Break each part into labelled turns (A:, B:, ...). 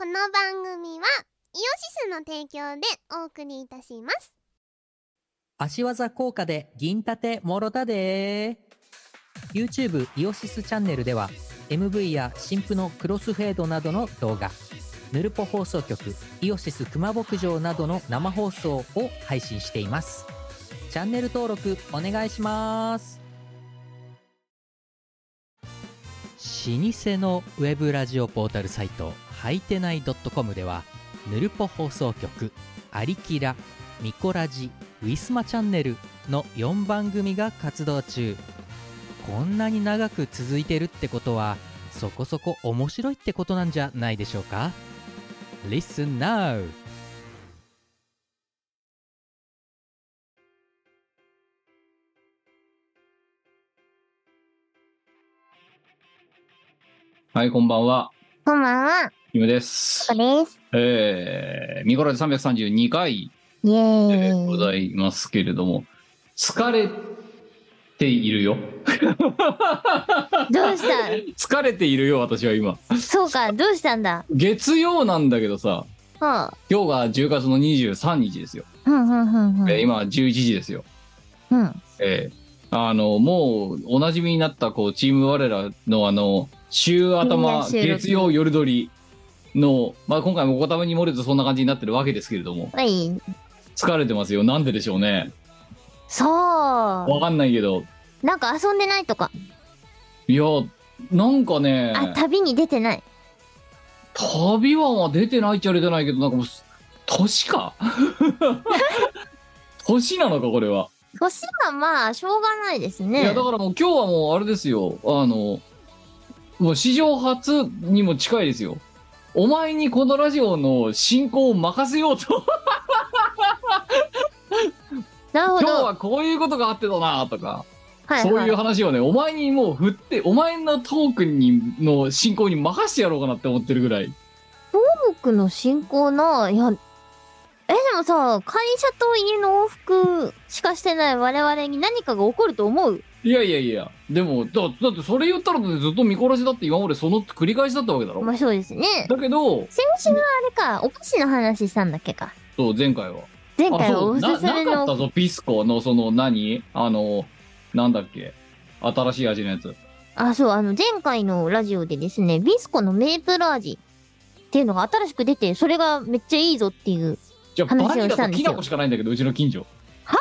A: の番組はイオシスの提供でお送りいたします
B: 足技効果で銀盾もろたで YouTube イオシスチャンネルでは MV や新婦のクロスフェードなどの動画ヌルポ放送局イオシス熊牧場などの生放送を配信していますチャンネル登録お願いします老舗のウェブラジオポータルサイトはいてない .com ではぬるぽ放送局「アリキラ」「ミコラジ」「ウィスマチャンネル」の4番組が活動中こんなに長く続いてるってことはそこそこ面白いってことなんじゃないでしょうか Listen now!
C: はい、こんばんは。
A: こんばんは
C: ゆめです
A: こ。です
C: えー、ミコラジ332回
A: イエ
C: で
A: ー
C: ご
A: イ、
C: ざいますけれども、疲れているよ。
A: どうし
C: 疲れているよ、私は今。
A: たそうかどうしたんだ
C: 月曜なんだけどさ、
A: はあ
C: 今日が10月の23日ですよ。
A: ふんふんふんふん
C: えー今11時ですよ。
A: うん
C: えー、あの、もうおなじみになった、こう、チーム我らのあの、週頭、
A: みんな収録
C: 月曜夜撮りの、まあ今回もごために漏れずそんな感じになってるわけですけれども、
A: はい
C: 疲れてますよ。なんででしょうね。
A: そ
C: わかんないけど、
A: うなんか遊んでないとか
C: いや、なんかね、
A: あ旅に出てない
C: 旅はまあ出てないっちゃ出てないけど、なんかもう、年か 年なのか、これは。
A: 年はまあしょうがないです
C: いや、
A: ね
C: だからもう今日はもう、あれですよ、あの、もう史上初にも近いですよ。お前にこのラジオの進行を任せようと、
A: なるほ
C: 今
A: ど
C: 日はこういうことがあってたなとか、
A: はいはい、
C: そういう話をね、お前にもう振って、お前のトークにの進行に任せてやろうかなって思ってるぐらい。
A: 家族の進行な、いや、え、でもさ、会社と家の往復しかしてない我々に何かが起こると思う
C: いやいやいや、でも、だだってそれ言ったらだってずっと見殺しだって今までその繰り返しだったわけだろ。
A: まあそうですね。
C: だけど、
A: 先週はあれか、お菓子の話したんだっけか。
C: そう、前回は。
A: 前回
C: あ
A: は
C: そう
A: おす
C: な
A: すめ
C: なかった
A: の、
C: ぞ、ピスコのその何あの、なんだっけ新しい味のやつ。
A: あ、そう、あの、前回のラジオでですね、ビスコのメープル味っていうのが新しく出て、それがめっちゃいいぞっていう。
C: じゃあ、
A: 話を
C: バニラ
A: したん
C: と
A: です
C: き
A: よ
C: なこしかないんだけど、うちの近所。
A: は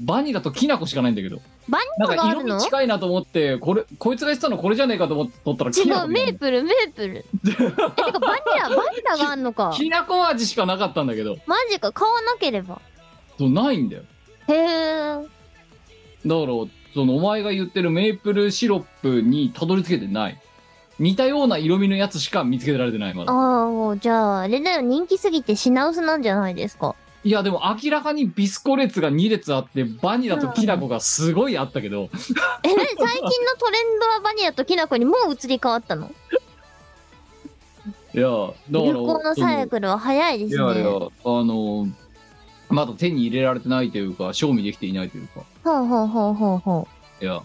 C: バニラときなこしかないんだけど。
A: バニラがあ
C: なん
A: る
C: か
A: の
C: 色に近いなと思って、これ、こいつが言ってたのこれじゃねえかと思って取ったら
A: 違
C: きな
A: う、
C: こ。
A: メープル、メープ ル。え、てかバニラ、バニラがあんのか。
C: きなこ味しかなかったんだけど、
A: マジか、買わなければ。
C: そうないんだよ。
A: へー。
C: だからそのお前が言ってるメープルシロップにたどり着けてない似たような色味のやつしか見つけられてないまだ
A: ああ、じゃあ、あれだよ、人気すぎて品薄なんじゃないですか。
C: いやでも明らかにビスコ列が2列あってバニラときな粉がすごいあったけど、
A: え、 なに最近のトレンドはバニラときなこにもう移り変わったの
C: いやだから
A: 流行のサイクルは早いで
C: い
A: す
C: やいやあ
A: ね。
C: のまだ手に入れられてないというか賞味できていないというか
A: ほうほうほうほうほ
C: いや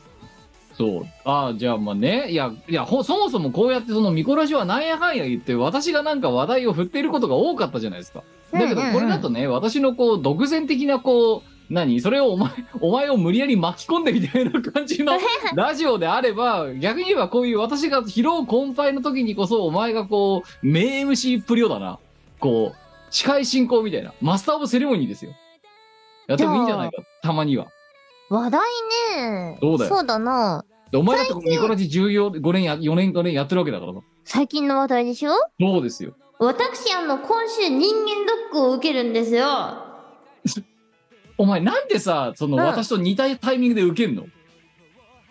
C: そうああじゃあまあねいやいやほそもそもこうやってそのミコラジはなんやかんや言って私がなんか話題を振っていることが多かったじゃないですか
A: う。
C: だけ
A: う
C: ど
A: んうんうん
C: これだとね、私のこう独善的なこう何それをお前 お前を無理やり巻き込んでみたいな感 じのラジオであれば逆に言えばこういう私が疲労困憊の時にこそお前がこう名 MC プリオだなこう司会進行みたいなマスター・オブ・セレモニーですよやってもいいんじゃないかたまには
A: 話題ね
C: どうだよ
A: そうだな。
C: でお前だってこうミコラジ14年や4年5年やってるわけだからさ
A: 最近の話題でしょ
C: そうですよ
A: 私、あの、今週人間ドックを受けるんですよ。
C: お前なんでさその
A: うん
C: 私と似たタイミングで受けんの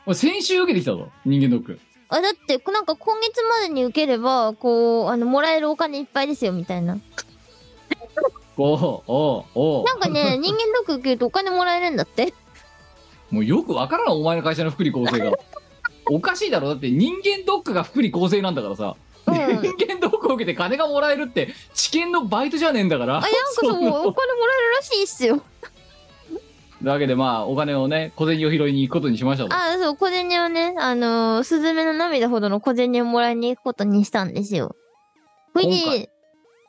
C: お前先週受けてきたぞ人間ドック
A: あ、だって、なんか今月までに受ければ、こう、あの、もらえるお金いっぱいですよ、みたいな。
C: おうおうおう
A: なんか ね、人間ドック受けるとお金もらえるんだって。
C: もうよくわからんお前の会社の福利厚生 がおかしいだろだって人間ドックが福利厚生なんだからさ、
A: うん。
C: 人間ドックを受けて金がもらえるって知見のバイトじゃねえんだから
A: あ、いや、なんかそう、お金もらえるらしいっすよ。
C: だわけでまあお金をね小銭を拾いに行くことにしましたと
A: あ、そう、小銭をね、あのー、スズメの涙ほどの小銭をもらいに行くことにしたんですよ。ほい
C: 今
A: で、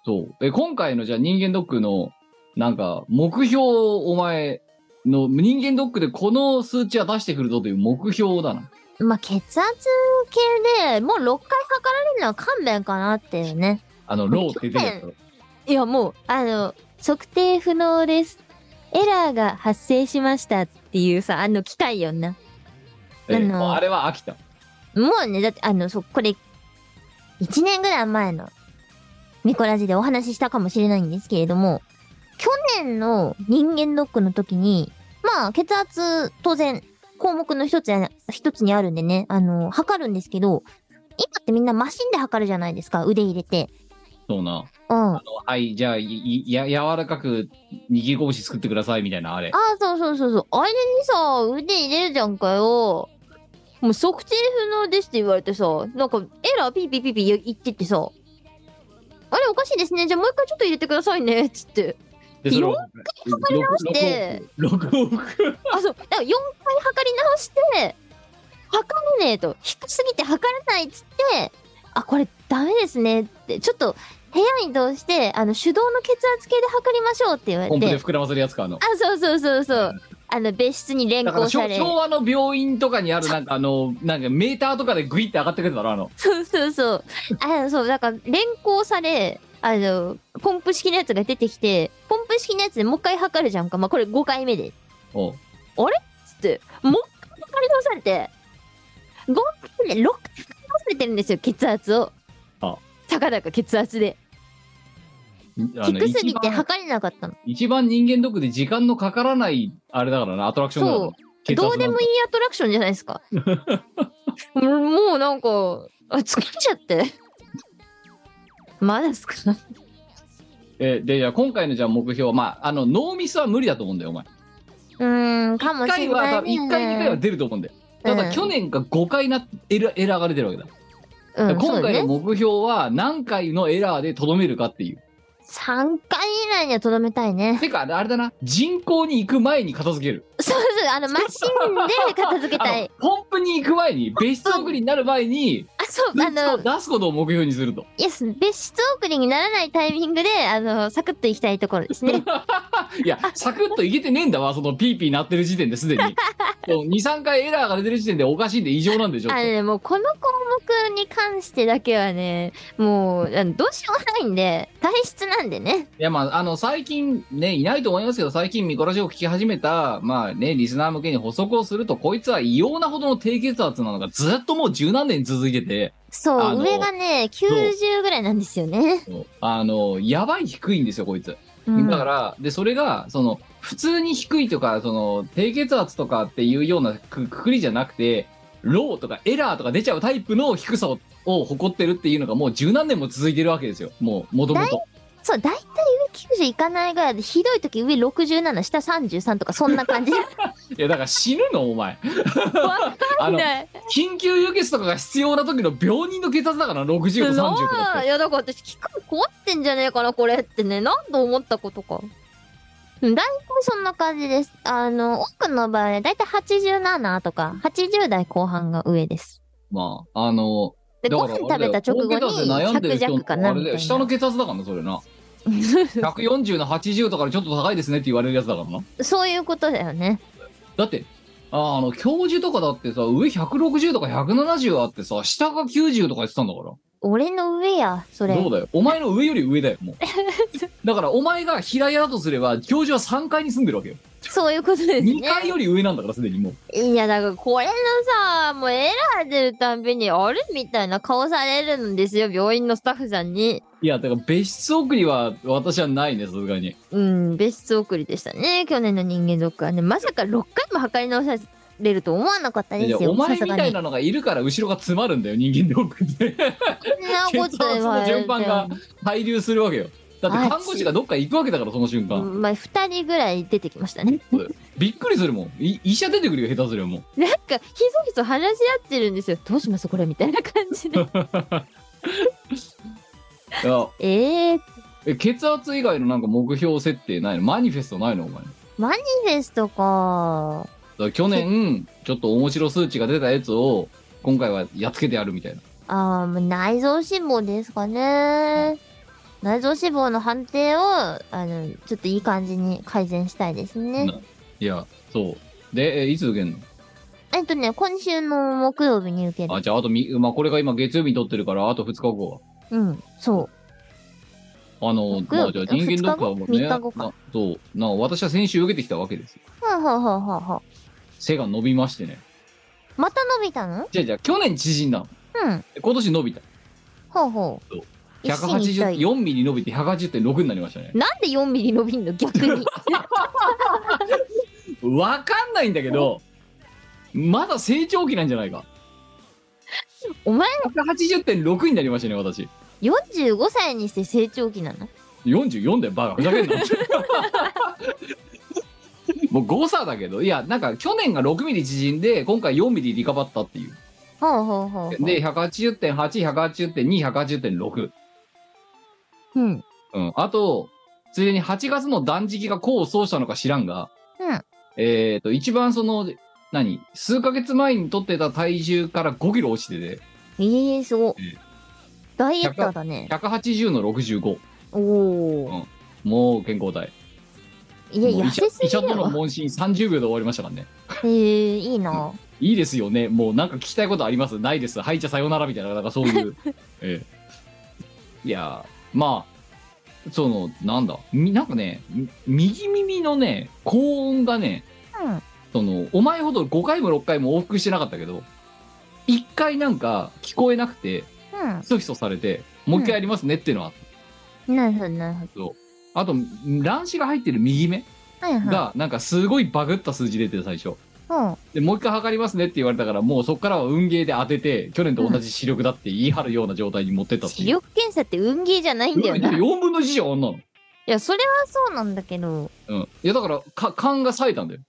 C: そう。え、今回のじゃあ人間ドックの、なんか、目標をお前の、人間ドックでこの数値は出してくるぞという目標だな。
A: まあ、血圧計でもう6回測られるのは勘弁かなっていうね。
C: あの、ローって出てるやつ
A: いや、もう、あの、測定不能です。エラーが発生しましたっていうさ、あの機械よな。
C: え
A: あの
C: もうあれは飽きた。
A: もうね、だって、あの、そ、これ、1年ぐらい前の、ミコラジでお話ししたかもしれないんですけれども、去年の人間ドックの時に、まあ、血圧、当然、項目の一つや、一つにあるんでね、あの、測るんですけど、今ってみんなマシンで測るじゃないですか、腕入れて。
C: そうな。
A: うん。
C: あのはい、じゃあ、いいや、柔らかく握り拳作ってくださいみたいな、あれ。
A: ああ、そうそうそうそう。あれにさ、腕入れるじゃんかよ。もう測定不能ですって言われてさ、なんかエラーピーピーピーピー言ってってさ、あれおかしいですね。じゃあもう一回ちょっと入れてくださいね。っつって。
C: で、それを、
A: 回測り直して
C: 6往復、6往復。
A: あ、そう。だから4回測り直して、測れねえと。低すぎて測れないっつって、あ、これダメですねって。ちょっと部屋に移動して、あの、手動の血圧計で測りましょうって言われ
C: ポンプで
A: て。
C: 膨らませるやつか、あの。
A: あ、そうそうそうそう。あの、別室に連
C: だから
A: 行
C: 昭
A: され。
C: 昭和の病院とかにあるなんかあのなんかメーターとかでグイって上がってくるだろあの
A: そうそうそう。あの、そう、だから、連行され、あの、ポンプ式のやつが出てきて、ポンプ式のやつでもう一回測るじゃんか。まあ、これ5回目で。
C: おう
A: つって、もう一回測り直されて、5回目で6回測り直されてるんですよ、血圧を。
C: あ
A: たかだか血圧で。
C: あの
A: 低すぎ
C: 一
A: て
C: 番
A: 測れなかったの。
C: 一番人間ドックで時間のかからないあれだからなアトラクションだから
A: そうどうでもいい
C: い
A: アトラクションじゃないですか。もうもうなんか、あ疲れちゃって。まだですか
C: えでじゃあ今回のじゃあ目標はまああのノーミスは無理だと思うんだよお前
A: うーん、かも
C: 1
A: しれ
C: 回
A: な、
C: はい
A: ね。
C: 1回2回は出ると思うんだよただ去年が5回なエラエラーが出てるわけだ
A: うん、うんそ
C: 今
A: うだ
C: 回
A: ね
C: の目標は何回のエラーでとどめるかっていう
A: 3回以内にはとどめたいね。
C: てかあれだな人工に行く前に片付ける
A: そうそう、あの、マシンで片付けたい。
C: あのポンプに行く前に別室送りになる前に
A: あ、そう、あ
C: あの
A: の、
C: 出すことを目標にすると
A: イエス、別室送りにならないタイミングで、あの、サクッといきたいところですね。
C: いやサクッといけてねえんだわそのピーピー鳴ってる時点ですでに23回エラーが出てる時点でおかしいんで異常なんでちょっ
A: あのね、もうこの項目に関してだけはね、もう、あのどうしようがないんで、体質なんでね。
C: いやまああの最近ねいないと思いますけど最近ミコラジオを聞き始めたまあねリスナー向けに補足をするとこいつは異様なほどの低血圧なのがずっともう十何年続いててあ
A: そ
C: の
A: う、上がね、90ぐらいなんですよね。
C: あのやばい低いんですよこいつ
A: うん、
C: だから、で、それが、その、普通に低いとか、その、低血圧とかっていうようなくくくりじゃなくて、ローとかエラーとか出ちゃうタイプの低さをを誇ってるっていうのがもう十何年も続いてるわけですよ。もう、もともと。
A: そう、だいたい上90いかないぐらいで、ひどい時上67、下33とか、そんな 感じ。
C: いや、だから死ぬの、お前。
A: わ
C: あ
A: かん
C: の、
A: ない。
C: 緊急輸血とかが必要な時の病人の血圧だから、60と30とかっ
A: い
C: て。
A: やだから私機械壊ってんじゃねえかなこれってね何度思ったことかうん大体そんな感じですあの多くの場合は大体87とか80代後半が上です
C: まあ、あの、
A: で
C: だ
A: ご
C: か
A: 飯
C: ら
A: 食べた直後に
C: 高血圧で悩ん
A: 100
C: でる人
A: 弱かな
C: あれ
A: み
C: だ
A: た
C: よ
A: い
C: 下の
A: な
C: 血圧だからな、そ れな。140の80とかでちょっと高いですねって言われるやつだからな。
A: そういうことだよね
C: だってああの教授とかだってさ上160とか170あってさ下が90とか言ってたんだから
A: 俺の上やそれ
C: どうだよお前の上より上だよもう だからお前が平屋だとすれば教授は3階に住んでるわけよ
A: そういうことですね
C: 2階より上なんだからすでにもう
A: いやだからこれのさもうエラー出るたんびにあれみたいな顔されるんですよ病院のスタッフさんに
C: いやだから別室送りは私はないねさすがに
A: うん、別室送りでしたね。去年の人間ドックはね、まさか6回も測り直されると思わなかったです
C: いや
A: よ。
C: お前
A: さ
C: み
A: すが
C: たい
A: に。
C: なのがいるから後ろが詰まるんだよ人間ドックっ て
A: そんなこと言われて
C: 血圧の順番が滞留するわけよだって
A: あ
C: 看護師がどっか行くわけだからその瞬
A: う
C: 間
A: んまあ、2人ぐらい出てきましたね。
C: びっくりするもんい医者出てくるよ下手するよもう
A: なんか、ひそひそ話し合ってるんですよ。どうしますこれみたいな感じ で。
C: いや
A: えー、
C: え血圧以外のなんか目標設定ないのマニフェストないのお前だか
A: マニフェストから
C: 去年ちょっと面白数値が出たやつを今回はやっつけてやるみたいな
A: あー、まあ内臓脂肪ですかね。内臓脂肪の判定を、あの、ちょっといい感じに改善したいですね
C: な。いや、そう。で、えいつ受けんの
A: えっとね、今週の木曜日に受ける。
C: あ、じゃあ、あとみ、まあ、これが今月曜日に撮ってるから、あと2日後
A: うん、そう。
C: は。あの、
A: 木
C: ま
A: 曜
C: あ、
A: 日
C: じゃあ人間ドックはもう
A: 二
C: ね、
A: 日後か
C: なそう。な、私は先週受けてきたわけですよ。
A: はあ、はあはあはあは
C: 背が伸びましてね。
A: あ、また伸びたの
C: じゃあ、じゃあ、去年縮んだの。
A: うん。
C: で今年伸びた。
A: ほうほう
C: そう。
A: 一心一体
C: 184ミリ伸びて180.6になりましたね。
A: なんで4ミリ伸びんの逆 に。
C: わかんないんだけど、まだ成長期なんじゃないか。
A: お前
C: 180.6になりましたね、私。
A: 45歳にして成長期なの
C: 44だよバカふざけ んなもう誤差だけどいやなんか去年が6ミリ縮んで今回4ミリリカバったっていう
A: ほうほうほうほう。
C: で180.8180.2180.6
A: うん。
C: うんあとついでに8月の断食が功を奏したのか知らんが、
A: うん
C: えっ、と一番その何数ヶ月前に取ってた体重から5キロ落ちてて
A: ええすご
C: ええ。
A: ダイエッターだね。
C: 180の65
A: おおー。
C: もう健康体
A: いや、
C: もう
A: 痩
C: 医者
A: せすぎ
C: 医者
A: だ
C: との
A: よ。
C: 問診30秒で終わりましたからね
A: ええいいな。
C: いいですよね。もうなんか聞きたいことありますないです。はい、じゃあさようならみたいな、なんかそういう。ええ、いやー、まあ、その、なんだ、みなんかね、み右耳のね、高音がね、
A: うん
C: その、お前ほど5回も6回も往復してなかったけど、1回なんか聞こえなくて、ひそひそされて、もう1回やりますねっていうのはあった、
A: うん。なるほど、なるほ
C: あと、乱視が入ってる右目
A: ど。はいはい。
C: が、なんかすごいバグった数字出てる最
A: う
C: 初。
A: ん。
C: でもう一回測りますねって言われたからもうそこからは運ゲーで当てて去年と同じ視力だって言い張るような状態に持ってったって
A: 視
C: いう
A: 力検査って運ゲーじゃないんだよな。い
C: 4分の1じゃんあんなの、
A: や、それはそうなんだけど、
C: うん、いやだからか勘が冴えたんだよ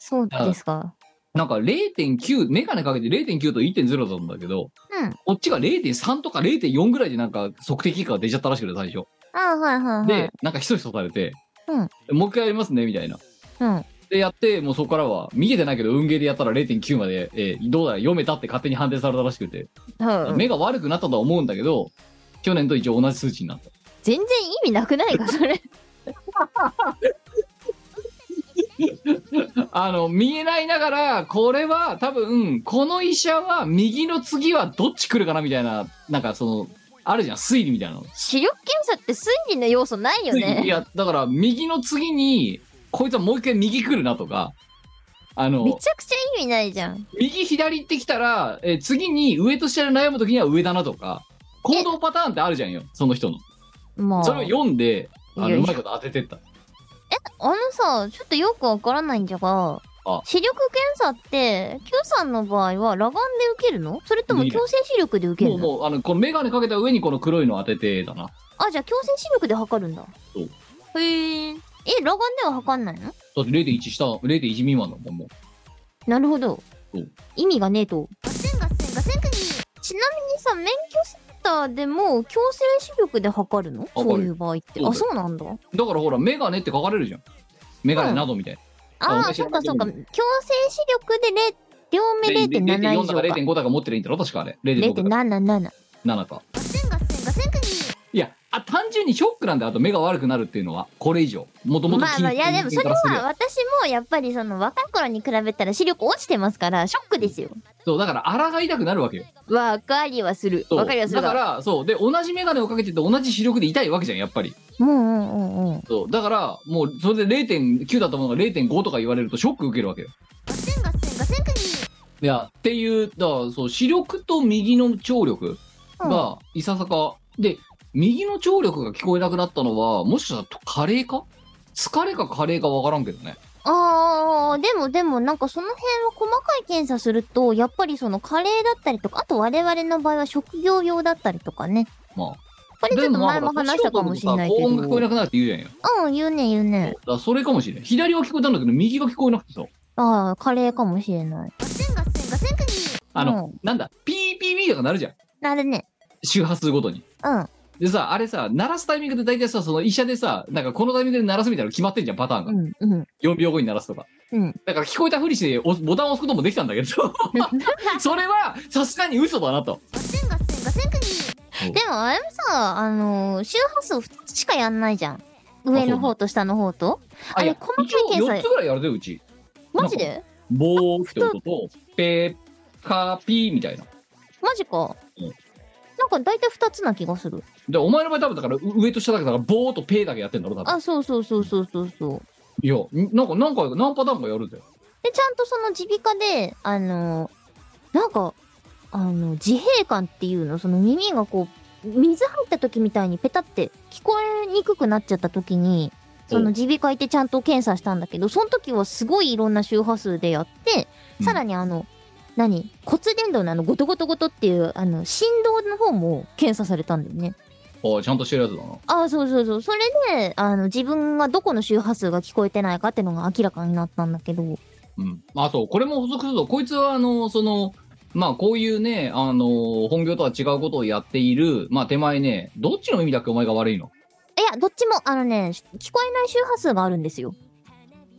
A: そうですか。
C: なんか0.9メガネかけて0.9と1.0だったんだけど
A: うん。
C: こっちが0.3とか0.4ぐらいでなんか測定結果が出ちゃったらしくて最初
A: ああ、はいはいはい。
C: でなんかひそひそされて、もう一回やりますねみたいな
A: うん。
C: でやってもうそこからは見えてないけど運ゲーでやったら0.9まで、えーどうだら読めたって勝手に判定されたらしくて
A: はい
C: 目が悪くなったとは思うんだけど去年と一応同じ数値になった
A: 全然意味なくない か、それ。
C: あの見えないながらこれは多分この医者は右の次はどっち来るかなみたいななんかそのあるじゃん推理みたいなの、
A: 視力検査って推理の要素ないよ
C: い
A: ね。
C: やだから右の次にこいつはもう一回右来るなとかあ
A: め
C: の
A: ちゃくちゃ意味ないじゃん。
C: 右左ってきたら、え次に上と下で悩む時には上だなとか行動パターンってあるじゃんよその人の
A: まあ。
C: それを読んであ
A: いや
C: の
A: いうや
C: まいこと当ててった
A: あのさ、ちょっとよくわからないんじゃが
C: あ、
A: 視力検査って、Q さんの場合は裸眼で受けるのそれとも
C: 見る
A: 強制視力で受け
C: も
A: る
C: う
A: の
C: もうあのこの眼鏡かけた上にこの黒いの当ててだな
A: あ、じゃあ強制視力で測るんだ。
C: そう
A: へえ。え、裸眼では測んないの
C: だって0.1下0.1未満だもんもう
A: なるほど
C: そう。
A: 意味がねえと。ガセンガセンガセンクニーちなみにさ、免許センターでも強制視力で測るの
C: 測る
A: そういう場合って。あ、
C: そ
A: そうなんだ。
C: だからほら、メガネって書かれるじゃん。メガネなどみたいな。
A: ああ、
C: 私
A: そ
C: は
A: うかそうか。
C: う
A: 強制視力でれ両目
C: で
A: 0.7
C: 0.4
A: 以
C: だ
A: 上
C: か
A: か。
C: 0.5だか持ってるいいんだろ確かあれ。0.6だか
A: 0.77。
C: 7か。
A: ガセンガセンガセンクニー
C: いや、あ、単純にショックなんだよあと目が悪くなるっていうのは、これ以上。もともと
A: まあまあいやでもそれは
C: するよ
A: 私もやっぱりその若い頃に比べたら視力落ちてますからショックですよ。
C: そう、だから、あらがいたくなるわけよ。
A: わかりはする。
C: そう
A: わかりはする
C: だか
A: が。
C: ら、そう。で、同じメガネをかけてて、同じ視力で痛いわけじゃん、やっぱり。
A: うんうんうんうん。
C: そう。だから、もう、それで0.9だと思うのが0.5とか言われると、ショック受けるわけよ。
A: ガセンガセンガセンクニー。
C: いや、っていう、だから、そう、視力と右の聴力。
A: うん、
C: がいささか、で右の聴力が聞こえなくなったのはもしかしたら加齢か疲れか加齢かわからんけどね
A: あーでもでもなんかその辺を細かい検査するとやっぱりその加齢だったりとかあと我々の場合は職業用だったりとかね
C: ま
A: こ
C: あ
A: れちょっと前も話したかもしれないけ
C: 高
A: どう
C: 音
A: ん
C: が聞こえなくなるって言うじゃんよ
A: 言うね言うね
C: だからそれかもしれない左は聞こえたんだけど右が聞こえなくてさ
A: ああ加齢かもしれないガセンガセンガセンクニー
C: あの、
A: うん、
C: なんだ PPB とかなるじゃん
A: なるね
C: 周波数ごとに
A: うん
C: でさあれさ鳴らすタイミングで大体さその医者でさなんかこのタイミングで鳴らすみたいなの決まってんじゃんパターンが、
A: うんうん
C: 4秒後に鳴らすとか
A: うん
C: だから聞こえたふりして押すボタンを押すこと も できたんだけどそれはさすがに嘘だなと
A: ガセンガセンガセンクニーでもあれもさ、あのー周波数2つしかやんないじゃん。上の方と下の方と。あれ
C: いや
A: 細かい検査
C: 一応4つぐらいやるでうち
A: マジで
C: 棒って音とペーカーピーみたいな
A: マジか。
C: うん
A: なんか大体2つな気がする。
C: でお前の場合多分だからう上と下だけだから棒とペーだけやってんだろ多分
A: あ、そうそうそうそうそうそう。
C: いやんなんかなんか何パターンかやるんだよ
A: で、ちゃんとその耳鼻科で、あのーなんか、あの、自閉感っていうの、その耳がこう、水入った時みたいにペタって聞こえにくくなっちゃった時に、その
C: お
A: 耳鼻科行ってちゃんと検査したんだけど、その時はすごいいろんな周波数でやって、
C: うん
A: さらにあの、何骨伝導のあのゴトゴトゴトっていうあの振動の方も検査されたんだよね。
C: あちゃんとしてるやつだな
A: ああ、そうそうそう。それで、あの、自分がどこの周波数が聞こえてないかっていうのが明らかになったんだけど。
C: うんあとこれも補足するとこいつはあのそのまあこういうねあの本業とは違うことをやっているまあ手前ねどっちの意味だっけお前が悪いの
A: いや、どっちも、あのね、し聞こえない周波数があるんですよ。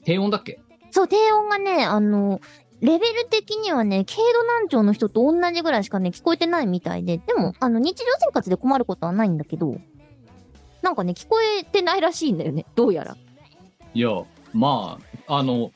C: 低音だっけ
A: そう、低音がね、あの、レベル的にはね、軽度難聴の人と同じぐらいしかね、聞こえてないみたいで、でも、あの、日常生活で困ることはないんだけど、なんかね、聞こえてないらしいんだよね、どうやら。
C: いやまああの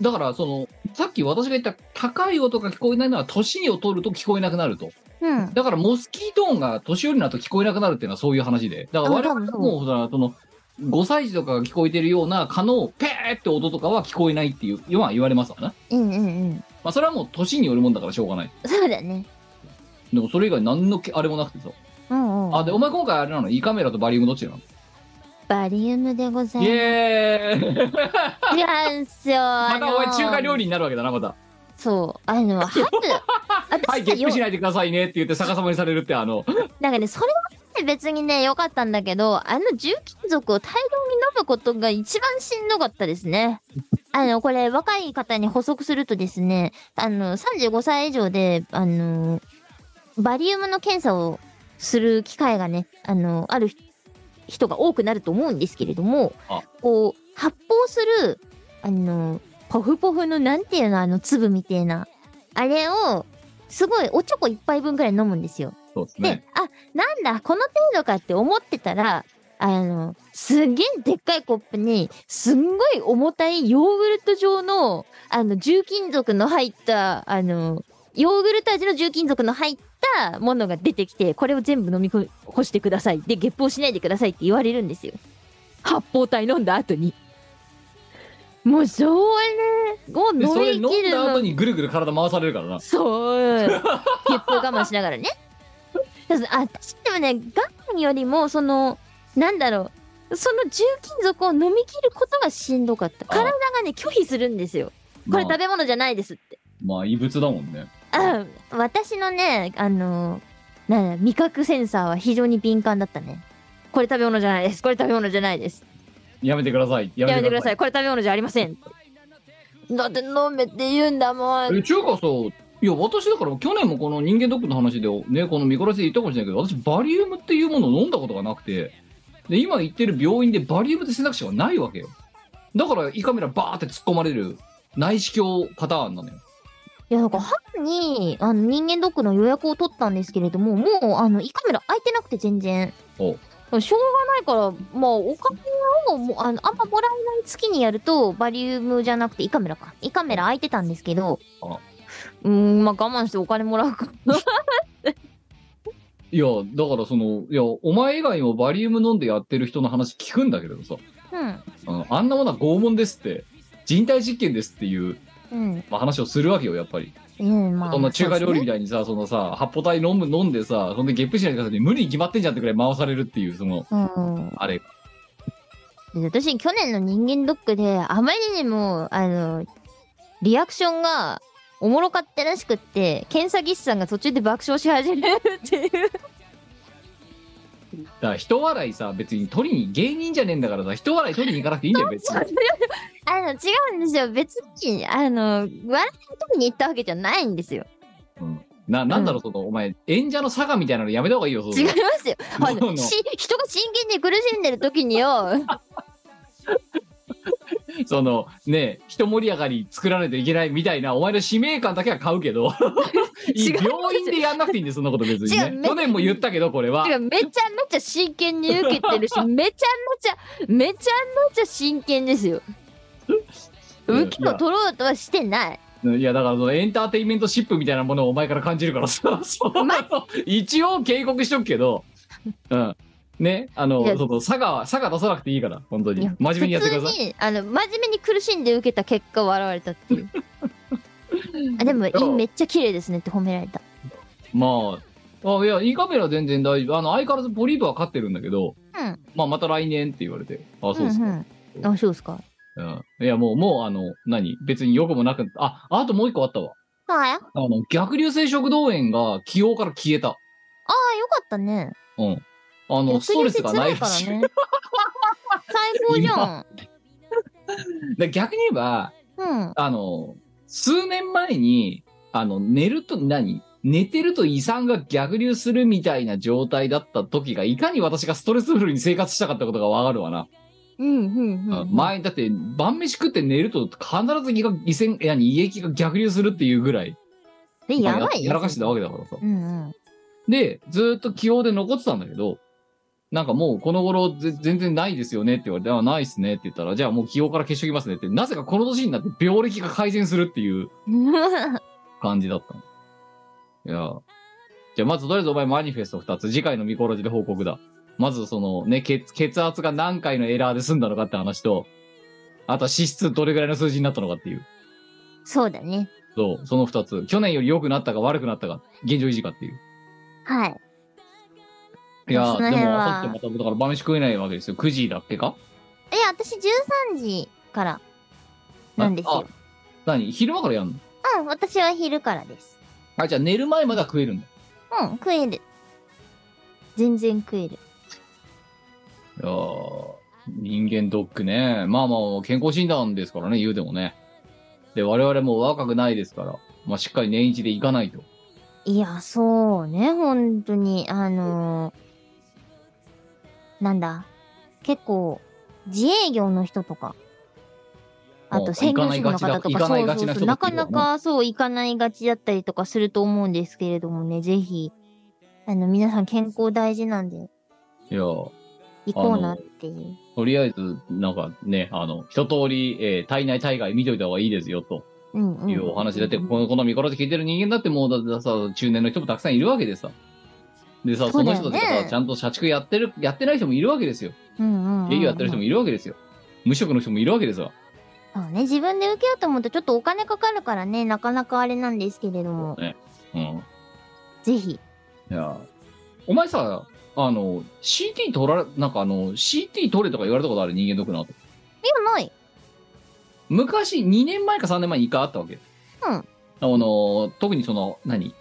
C: だからそのさっき私が言った高い音が聞こえないのは年を取ると聞こえなくなると
A: うん。
C: だからモスキート音が年寄りになると聞こえなくなるっていうのはそういう話で。だから我々
A: あ多分そう
C: もほら、その、5歳児とかが聞こえてるような蚊のペーって音とかは聞こえないっていう、まあ言われますからね。
A: うんうんうん。
C: まあそれはもう年によるもんだからしょうがない。
A: そうだね。
C: でもそれ以外何のけあれもなくてさ。
A: うんうん。
C: あ、で、お前今回あれなの胃カメラとバリウムどっちなの
A: バリウムでございま
C: イ
A: す。
C: エーイ
A: いやんすよ。
C: ま
A: ま
C: たお前中華料
A: 理。
C: 理になるわけだな、また。
A: そう。あの、 ハブ。
C: は
A: 私
C: い、
A: さ
C: ゲッ
A: よ
C: プしないでくださいねって言って逆さまにされるってあの、
A: なんかね、それはね別にね、良かったんだけど、あの重金属を大量に飲むことが一番しんどかったですね。あの、これ、若い方に補足するとですね、あの、35歳以上で、あの、バリウムの検査をする機会がね、あの、ある人人が多くなると思うんですけれども
C: あ、
A: こう、発泡する、あの、ポフポフの、なんていうの、あの、粒みたいな、あれを、すごい、おちょこ一杯分くらい飲むんですよ。
C: そうです
A: で
C: ね。、
A: あ、なんだ、この程度かって思ってたら、あの、すげえでっかいコップに、すんごい重たいヨーグルト状の、あの、重金属の入った、あの、ヨーグルト味の重金属の入ったものが出てきて、これを全部飲みこ干してください。で、ゲップをしないでくださいって言われるんですよ。発泡体飲んだ後に。もう、それを
C: で、そ
A: 飲
C: れ飲
A: み切
C: ん
A: る
C: だ
A: の
C: 後にぐるぐる体回されるからな。
A: そう。ゲップを我慢しながらね。だからあ、私でもね、我慢よりも、その、なんだろう、その重金属を飲み切ることがしんどかった。
C: あ
A: 体がね、拒否するんですよ。これ
C: まあ
A: 食、べ物じゃないですって。
C: まあ異物だもんね。
A: あ私のね、あの、なんだ味覚センサーは非常に敏感だったね。これ食べ物じゃないです。これ食べ物じゃないです。
C: やめてください。や
A: やめてくだ
C: めてくだ
A: さ
C: さ
A: い。
C: い。
A: これ食べ物じゃありません。だって飲めって言うんだもん。
C: え、中華さ、いや、私だから去年もこの人間ドックの話で、ね、この見殺しで言ったかもしれないけど、私、バリウムっていうものを飲んだことがなくて、で、今行ってる病院でバリウムって選択肢がないわけよ。だから、胃カメラバーって突っ込まれる内視鏡パターンなのよ。
A: いや、なんか、春に、あの、人間ドックの予約を取ったんですけれども、もう、あの、胃カメラ空いてなくて全然。
C: お
A: しょうがないから、まあ、お金をもう、あの、あんまもらえない月にやると、バリウムじゃなくて胃カメラか。胃カメラ空いてたんですけど
C: あ、
A: うーん、まあ、我慢してお金もらうか。
C: いや、だからその、いや、お前以外にもバリウム飲んでやってる人の話聞くんだけれどさ、
A: うん。
C: あのあんなものは拷問ですって、人体実験ですっていう、
A: うん。
C: まあ、話をするわけよ、やっぱり。
A: うん、まあ。
C: そんな中華料理
A: そうですね
C: みたいにさ、そのさ、八歩体飲む、飲んでさ、そんでゲップしないでくださいって無理に決まってんじゃんってくらい回されるっていう、その、
A: うん。
C: あれ。
A: で私、去年の人間ドックで、あまりにも、あの、リアクションが、おもろかったらしくって、検査技師さんが途中で爆笑し始めるっていう。
C: だから人笑いさ、別に取りに、芸人じゃねえんだからさ、人笑い取りに行かなくて いいんだよ、別に。
A: あの、違うんですよ。別に、あの、笑いの時に行ったわけじゃないんですよ。
C: な、なんだろう、その、お前、演者の差がみたいなのやめた方がいいよ、その
A: 違いますよ。あ
C: そうな
A: の
C: の
A: し人が真剣に苦しんでる時によ、
C: そのね一盛り上がり作らないといけないみたいなお前の使命感だけは買うけど い
A: 違います
C: 病院でやんなくていいんでそんなこと別に
A: 違う
C: ね
A: め
C: 去年も言ったけどこれは
A: てかめちゃめちゃ真剣に受けてる しめちゃめちゃめちゃめちゃ真剣ですよ
C: うん
A: 受けを取ろうとはしてない
C: いやだからそのエンターテインメントシップみたいなものをお前から感じるか らさそう
A: ま
C: 一応警告しとくけどうんねあの
A: いや
C: その佐賀は佐賀出さなくていいから本当
A: い
C: に
A: や
C: 真面目にやってくださ
A: 普
C: い
A: 通にあの真面目に苦しんで受けた結果笑われた っていうあでもいい
C: そう
A: めっちゃ綺麗ですねって褒められた
C: まああいやいいカメラ全然大丈夫あの相変わらずポリープは勝ってるんだけど
A: うん
C: まあまた来年って言われてあそうですか、
A: んうん、あそうですか
C: うんいや、もう、もう、あの、何別に良くもなく、あ、あともう一個あったわ。
A: はいあよか
C: あの、逆流性食道炎が起用から消えた。
A: ったね
C: うん。あの、ストレスがないらしい。
A: 逆流性辛いからね最高じゃん
C: で逆に言えば、
A: うん
C: あの、数年前に、あの、寝ると、何寝てると胃酸が逆流するみたいな状態だった時が、いかに私がストレスフルに生活したかったことがわかるわな。
A: うんうんうん、
C: う
A: うんん、
C: 前、だって、晩飯食って寝ると、必ず胃が、胃酸、いや胃液が逆流するっていうぐらい、
A: でやばいよ
C: やらかしてたわけだからさ。
A: うん うん
C: で、ずーっと起用で残ってたんだけど、なんかもうこの頃ぜ全然ないですよねって言われて、あ、ないっすねって言ったら、じゃあもう起用から消しときますねって、なぜかこの年になって病歴が改善するっていう感じだったの。いやーじゃあまずとりあえずお前マニフェスト2つ、次回のミコラジで報告だ。まずそのね、血血圧が何回のエラーで済んだのかって話と、あとは脂質どれぐらいの数字になったのかっていう。
A: そうだね
C: そう、その2つ。去年より良くなったか悪くなったか、現状維持かっていう。
A: はい
C: いや
A: その
C: ー、で
A: 辺
C: も
A: は
C: 朝ってまた、だから晩飯食えないわけですよ。9時だっけか
A: え私13時からなんですよ
C: 何昼間からやんの
A: うん私は昼からです
C: あ、じゃあ寝る前までは食えるんだ。
A: うん食える全然食える
C: いやー人間ドックね。まあまあ、健康診断ですからね、言うでもね。で、我々も若くないですから、まあしっかり年一で行かないと。
A: いや、そうね、本当に。あのーなんだ、結構、自営業の人とか、あ
C: もう
A: と専業主婦の方と
C: 行
A: か、
C: かな
A: そ
C: いうがち
A: そ
C: な
A: う
C: 人
A: そう、
C: だっ
A: な
C: てい
A: か
C: うのは
A: な
C: ね
A: かそう、行かないがちだったりとかすると思うんですけれどもね、ぜひ、あの、皆さん健康大事なんで、
C: いやー
A: 行こうなっていう。
C: とりあえず、なんかね、あの、一通り、えー体内体外見といた方がいいですよ、と
A: うんうん。
C: いうお話だって、
A: うん
C: この、この見殺し聞いてる人間だってもうだってさ、中年の人もたくさんいるわけでさ。でさ、
A: そ
C: そう
A: だ
C: の
A: よね
C: 人たちがさ、ちゃんと社畜やってる、やってない人もいるわけですよ。
A: うんうん。
C: 営業やってる人もいるわけですよ。無職の人もいるわけですよ。
A: そうね、自分で受けようと思うとちょっとお金かかるからね、なかなかあれなんですけれども、
C: うん。
A: ぜひ。
C: いや、お前さ、あの、CT 取られ、なんかあの、CT 取れとか言われたことある人間ドックなと。
A: いや、ない。
C: 昔、2年前か3年前に1回あったわけ。
A: うん
C: あの、特にその、何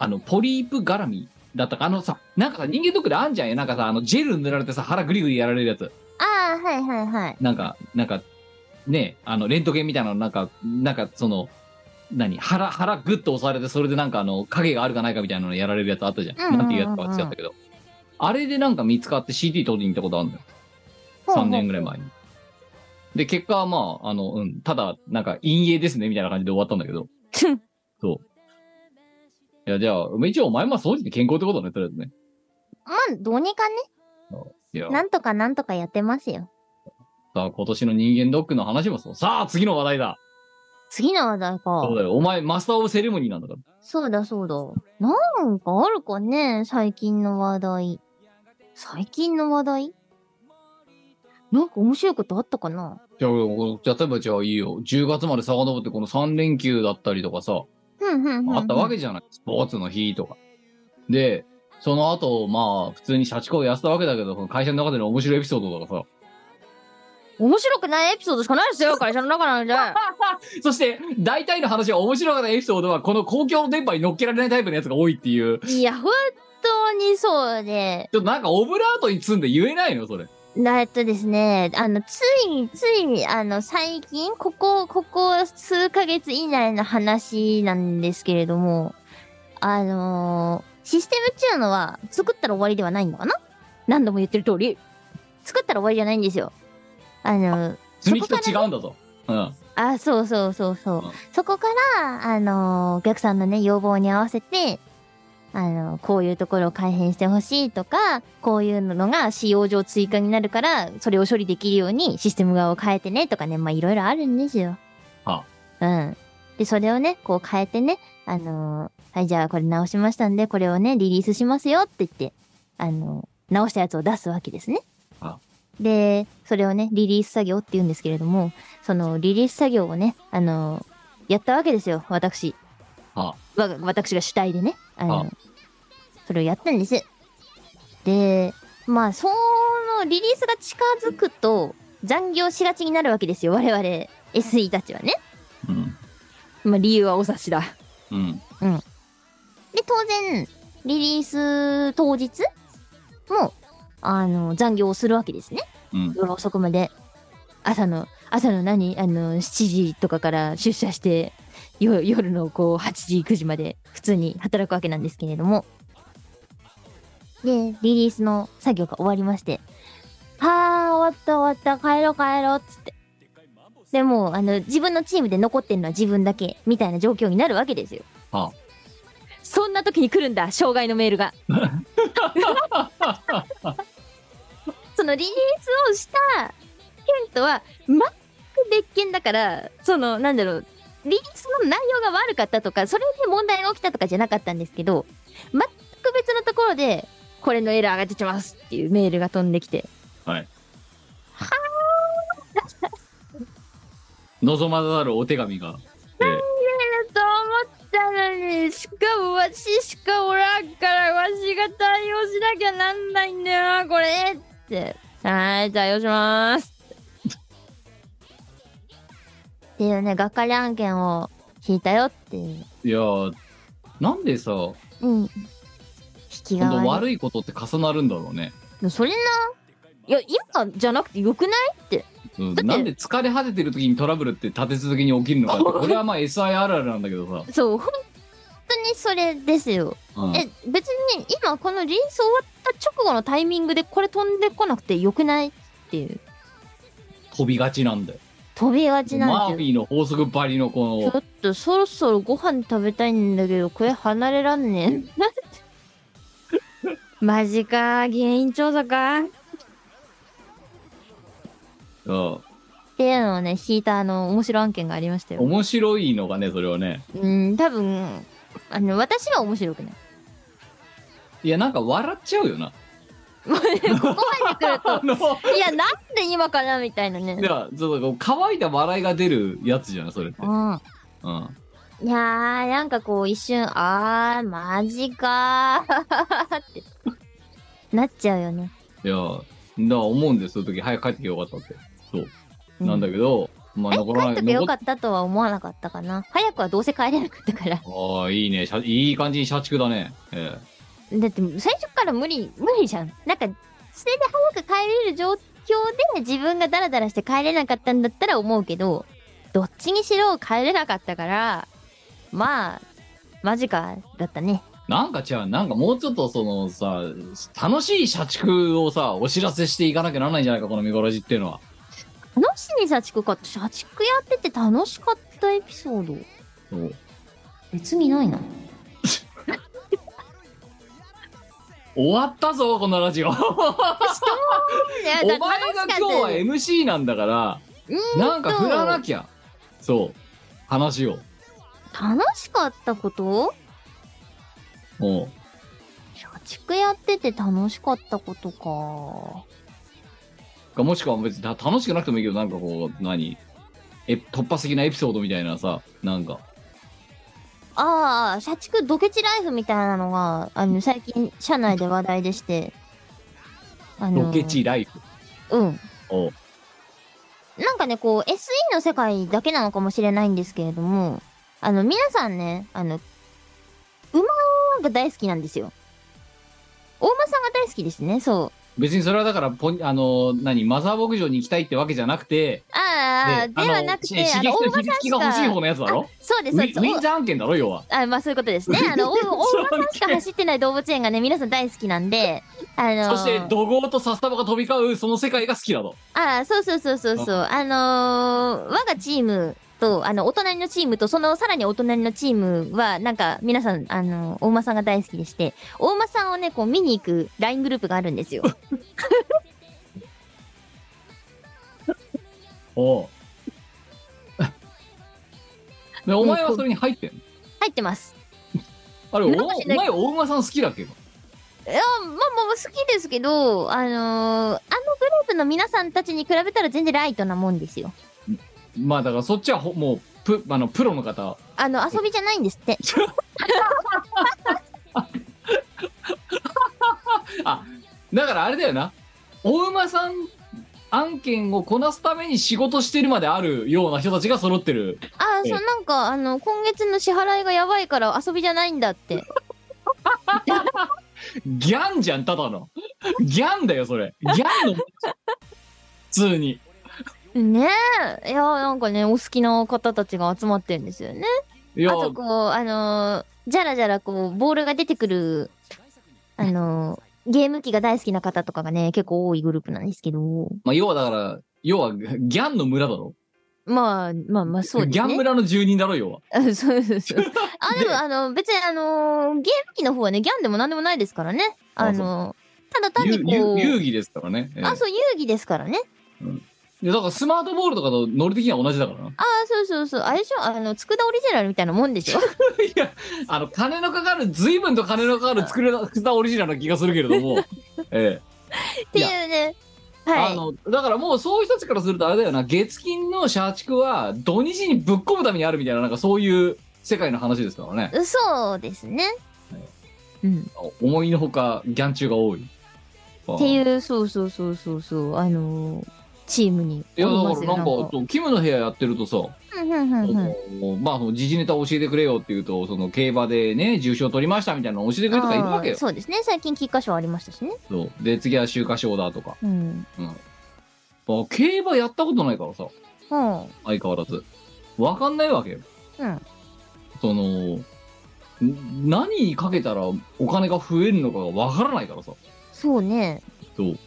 C: あの、ポリープ絡みだったか。あのさ、なんかさ、人間ドックであんじゃんよ。なんかさ、あの、ジェル塗られてさ、腹グリグリやられるやつ。
A: ああ、はいはいはい。
C: なんか、なんか、ねあの、レントゲンみたいなの、なんか、なんか、その、何腹、腹グッと押されて、それでなんか、あの、影があるかないかみたいなのやられるやつあったじゃん。
A: うんうんうんうん
C: なんていうやつか忘れちゃったけど。あれでなんか見つかって CT 取りに行ったことあるんだよ。
A: ほうほう
C: 3年ぐらい前に。で、結果はまあ、あの、うん、ただ、なんか、陰影ですね、みたいな感じで終わったんだけど。そう。いや、じゃあ、一応お前も掃除で健康ってことね、とりあえずね。
A: まあ、どうにかね、
C: いや、
A: なんとかなんとかやってますよ。
C: さあ、今年の人間ドックの話もそう。さあ、次の話題だ。
A: 次の話題か
C: そう。だよ。お前、マスターオブセレモニーなんだから。
A: そうだそうだ。なんかあるかね最近の話題。最近の話題なんか面白いことあったかな
C: じゃあ、こうじゃあ例えばじゃあいいよ。10月まで遡ってこの3連休だったりとかさ、
A: ふんふんふん。
C: あったわ
A: け
C: けじゃない。スポーツの日とか。で、その後、まあ、普通に社畜をやってたわけだけど、その会社の中での面白いエピソードとか
A: 面白くないエピソードしかないですよ、会社の中なんで。
C: さ。 そして、大体の話は面白かったエピソードは、この公共の電波に乗っけられないタイプのやつが多いっていう。ち
A: いや、本当にそうで。
C: ょっとなんかオブラートに包んで言えないのそれ。
A: なえっとですね、あの、ついに、ついに、あの、最近、ここ、ここ数ヶ月以内の話なんですけれども、あのーシステムっていうのは、作ったら終わりではないのかな何度も言ってる通り、作ったら終わりじゃないんですよ。あの、
C: 積み木と違うんだぞ。うん。
A: あ、そうそうそうそう。
C: うん
A: そこから、あのーお客さんのね、要望に合わせて、あのーこういうところを改変してほしいとか、こういうのが使用上追加になるから、それを処理できるようにシステム側を変えてねとかね、まあいろいろあるんですよ。
C: は
A: うん。で、それをね、こう変えてね、あのーはい、じゃあこれ直しましたんで、これをね、リリースしますよって言って、あのー直したやつを出すわけですね
C: は。
A: で、それをね、リリース作業って言うんですけれども、そのリリース作業をね、あのやったわけですよ、私。
C: は
A: わが私が主体でね、あの
C: は
A: それをやったんです。で、まあ、そのリリースが近づくと、残業しがちになるわけですよ、我々 SE たちはね。
C: うん。
A: まあ、理由はお察しだ。
C: うん。
A: で、当然、リリース当日も、あの、残業をするわけですね。
C: うん。
A: 夜遅くまで朝の朝の何あの7時とかから出社してよ夜のこう8時9時まで普通に働くわけなんですけれどもでリリースの作業が終わりまして「はあ終わった終わった帰ろう帰ろう」っつってでもうあの自分のチームで残ってるのは自分だけみたいな状況になるわけですよ
C: は
A: そんな時に来るんだ障害のメールがそのリリースをしたケントは全く別件だからそのなんだろうリリースの内容が悪かったとかそれで問題が起きたとかじゃなかったんですけど全く別のところでこれのエラーが出てますっていうメールが飛んできて
C: 望まざるお手紙が。えー
A: と思ったのにしかもわししかおらんからわしが対応しなきゃなんないんだよなこれってはい対応しますっていうねがっかり案件を引いたよっていう
C: いやーなんでさ、ほ
A: うん引き
C: ん
A: が
C: と
A: 悪い
C: 悪いことって重なるんだろうね。
A: それないや今じゃなくてよくない
C: うん
A: だって
C: なんで疲れ果ててる時にトラブルって立て続けに起きるの かって、これはまあ SIRR なんだけどさ。
A: そう本当にそれですよ
C: うん
A: え別に今このリリース終わった直後のタイミングでこれ飛んでこなくてよくないっていう
C: 飛びがちなんだよ。
A: 飛びがち
C: マ
A: なん
C: ーフ
A: ですよ
C: ィーの法則ばりのこ
A: ちょっとそろそろご飯食べたいんだけどこれ離れらん ねえマジか原因調査かっ
C: の、
A: ていうのをね引いたあの面白案件がありました
C: うん
A: よ
C: 面白いのがね、それはね。
A: うん多分あの私は面白くない
C: いや、なんか笑っちゃうよな。
A: ここまで来る
C: あの、
A: といやなんで今かなみたいなね
C: いや、ちょっとこう乾いた笑いが出るやつじゃない、それって
A: う。ん
C: うん。
A: いやー、なんかこう一瞬、あー、マジかーってなっちゃうよね。
C: いや、だから思うんですよ、その時、早く帰ってきてよかったって。そう。
A: う
C: なんだけど、まあ、
A: え
C: 残らない。
A: 帰っとけよかったとは思わなかったかな。早くはどうせ帰れなかったから。
C: 残っああ、いいね。社いい感じに社畜だね。え
A: だって最初から無理、無理じゃん。なんか、それで早く帰れる状況で自分がダラダラして帰れなかったんだったら思うけど、どっちにしろ帰れなかったから、まあ、マジか、だったね。
C: えなんか違う、なんかもうちょっとそのさ、楽しい社畜をさ、お知らせしていかなきゃならないんじゃないか、この見殺しっていうのは。
A: 楽しいね、社畜か。社畜やってて楽しかったエピソード。
C: そう
A: 別にないな。
C: 終わったぞ、このラジオ。
A: いや
C: お
A: だ
C: 前
A: か
C: が
A: ら楽しかった
C: 今日は
A: よ
C: MC なんだから、
A: う
C: なんか振らなきゃ。そう。話を。
A: 楽しかったこと
C: も
A: 社畜やってて楽しかったことか。
C: う。もしくは別にた楽しくなくてもいいけど、なんかこう、何え、突発的なエピソードみたいなさ、なんか。
A: ああ、社畜ドケチライフみたいなのが、あの、最近、社内で話題でして。あの
C: ロケ地ライフ。
A: うん。
C: おう
A: なんかね、こう、SE の世界だけなのかもしれないんですけれども、あの、皆さんね、あの、馬が大好きなんですよ。大間さんが大好きですね、そう。
C: 別にそれはだからポンあの何マザー牧場に行きたいってわけじゃなくて
A: ああああ、ではなくて、
C: あ
A: あ
C: の
A: の、大
C: 刺激と
A: 場
C: 引き付きが
A: さ
C: 欲しい
A: んし
C: 方
A: か、
C: のやつだろ
A: そうで
C: ウ
A: す、そう
C: ィ
A: です。
C: ウィンザ案件だろ要は
A: あまあそういうことですね。 あの、大大場さんしか走ってない動物園がね、皆さん大好きなんで、あのー
C: そして怒号とサスタバが飛び交うその世界が好きだと
A: ああ、そうそうそうそうそう。あのー我がチームと、あの、お隣のチームと、そのさらにお隣のチームは、なんか、皆さん、あの大馬さんが大好きでして、大馬さんをね、こう、見に行く LINE グループがあるんですよ。
C: おう でお前はそれに入ってんの
A: 入ってます。
C: あれお
A: なんかしない
C: お前大馬さん好きだっけど
A: いや、まあまあまあ、好きですけど、あのーあのグループの皆さんたちに比べたら全然ライトなもんですよ。
C: まあだからそっちはほもうプあのプロの方
A: あの、遊びじゃないんですって。
C: だからあれだよなお馬さん案件をこなすために仕事してるまであるような人たちが揃ってる
A: ああ、
C: ええ
A: そう、なんか、あの、今月の支払いがやばいから遊びじゃないんだって。
C: ギャンじゃんただのギャンだよそれギャンの普通に
A: ねえ。いや、なんかね、お好きな方たちが集まってるんですよね。
C: いや
A: あと、こう、あのーじゃらじゃら、こう、ボールが出てくる、あのーゲーム機が大好きな方とかがね、結構多いグループなんですけど。
C: まあ、要はだから要はギャンの村だろ
A: まあ、まあまあ、そうで
C: ギ
A: す
C: ャン
A: ね。
C: 村の住人だろ要は
A: あ そうそうそう。あ、でも、あの、別に、あのーゲーム機の方はね、ギャンでも何でもないですからね。
C: あ
A: あのーただ単に
C: 遊
A: こ
C: 遊遊
A: う、
C: 戯ですからね、ええ
A: あ、そう、遊戯ですからね。
C: いやだからスマートボールとかとノリ的には同じだからな
A: ああ、そうそうそう。あれでしょあの、佃オリジナルみたいなもんでしょ
C: いやあの金のかかる随分と金のかかる作れたオリジナルな気がするけれどもええ
A: っていうね。
C: あ
A: は
C: のだからもうそういう人たちからするとあれだよな月金の社畜は土日にぶっ込むためにあるみたいななんかそういう世界の話ですからね
A: い。そうですね。うん。
C: 思いのほかギャン中が多いっ
A: って
C: う
A: いう、そうそうそうそうそう、あのーチームにお
C: いやだ
A: り
C: か
A: ま
C: ら
A: す
C: な
A: よ。
C: んかそうキムの部屋やってるとさ、
A: なんか、うんうんうんうん。
C: あのまあその時事ネタ教えてくれよっていうとその競馬でね重賞取りましたみたいなの教えてくれるとかいるわけ
A: あー
C: よ
A: そうですね。最近菊花賞ありましたしね。
C: そうで次は秋華賞だとか、
A: うん。
C: うんまあ、競馬やったことないからさ
A: うん。
C: 相変わらずわかんないわけよ
A: うん。
C: そのん何にかけたらお金が増えるのかがわからないからさ
A: そうね。
C: そう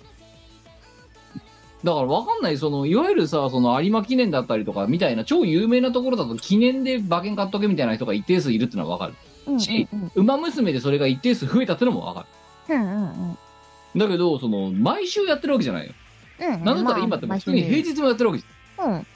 C: だからわかんないそのいわゆるさその有馬記念だったりとかみたいな超有名なところだと記念で馬券買っとけみたいな人が一定数いるってのはわかる
A: うんうん
C: し
A: うん。
C: 馬娘でそれが一定数増えたってのもわか
A: うんうん
C: るだけどその毎週やってるわけじゃないよ
A: うん。うん。
C: なんだったら今って普通に平日もやってるわけじゃん
A: まあうん。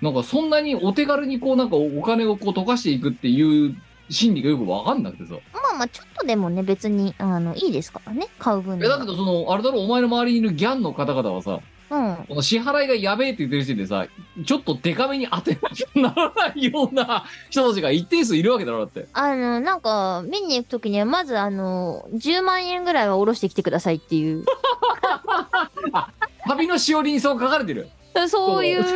C: なんかそんなにお手軽にこうなんかお金をこう溶かしていくっていう心理がよくわかんなくてさ
A: まあまあ、ちょっとでもね、別に、あの、いいですからね。買う分
C: い
A: に
C: や
A: は
C: だけどそのあれだろお前の周りにいるギャンの方々はさ
A: うん。
C: この支払いがやべえって言ってる時点でさちょっとデカめに当てなきゃならないような人たちが一定数いるわけだろだって
A: あの、なんか、見に行くときには、まず、あの、10万円ぐらいは下ろしてきてくださいっていう、
C: 旅のしおりにそう書かれてる
A: そういう、
C: 競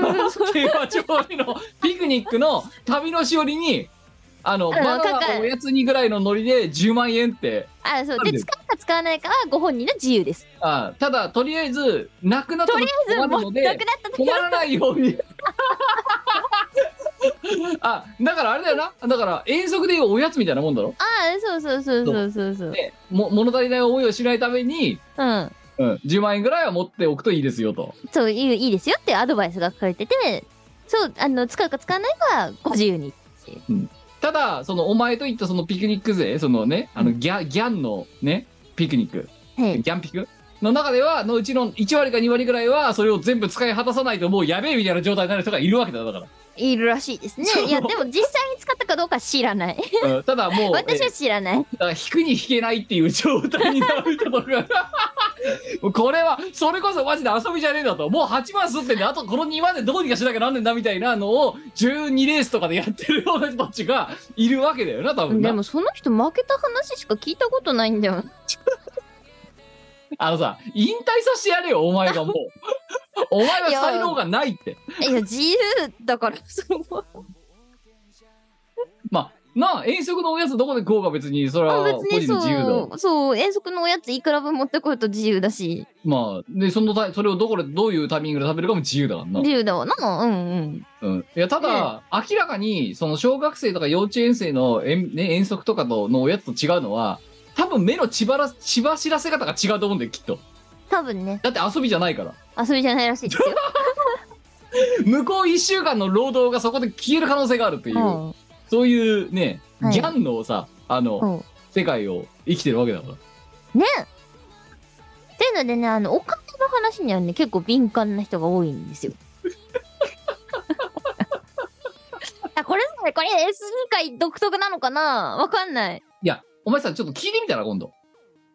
C: 馬場のピクニックの旅のしおりにあ
A: ん
C: のバナ
A: 書か
C: ナおやつにぐらいのノリで10万円って
A: あ、そう。
C: なん
A: で、
C: で
A: 使うか使わないかはご本人の自由です。
C: あただとりあえずなくなった
A: とりあえず、も
C: 困る
A: う、な
C: の
A: く
C: で
A: なったとき
C: 困
A: は、
C: らないよう にあだからあれだよなだから遠足でいうおやつみたいなもんだろ
A: ああ、そうそうそうそうそうそう。
C: でも物足りない思いをしないために、
A: うん。
C: うん、10万円ぐらいは持っておくといいですよと
A: そういう、いいですよっていうアドバイスが書かれてて、そう、あの、使うか使わないかはご自由に。
C: ただそのお前といったそのピクニック勢そのねあのギャギャンのねピクニック
A: はい。
C: ギャンピクの中ではのうちの1割か2割ぐらいはそれを全部使い果たさないともうやべえみたいな状態になる人がいるわけだだか
A: いるらしいですね
C: そう。
A: いや、でも実際に使ったかどうかは知ら ない。
C: ら、うんただもう
A: 私は知らない。
C: だから引くに引けないっていう状態になる人と かもうこれはそれこそマジで遊びじゃねえだともう8万すってんであとこの2万でどうにかしなきゃなんねんだみたいなのを12レースとかでやってるような人たちがいるわけだよな多分な
A: でも、その人負けた話しか聞いたことないんだよな。
C: あのさ引退させてやれよお前 がもうお前は才能がないって
A: いや、自由だから、そう。
C: まあなあ遠足のおやつどこで食おうか別にそれ
A: まあ
C: は
A: 別
C: 個人の
A: に
C: 自由だ
A: そう、そう、遠足のおやついくら分持ってこると自由だし、
C: まあでそのたそれをどこでどういうタイミングで食べるかも自由だからな
A: 自由だわな。うんうん。
C: うん、いやただ、明らかにその小学生とか幼稚園生の遠,、ね、遠足とかとのおやつと違うのは多分目の血ばら血走らせ方が違うと思うんだよきっと
A: 多分ね、
C: だって遊びじゃないから
A: 遊びじゃないらしいですよ。
C: 向こう1週間の労働がそこで消える可能性があるという、
A: うん
C: そういうね
A: はい
C: ギャンのさあの、
A: うん。っ
C: 世界を生きてるわけだから
A: ていうのでね、あの、お金の話にはね、結構敏感な人が多いんですよ。 あこれさこれ S 2回独特なのかなわかんない。
C: いやお前さちょっと聞いてみたら今度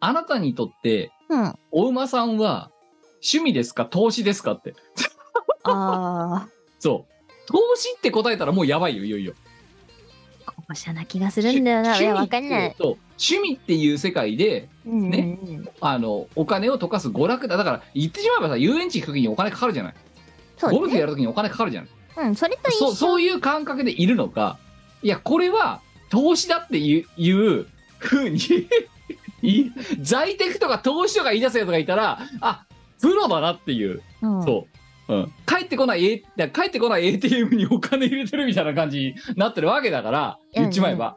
C: あなたにとって
A: うん。あ
C: お馬さんは趣味ですか投資ですかって
A: あ
C: そう投資って答えたらもうやばいよいよいよ
A: ー、こぼしゃな気がするんだよ な。いや、わかんない。
C: そう趣味っていう世界で
A: うんうん
C: ね
A: うん。
C: あのお金を溶かす娯楽だだから言ってしまえばさ遊園地行く時にお金かかるじゃない、
A: そう
C: ゴル
A: だ
C: フ
A: ね。
C: やる時にお金かかるじゃない
A: うん、それと一
C: そ
A: 緒。
C: うそういう感覚でいるのかいやこれは投資だっていういうふうに い在宅とか投資とか言い出せるとかいたらあプロだなっていう、
A: うん
C: そう、うん、帰ってこない、A、だから帰ってこない ATM にお金入れてるみたいな感じになってるわけだから言っちまえば、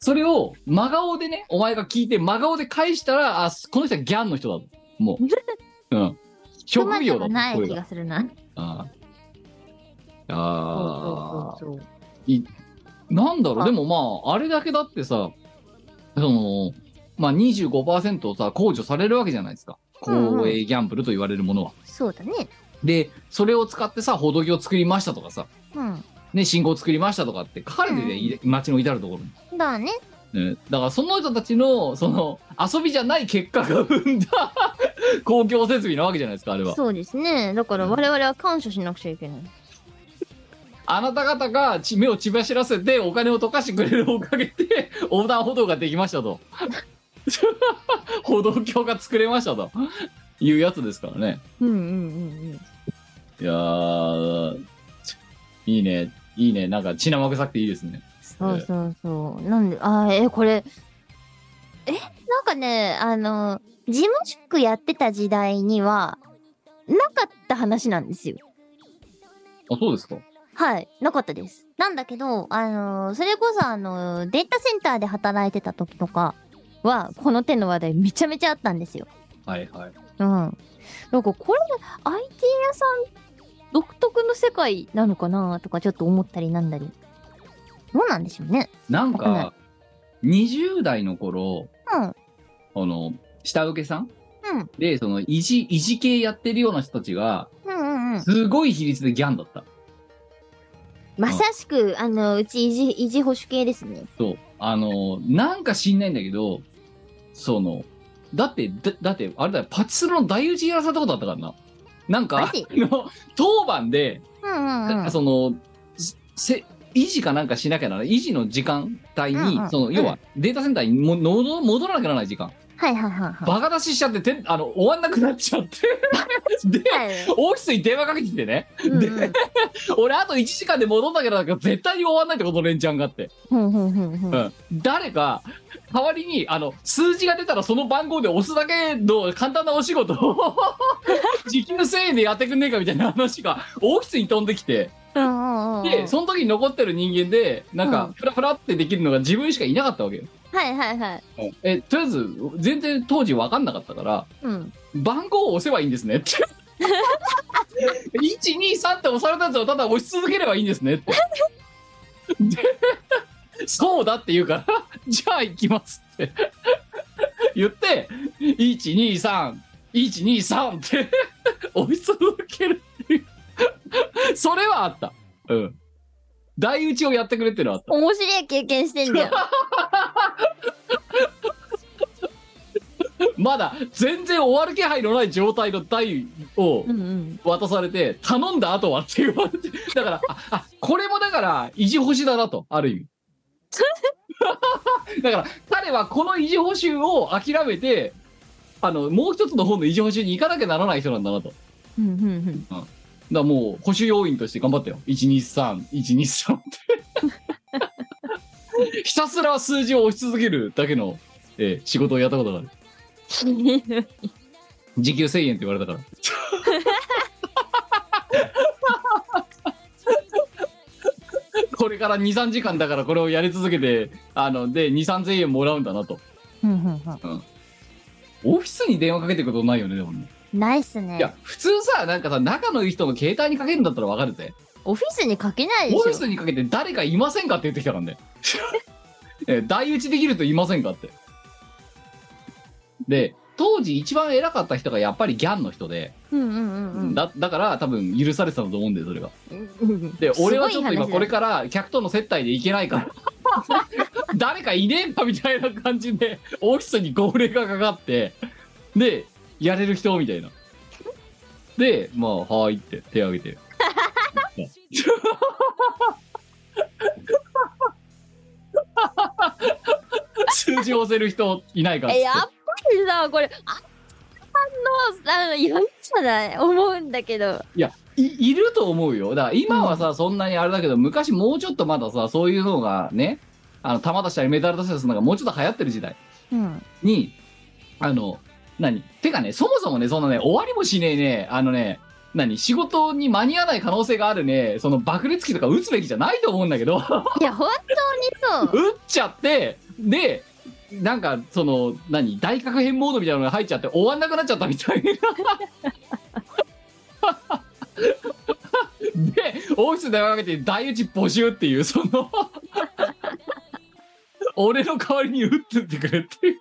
C: それを真顔でねお前が聞いて真顔で返したらあこの人はギャンの人だとも う、うん、職
A: まで
C: 業
A: は
C: だと
A: な
C: こ
A: い
C: れ
A: 気
C: が
A: がするな。
C: ああああ
A: そうそうそう
C: なんだろ
A: あ
C: う、でもまあ、あれだけだってさ、その、まあ25%さ、控除されるわけじゃないですか。
A: うんうん
C: 公営ギャンブルと言われるものは。
A: そうだね。
C: で、それを使ってさ、ほどきを作りましたとかさ、
A: うん。
C: ね、信号を作りましたとかって書かれてるよ、街の至るところに。
A: だね。
C: ね、だからその人たちの、その、遊びじゃない結果が生んだ 公共設備なわけじゃないですか、あれは。
A: そうですね。だから我々は感謝しなくちゃいけない。
C: あなた方がち目を血走らせてお金を溶かしてくれるおかげで 横断歩道ができましたと 歩道橋が作れましたというやつですからね
A: うんうんうんうん。
C: いやーいいねいいねなんか血生臭くていいですね
A: そうそうそう。なんで、あーえ、これ、え、なんかね、あの、事務職やってた時代には、なかった話なんですよ。
C: あそうですか
A: はい、なかったです。なんだけど、あのそれこそ、あのデータセンターで働いてた時とかは、この手の話題めちゃめちゃあったんですよ。
C: はいはい
A: うん。なんかこれ IT 屋さん独特の世界なのかなとかちょっと思ったりなんだり。どうなんでしょうね。
C: なん
A: わかんな
C: か20代の頃
A: うん。
C: あの下請けさん
A: うん。
C: でその維持維持系やってるような人たちが
A: うんうんうん。
C: すごい比率でギャンだった
A: まさしく、あの、うち維持、維持保守系ですね。
C: そう。あの、なんか知んないんだけど、その、だって、だだって、あれだよ、パチスロの大打ちやらされたことあったからな。なんか、
A: マ
C: あ
A: ジ
C: の当番で、
A: うんうんうん。
C: その、せ維持かなんかしなきゃならない。維持の時間帯に、
A: うんうん
C: その、要は、データセンターにも戻戻らなきゃならない時間。
A: はいはいはいはい。
C: バカ出ししちゃって、てんあの、終わんなくなっちゃって。で、オフィスに電話かけてきてね。
A: うん
C: で俺、あと1時間で戻んなきゃならないから、絶対に終わんないってこと、レンちゃんがあって。
A: うんうんうんうんうん。
C: 誰か代わりにあの数字が出たらその番号で押すだけの簡単なお仕事を 時給1000円でやってくんねえかみたいな話がオフィスに飛んできて
A: うんうんうん。
C: でその時に残ってる人間でなん
A: うん
C: かフラフラってできるのが自分しかいなかったわけよ。
A: はいはいはい。
C: えとりあえず全然当時分かんなかったから
A: うん。
C: 番号を押せばいいんですねって。123って押されたやつをただ押し続ければいいんですねって。で、そうだって言うから、じゃあ行きますって言って、123、123って押し続けるっていう。それはあった。うん。台打ちをやってくれってのはあった。
A: 面白い経験してんだよ。
C: まだ全然終わる気配のない状態の台を
A: うんうん。
C: 渡されて頼んだ後はって言われてだからああこれもだから維持保守だなとある意味だから彼はこの維持保守を諦めてあのもう一つの方の維持保守に行かなきゃならない人なんだなとだか
A: うんうんうん。
C: らもう保守要員として頑張ったよ123123ってひたすら数字を押し続けるだけの、えー仕事をやったことがある
A: ひどい
C: 時給1000円って言われた からこれから23時間だからこれをやり続けてあので23000円もらうんだなと
A: ふんふんふん
C: オフィスに電話かけてくことないよねでもね
A: ないっすね
C: いや普通さなんかさ仲のいい人の携帯にかけるんだったらわかるぜ
A: オフィスにかけないで
C: オフィ
A: しょ
C: スにかけて誰かいませんかって言ってきたから ねえ代打ちできるといませんかってで当時一番偉かった人がやっぱりギャンの人で、
A: うんうんうん
C: だだから多分許されてたと思うんだよそれが
A: うん
C: で俺はち
A: す
C: ょ
A: ごい
C: っ
A: 話
C: と
A: だ
C: 今これから客との接待でいけな いから誰かいねえかみたいな感じでオフィスに号令がかかってでやれる人みたいなでまあ「はーい」って手を挙げ て 数字を押せる人いないからっつ
A: え
C: って
A: やっぱりさこれあっさんのあのいるんじゃない思うんだけど
C: いいると思うよだから今はさ、そんなにあれだけど昔もうちょっとまださそういうのがねあの玉出したりメダル出したりするのがもうちょっと流行ってる時代
A: うん
C: にあの何てかねそもそもねそのね終わりもしねえねあのね何仕事に間に合わない可能性があるねその爆裂機とか打つべきじゃないと思うんだけど
A: いや本当にそう
C: 打っちゃってでなんかその何大確変モードみたいなのが入っちゃって終わんなくなっちゃったみたいな でオフィスで電話かけて大打ち募集っていうその 俺の代わりに打ってってくれっていう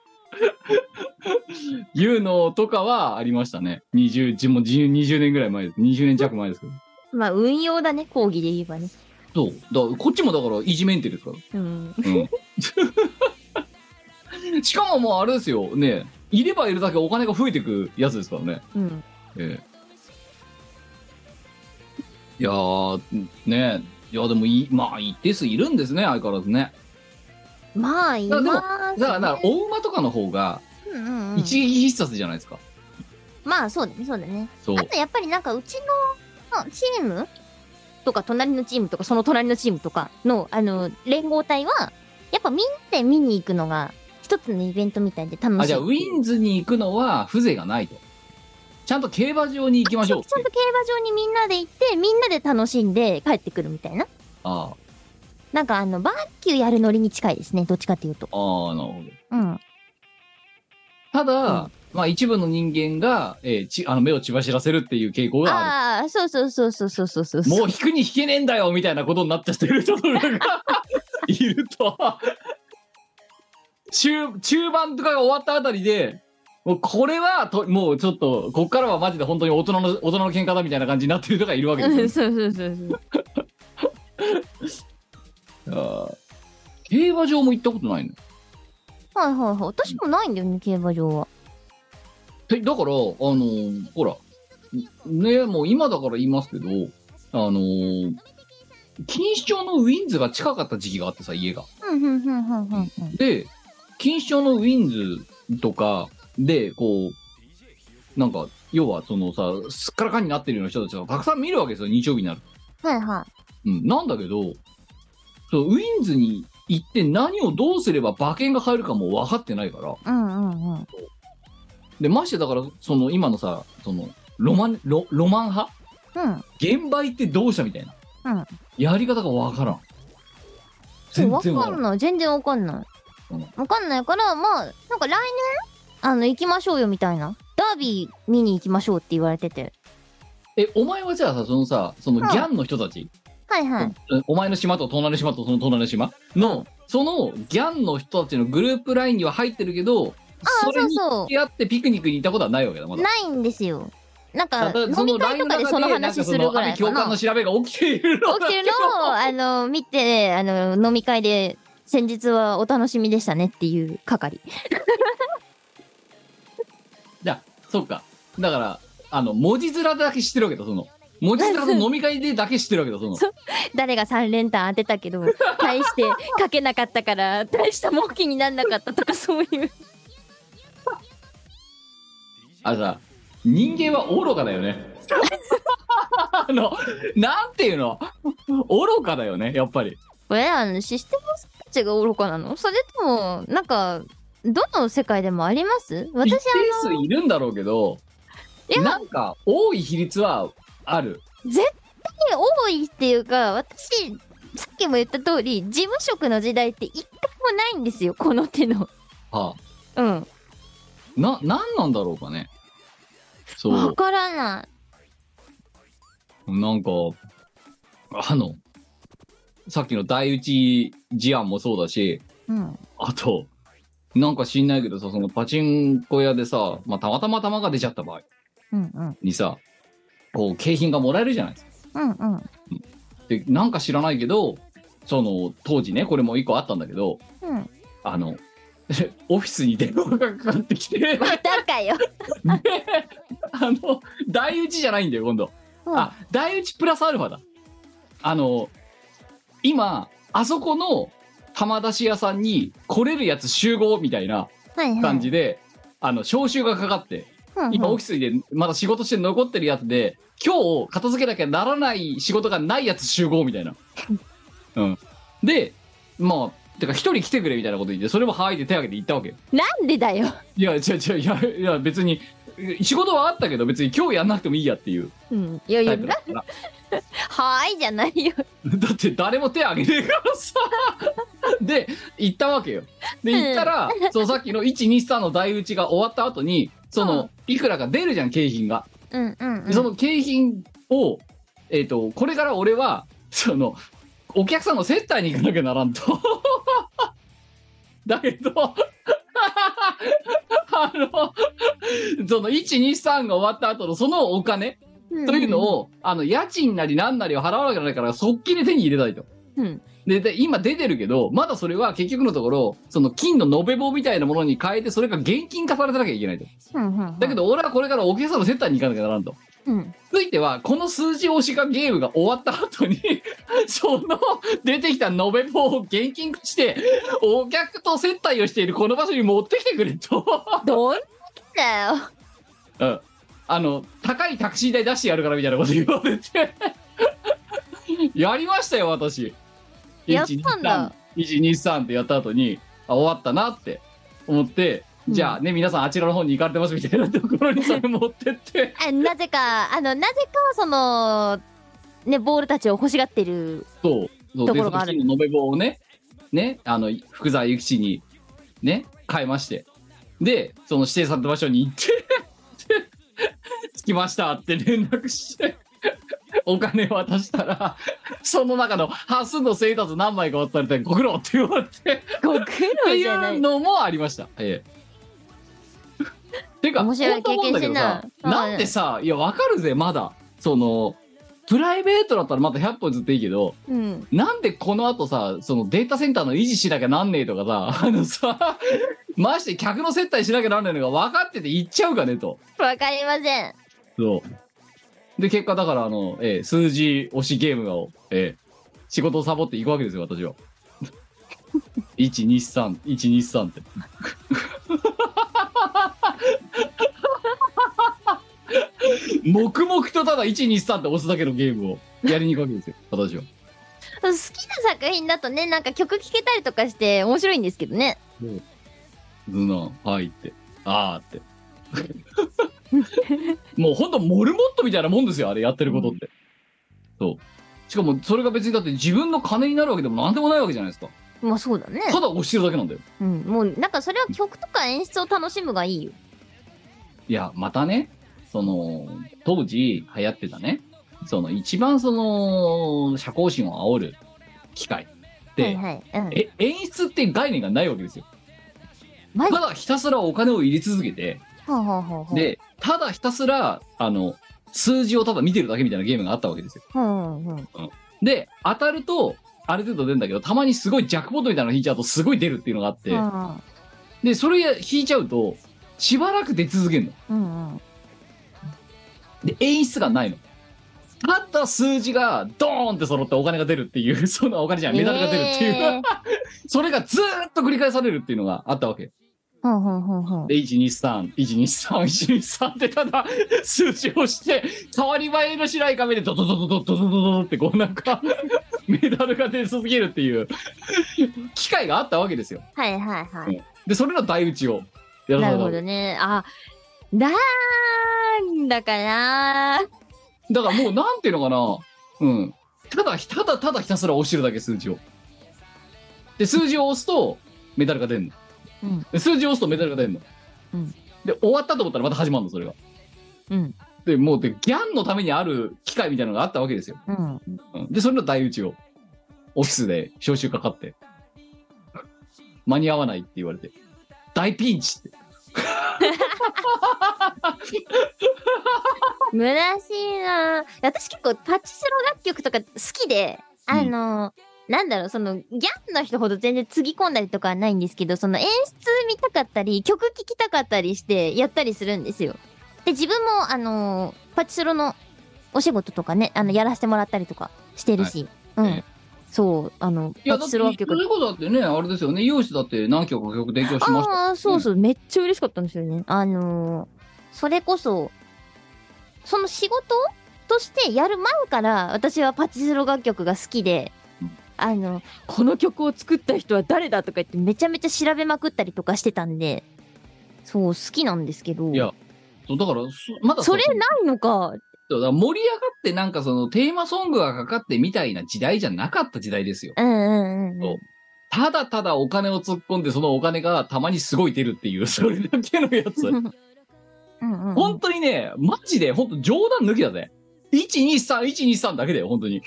C: いうのとかはありましたね20じもう10 20年ぐらい前です20年弱前ですけど
A: まあ運用だね講義で言えばね
C: そうだからこっちもだからいじめんてるから
A: うん
C: うん しかももうあれですよねいればいるだけお金が増えてくやつですからね、
A: うん
C: ええいやーねいやでもいいまあ一定数いるんですね相変わらずね
A: まあい
C: だ
A: ま
C: からでも
A: す
C: だからだから大馬とかの方が
A: うんうんうん
C: 一撃必殺じゃないですか、
A: まあそうだねそうだね
C: そう
A: あとやっぱりなんかうちのあチームとか隣のチームとかその隣のチームとかのあの連合体はやっぱみんなで見に行くのが一つのイベントみたいで楽しい
C: あじゃあウィンズに行くのは風情がないとちゃんと競馬場に行きましょう
A: ちゃんと競馬場にみんなで行ってみんなで楽しんで帰ってくるみたいな
C: ああ
A: なんかあのバーベキューやるノリに近いですねどっちかっていうと
C: ああなるほど
A: うん
C: ただ、
A: うん
C: まあ一部の人間が、えーちあの目を血走らせるっていう傾向がある
A: ああそうそうそうそうそうそうそう
C: もう引くに引けねえんだよみたいなことになっちゃってる人とかがいると中中盤とかが終わったあたりでもうこれはともうちょっとこっからはマジで本当に大人の大人の喧嘩だみたいな感じになってる人がいるわけ
A: うん
C: で
A: そうそうそうそう
C: すよ。あー競馬場も行ったことないの
A: はいはいはい私もないんだよね競馬場は
C: てだからあのーほらねもう今だから言いますけどあのー錦糸町のウィンズが近かった時期があってさ家が。
A: うんうんうんうんうんうん
C: で錦糸町のウィンズとかでこうなんか要はそのさすっからかんになってるような人たちをたくさん見るわけですよ日曜日になると、
A: はいは
C: うん、なんだけどそうウィンズに行って何をどうすれば馬券が買えるかも分かってないから
A: いうんうんうん
C: でましてだからその今のさそのロマンロロマン派
A: うん
C: 現売ってどうしたみたいな、
A: うん
C: やり方が分からん
A: そう、
C: 全
A: わ
C: 然分
A: か
C: から
A: ん
C: ん
A: ない。全然わかんな
C: う
A: い
C: ん。
A: わかんないから、まあ、なんか来年、あの、行きましょうよみたいな。ダービー見に行きましょうって言われてて。
C: えお前はじゃあさそのさそのギ
A: うん
C: ャンの人たち、
A: はいはい。
C: お前の島と隣の島とその隣の島のそのギャンの人たちのグループラインには入ってるけど
A: あ
C: そ
A: あ、
C: れ
A: そう
C: に
A: そ
C: 付き合ってピクニックに行ったことはないわけだま
A: う。
C: だ。
A: ないんですよ。なんか、
C: だ
A: 飲み会とかでその話するぐらいか
C: 共感
A: な。
C: の
A: 起
C: 調べが起きてい るの
A: きてるのを、あの、見て、あの、飲み会で、先日はお楽しみでしたねっていう係。
C: じゃあそっかだからあの文字面だけ知ってるわけだその文字面の飲み会でだけ知ってるわけだその
A: そう誰が3連単当てた けど、大して書けなかったから、大した儲けになんなかったとかそう いう。
C: あのさ人間は愚かだよね あのなんていうの愚かだよねやっぱり
A: これあのシステムちが愚かなのそれとも、なんか、どの世界でもあります
C: 一定
A: 私、あ
C: 数
A: の、
C: いるんだろうけど
A: いや
C: なんか多い比率はある
A: 絶対多いっていうか、私、さっきも言った通り、事務職の時代って一回もないんですよ、この手の。
C: は
A: う
C: あ
A: ん。
C: な何なんだろうかねそ
A: わからな
C: うなんかあのさっきの大打ち事案もそうだし
A: い。うん。
C: あとなんか知んないけどさそのパチンコ屋でさ、まあ、たまたま玉が出ちゃった場合
A: うんうん。
C: にさこう景品がもらえるじゃないですか
A: うんうん。
C: でなんか知らないけどその当時ねこれも一個あったんだけど
A: うん。
C: あの オフィスに電話がかかってきて
A: またかよ。
C: あの大打ちじゃないんだよ今度
A: うん
C: あ大打ちプラスアルファだあの今あそこの玉出し屋さんに来れるやつ集合みたいな
A: はいはい。
C: 感じで、あの招集がかかって
A: うんうん。
C: 今オフィスでまだ仕事して残ってるやつで今日片付けなきゃならない仕事がないやつ集合みたいなうんでまあてか一人来てくれみたいなこと言ってそれもはいで手挙げて行ったわけよ
A: なんでだよ。
C: いや違う違ういやいや別に仕事はあったけど別に今日やんなくてもいいやっていう
A: うん。いやい
C: タ
A: や、
C: イプだ
A: な
C: ったから
A: はーいじゃないよ。
C: だって誰も手挙げねえからさ で行ったわけよで行ったら、そうさっきの123の台打ちが終わった後にその、
A: うん
C: いくらか出るじゃん景品が
A: うんうん、うん。
C: その景品を、えっとこれから俺はそのお客さんの接待に行かなきゃならんと だけど あのその123が終わった後のそのお金
A: うん
C: というの、を、あの家賃なり何なりを払わなきゃならないから即金で手に入れたいと。
A: うん。
C: でで今出てるけどまだそれは結局のところその金の延べ棒みたいなものに変えてそれが現金化されてなきゃいけないと。
A: うんうんうん
C: だけ、ど俺はこれからお客さんの接待に行かなきゃならんと。
A: うん。
C: ついてはこの数字推しがゲームが終わった後に その出てきた延べ棒を現金化してお客と接待をしているこの場所に持ってきてくれと、
A: どんだけだよ。
C: うん、あの高いタクシー代出してやるからみたいなこと言われて やりましたよ私
A: やったんだ
C: 123ってやった後にあ終わったなって思ってじゃあね、皆さんあちらの方に行かれてますみたいなところにそれ持ってって
A: あなぜか、あの、なぜか、その、ね、ボールたちを欲しがってる。
C: そう、そう
A: とこ
C: で
A: ろ
C: そ
A: が
C: の
A: ある
C: シーンの延べ棒をね、ね、あの、福沢諭吉に、ね、変えまして。で、その指定された場所に行って、 着きましたって連絡して、 お金を渡したら、その中の半数の生活何枚か渡されて、ご苦労って言われて、
A: ご苦
C: っ
A: 労
C: てい
A: じゃな
C: う
A: い。
C: のもありました。え え。てか、
A: 面白い
C: 本当思うんだけどさ
A: 経験してんな
C: なんでさ、いや、わかるぜ、まだ。その、プライベートだったらまた100歩ずっていいけど、
A: うん。
C: なんでこの後さ、そのデータセンターの維持しなきゃなんねえとかさ、あのさ、まして客の接待しなきゃなんねえのが分かってて言っちゃうかねと。
A: わかりません。
C: そう。で、結果だから、あの、ええ数字押しゲームを、ええ仕事をサボっていくわけですよ、私は。123、123って。黙々とただ123って押すだけのゲームをやりに行くわけですよ、私は。
A: 好きな作品だとね、なんか曲聴けたりとかして面白いんですけどね。
C: ずな、はいって、あーって。 もうほんとモルモットみたいなもんですよ、あれやってることって。そう。しかもそれが別にだって自分の金になるわけでもなんでもないわけじゃないですか。
A: まあそうだね。
C: ただ押してるだけなんだよ。
A: うん。もう、なんかそれは曲とか演出を楽しむがいいよ。
C: いや、またね、その、当時流行ってたね、その一番その、社交心を煽る機会って、
A: はいはい。うん。
C: え演出っていう概念がないわけですよ。
A: マ
C: た
A: ジ
C: だひたすらお金を入れ続けて、
A: ほうほうほうほう。
C: で、ただひたすら、あの、数字をただ見てるだけみたいなゲームがあったわけですよ。
A: ほうほうほう。
C: で、当たると、ある程度出るんだけど、たまにすごいジャックポットみたいなの引いちゃうとすごい出るっていうのがあって、
A: うん
C: で、それ引いちゃうと、しばらく出続けるの。
A: うんうん。
C: で、演出がないの。ただ数字がドーンって揃ってお金が出るっていう、そん なお金じゃないメダルが出るっていう、
A: え
C: それがずーっと繰り返されるっていうのがあったわけ。
A: ーほうほうほうほう。
C: で、123、123、123ってただ数字をして、変わり映えの白い壁でドドドドドドドドドってこうなんかメダルが出続けるっていう機会があったわけですよ。
A: はいはいは
C: うん
A: い。
C: で、それの台打ちをや
A: な
C: ら
A: る
C: さ
A: ほ
C: れ
A: どね。あ、なんだかな
C: た。だからもうなんていうのかな、うん。ただ、ただただひたすら押してるだけ数字を。で、数字を押すとメダルが出るの。
A: うん
C: で数字を押すとメダルが出るの。
A: うん
C: で、終わったと思ったらまた始まるの、それが。
A: うん。
C: で、もうで、ギャンのためにある機会みたいなのがあったわけですよ。
A: うん。
C: うんで、それの大打ちを、オフィスで招集かかって、間に合わないって言われて、大ピンチって。
A: 虚しいなぁ私結構パチスロ楽曲とか好きで、あの、なんだろう、その、ギャンの人ほど全然つぎ込んだりとかはないんですけど、その演出見たかったり、曲聴きたかったりして、やったりするんですよ。で、自分も、あの、パチスロのお仕事とかね、あの、やらせてもらったりとかしてるし、
C: い
A: うん。そう、あの、
C: いや、
A: パ
C: だっ
A: チス
C: て、そ
A: ロ
C: れ
A: 楽曲。
C: こそだってね、あれですよね、容姿だって何曲か曲提供しましたよ。
A: ああー、そうそう、めっちゃ嬉しかったんですよね。あのーそれこそ、その仕事としてやる前から、私はパチスロ楽曲が好きで
C: うん、
A: あの、この曲を作った人は誰だとか言って、めちゃめちゃ調べまくったりとかしてたんで、そう、好きなんですけど、
C: いやそうだから、そまだ
A: それ
C: そう
A: ないのか、
C: だから盛り上がって、なんかそのテーマソングがかかってみたいな時代じゃなかった時代ですよ。
A: うんうんうん
C: そううただただお金を突っ込んで、そのお金がたまにすごい出るっていう、それだけのやつ。
A: ん。 うんうんうん
C: 本当にね、マジで、本当冗談抜きだぜ。1、2、3、1、2、3だけだよ、本当に。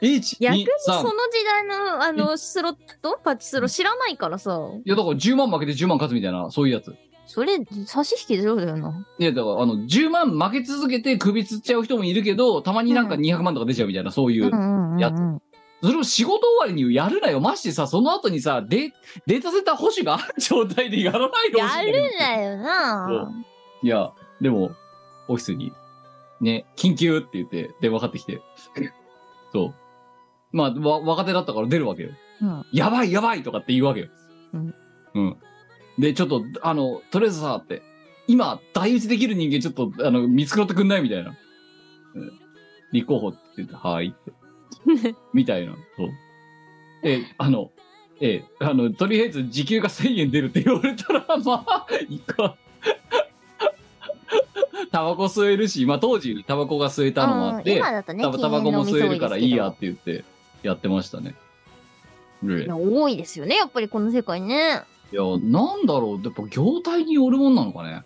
C: 1、
A: 逆に
C: 2、
A: その
C: 3。
A: 時代のあのスロットパチスロ知らないからさ
C: いや、だから10万負けて10万勝つみたいな、そういうやつ。
A: それ差し引きゼロだよない
C: や、だから、あの、10万負け続けて首つっちゃう人もいるけど、たまになんか
A: うん
C: 200万とか出ちゃうみたいな、そういうう。
A: んうんうん
C: や
A: うん
C: それを仕事終わりにやるなよ。ましてさ、その後にさ、デデータセンター保守がある状態でやらないでほし
A: や
C: いんだけど。
A: るんだよな。
C: いや、でも、オフィスに、ね、緊急って言って電話かかってきて。そう。まあ、わ、若手だったから出るわけよ。
A: うん
C: やばいやばいとかって言うわけよ。
A: うん。
C: うん。で、ちょっと、あの、とりあえずさ、って、今、代打ちできる人間ちょっと、あの、見繕ってくんないみたいな。うん立候補って言って、はーい って。みたいな。そう。で、あの、ええ、あの、とりあえず時給が1000円出るって言われたら、 まあ、い いか。タバコ吸えるし、まあ当時タバコが吸えたのもあって、
A: うん今だとね、
C: タバタバコも吸えるからいいやっ
A: って
C: 言ってやってましたね。で
A: て。いや多いですよね、やっぱりこの世界ね。
C: いや、なんだろう、やっぱ業態によるもんなのかね。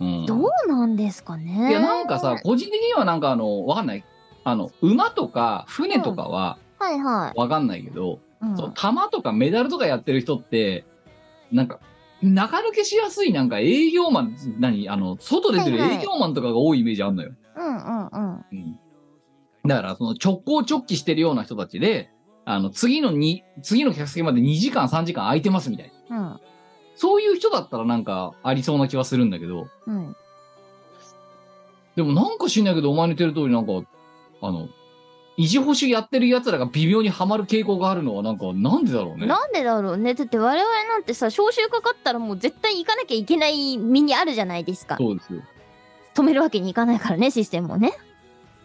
C: うん。
A: どうなんですかね。
C: いや、なんかさ、個人的にはなんかあの、わかんない。あの、馬とか船とかは
A: はいはい。
C: わかんないけど、
A: うん
C: そう玉とかメダルとかやってる人って、なんか、中抜けしやすい、なんか営業マン、何、あの、外出てる
A: はいはい
C: 営業マンとかが多いイメージあるのよ。
A: うんうんうん。
C: うん、だから、その直行直帰してるような人たちで、あの、次のに、次の客席まで2時間、3時間空いてますみたいな。
A: うん
C: そういう人だったらなんかありそうな気はするんだけど、
A: うん。
C: でもなんか知んないけど、お前の言ってる通りなんか、あの、維持保守やってる奴らが微妙にはまる傾向があるのはなんか、なんでだろうね。
A: なんでだろうね。だって我々なんてさ、招集かかったらもう絶対行かなきゃいけない身にあるじゃないですか。
C: そうですよ。
A: 止めるわけにいかないからね、システムをね。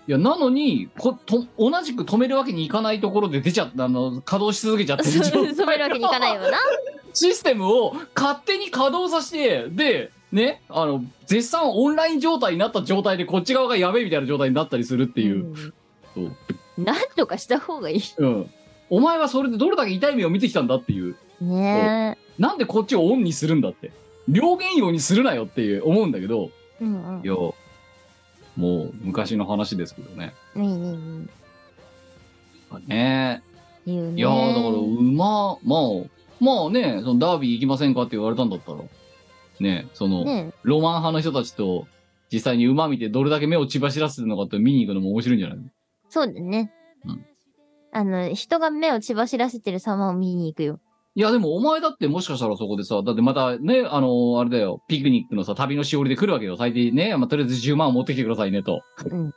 C: いや、なのに、こと、同じく止めるわけにいかないところで出ちゃった、あの、稼働し続けちゃってる状態の
A: 止めるわけにいかないよな。
C: システムを勝手に稼働させて、で、ね、あの、絶賛オンライン状態になった状態で、こっち側がやべえみたいな状態になったりするっていう。
A: うん。なんとかした方がいい。
C: うん。お前はそれでどれだけ痛い目を見てきたんだっていう。
A: ね
C: なんでこっちをオンにするんだって。両言用にするなよっていう思うんだけど、
A: え。うんうん。
C: いや、もう昔の話ですけどね。
A: いいねいいね。
C: ね
A: いいよね
C: いやー、だから、馬、まあ、まあね、そのダービー行きませんかって言われたんだったら、ね、その、
A: ね
C: ロマン派の人たちと、実際に馬見てどれだけ目を血走らせてるのかって見に行くのも面白いんじゃない
A: そうだね。
C: うん
A: あの、人が目を血走らせてる様を見に行くよ。
C: いや、でもお前だってもしかしたらそこでさ、だってまたね、あのーあれだよ、ピクニックのさ、旅のしおりで来るわけよ。最低ね、まあ、とりあえず10万を持ってきてくださいねと。
A: うん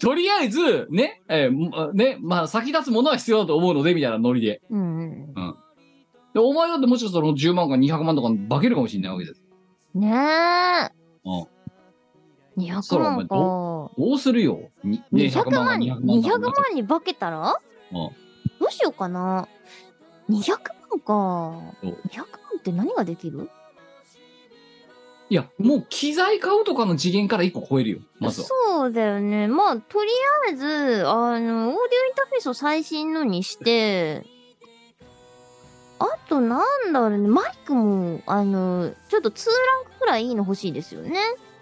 C: とりあえず、ね、えーもね、まあ、先立つものは必要だと思うので、みたいなノリで。
A: うんうん
C: で、お前だってもしかしたらその10万か200万とか化けるかもしれないわけです。
A: ねえ。
C: うん
A: 200万か。
C: どうするよ。にね、
A: 200万に、
C: 200
A: 200
C: 万
A: 万に化けたら
C: うん
A: どうしようかな。200万か。
C: そう
A: 200万って何ができる
C: いや、もう機材買うとかの次元から1個超えるよ。まずは。
A: そうだよね。まあ、とりあえず、あの、オーディオインターフェースを最新のにして、あと、なんだろうね、マイクも、あの、ちょっと2ランクくらいいいの欲しいですよね。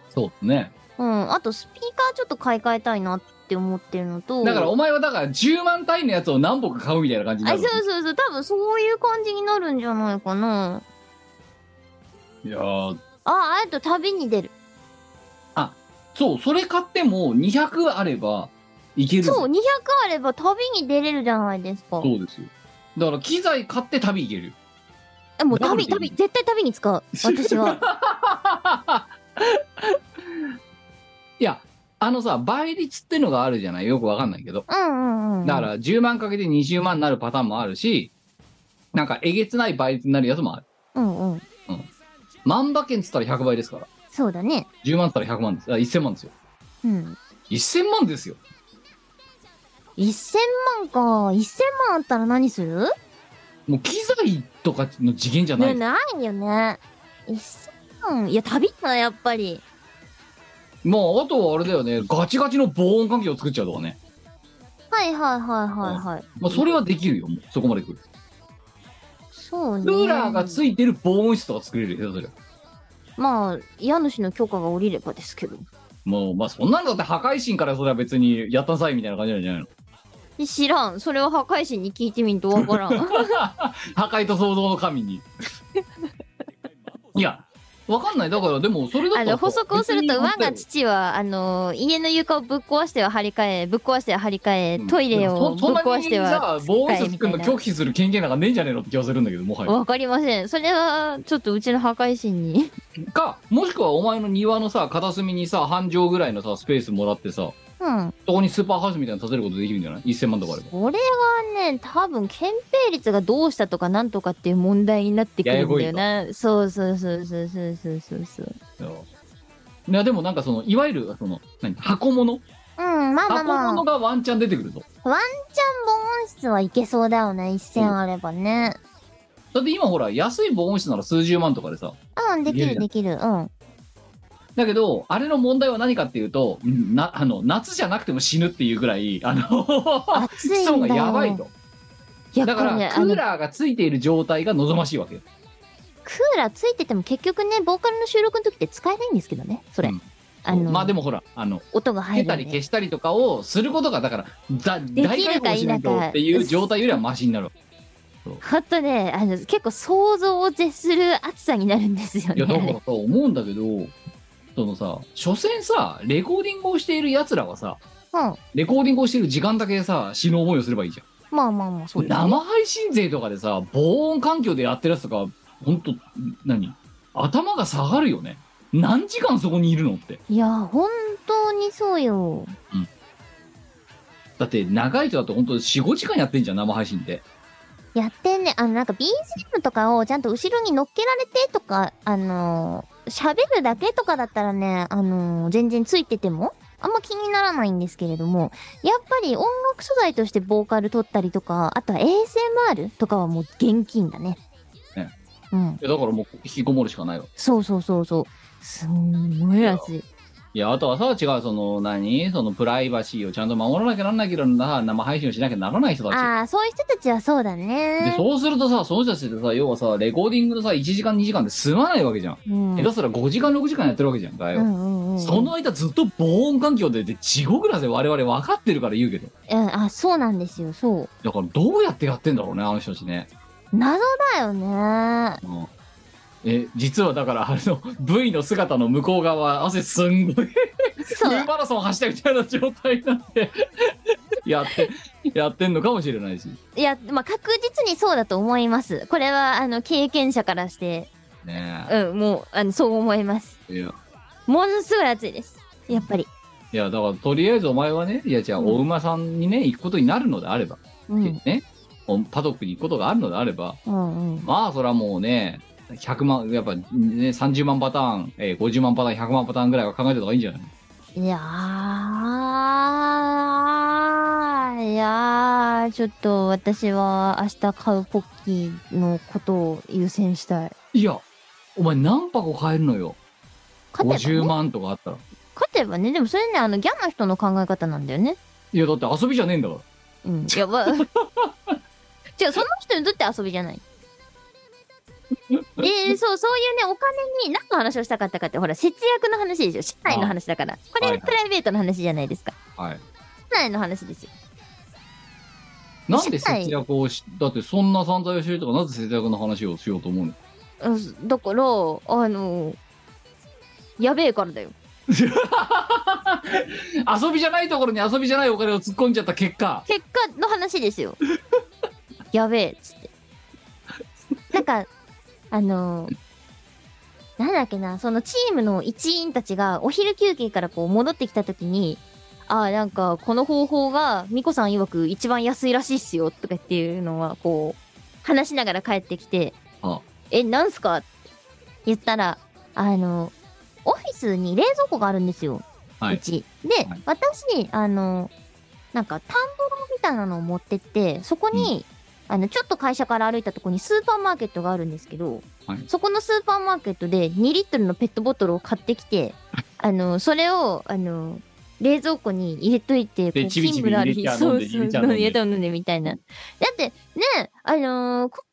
C: そうね。
A: うん。あと、スピーカーちょっと買い替えたいなって思ってるのと。
C: だからお前はだから10万単位のやつを何本か買うみたいな感じにな
A: あ、
C: る
A: そうそうそう、多分そういう感じになるんじゃないかな。
C: いやー
A: あ、あと旅に出る。
C: そう、それ買っても200あればいけるぜ
A: そう、200あれば旅に出れるじゃないですか。
C: そうですよ。だから機材買って旅行ける。
A: え、もう
C: ダブル
A: 旅、
C: でいい
A: 旅、絶対旅に使う。私は。
C: いや、あのさ、倍率ってのがあるじゃないよくわかんないけど。
A: うんうんうん。
C: だか。ら10万かけて20万になるパターンもあるし、なんかえげつない倍率になるやつもある。
A: うんうん。
C: 万馬券っつったら100倍ですから。
A: そうだね。
C: 10万っつったら100万です。あ、1000万ですよ。
A: うん。
C: 1000万ですよ。
A: 1000万か。1000万あったら何する
C: もう機材とかの次元じゃな
A: ね、
C: いです。
A: ないよね。1000万。いや、旅だな、やっぱり。
C: まあ、あとはあれだよね。ガチガチの防音環境を作っちゃうとかね。
A: はいはいはいはいはい。
C: まあ、それはできるよ。もうそこまで来る。
A: そうね。
C: クーラーがついてる防音室とか作れるよ、それ。
A: まあ、家主の許可が下りればですけど。
C: もう、まあ、そんなのだって破壊神からそれは別にやったさいみたいな感じなんじゃないの
A: 知らん。それを破壊神に聞いてみんとわから ん。
C: 破壊と創造の神 に。いや、わかんない。だから、でも、それだ
A: あ
C: ったら
A: の補足をすると、我が父は、あの、家の床をぶっ壊しては張り替え、ぶっ壊しては張り替え、トイレをぶっ壊しては、
C: さ、防音室作るの
A: 使えみたいな
C: 拒否する権限なんかねえんじゃねえのって気がするんだけど、もはや。
A: わかりません。それは、ちょっとうちの破壊神に。
C: か、もしくはお前の庭のさ、片隅にさ、半畳ぐらいのさ、スペースもらってさ、
A: うん。
C: そこにスーパーハウスみたいなの建てることできるんじゃない ?1000 万とかあれば。
A: これはね、多分、憲兵率がどうしたとかなんとかっていう問題になってくるんだよな。そうそうそうそうそうそうそうそう。
C: いや、でもなんかその、いわゆる、その、何箱物
A: うん、まあまあ
C: 箱
A: まあ。
C: 物がワンチャン出てくるぞ。
A: ちゃん防音室はいけそうだよね。一線あればね。
C: だって今ほら、安い防音室なら数十万とかでさ。
A: うん、できるできる。うん。
C: だけど、あれの問題は何かっていうと、んな、あの、夏じゃなくても死ぬっていうぐらい、あ の、
A: 暑いんだよ。
C: 基礎がやばい。と。
A: いや、
C: だから、ク
A: これねあの
C: ーラーがついている状態が望ましいわけよ。
A: クーラーついてても結局ねボーカルの収録の時って使えないんですけどねそれ、
C: うん
A: あの、
C: まあでもほら、あの、
A: 音が
C: つ
A: 入
C: け
A: る
C: た
A: ん
C: り
A: で
C: 消したりとかをすることが、だから、だ
A: きるか
C: 大解放しない
A: 否
C: と
A: か
C: っていう状態よりはマシになるわけ。
A: ほんとねあの結構想像を絶する暑さになるんですよ
C: いや、だから
A: ね
C: さ、思うんだけど、そのさ、所詮さ、レコーディングをしている奴らはさ、
A: うん
C: レコーディングをしている時間だけさ、死ぬ思いをすればいいじゃん。
A: まあまあまあそうですね
C: 生配信勢とかでさ防音環境でやってるやつとかほんと何頭が下がるよね何時間そこにいるのって
A: いや本当にそうよ
C: だって長い人だとほんと45時間やってんじゃん生配信で
A: やってんねあのなんか BGM とかをちゃんと後ろに乗っけられてとかあの喋るだけとかだったらねあの全然ついててもあんま気にならないんですけれどもやっぱり音楽素材としてボーカル取ったりとかあとは ASMR とかはもう現金だね
C: ね
A: うん
C: いやだからもう引きこもるしかないわ
A: そうそうそうそうすんごい熱い
C: いやあとはさ違うその何そのプライバシーをちゃんと守らなきゃならないけどな生配信をしなきゃならない人たち
A: ああそういう人たちはそうだ
C: で
A: ね
C: そうするとさその人たちってさ要はさレコーディングのさ1時間2時間で済まないわけじゃん
A: うん
C: 下手すら5時間6時間やってるわけじゃんか
A: う
C: よ、
A: んうんうん
C: その間ずっと防音環境でで地獄だぜ我々分かってるから言うけど
A: うんあそうなんですよそう
C: だからどうやってやってんだろうねあの人たちね、
A: 謎だよ ね
C: うんえ実はだからあの V の姿の向こう側汗すんごいフ
A: そう
C: ルマラソン走ったみたいな状態になって やってやってんのかもしれないし
A: いや、まあ、確実にそうだと思います。これは、あの、経験者からして、
C: ね
A: うん、もう、あの、そう思います。
C: えいや
A: ものすごい暑いです。やっぱり。
C: いや、だから、とりあえずお前はね、いや、じゃあ、
A: うん
C: お馬さんにね、行くことになるのであれば、
A: うん。
C: ね、パドックに行くことがあるのであれば、
A: うんうん。
C: まあ、それはもうね、100万、やっぱ、ね、30万パターン、えー50万パターン、100万パターンぐらいは考えてた方がいいんじゃない
A: いやー、いやー、ちょっと私は明日買うポッキーのことを優先したい。
C: いや、お前何箱買えるのよ。
A: 勝てば
C: 50
A: ね。
C: 万とかあったら。
A: 勝てばね。でもそれね、あの、ギャンの人の考え方なんだよね。
C: いや、だって遊びじゃねえんだから。
A: うん。やばい。違う、その人にとって遊びじゃない。えー、そう、そういうね、お金に何の話をしたかったかって、ほら、節約の話でしょ。社内の話だから。こ
C: はいは
A: れ、
C: い
A: プライベートの話じゃないですか。
C: はい。
A: 社内の話ですよ。
C: なんで節約をし、だってそんな散財をしてるとか、なぜ節約の話をしようと思うの
A: うんだから、あの、やべえからだよ。
C: 遊びじゃないところに遊びじゃないお金を突っ込んじゃった結果。
A: 結果の話ですよ やべえっつってなんかあのーなんだっけなそのチームの一員たちがお昼休憩からこう戻ってきた時にああなんかこの方法がミコさん曰く一番安いらしいっすよとかっていうのはこう話しながら帰ってきて
C: あ
A: えなんすかって言ったらあのオフィスに冷蔵庫があるんですよ
C: は
A: う
C: い。
A: ち。で、
C: はい
A: 私、あの、なんか、田んぼみたいなのを持ってって、そこに、あの、ちょっと会社から歩いたとこにスーパーマーケットがあるんですけど、
C: はい
A: そこのスーパーマーケットで2リットルのペットボトルを買ってき て、あの、それを、あの、冷蔵庫に入れといて、
C: でちびちび入れちゃ
A: そ
C: 飲ん
A: う
C: で
A: そう、
C: 入れちゃ
A: 飲ん
C: 飲んで
A: で入れた飲んでみたいな。だって、ね、あのーコン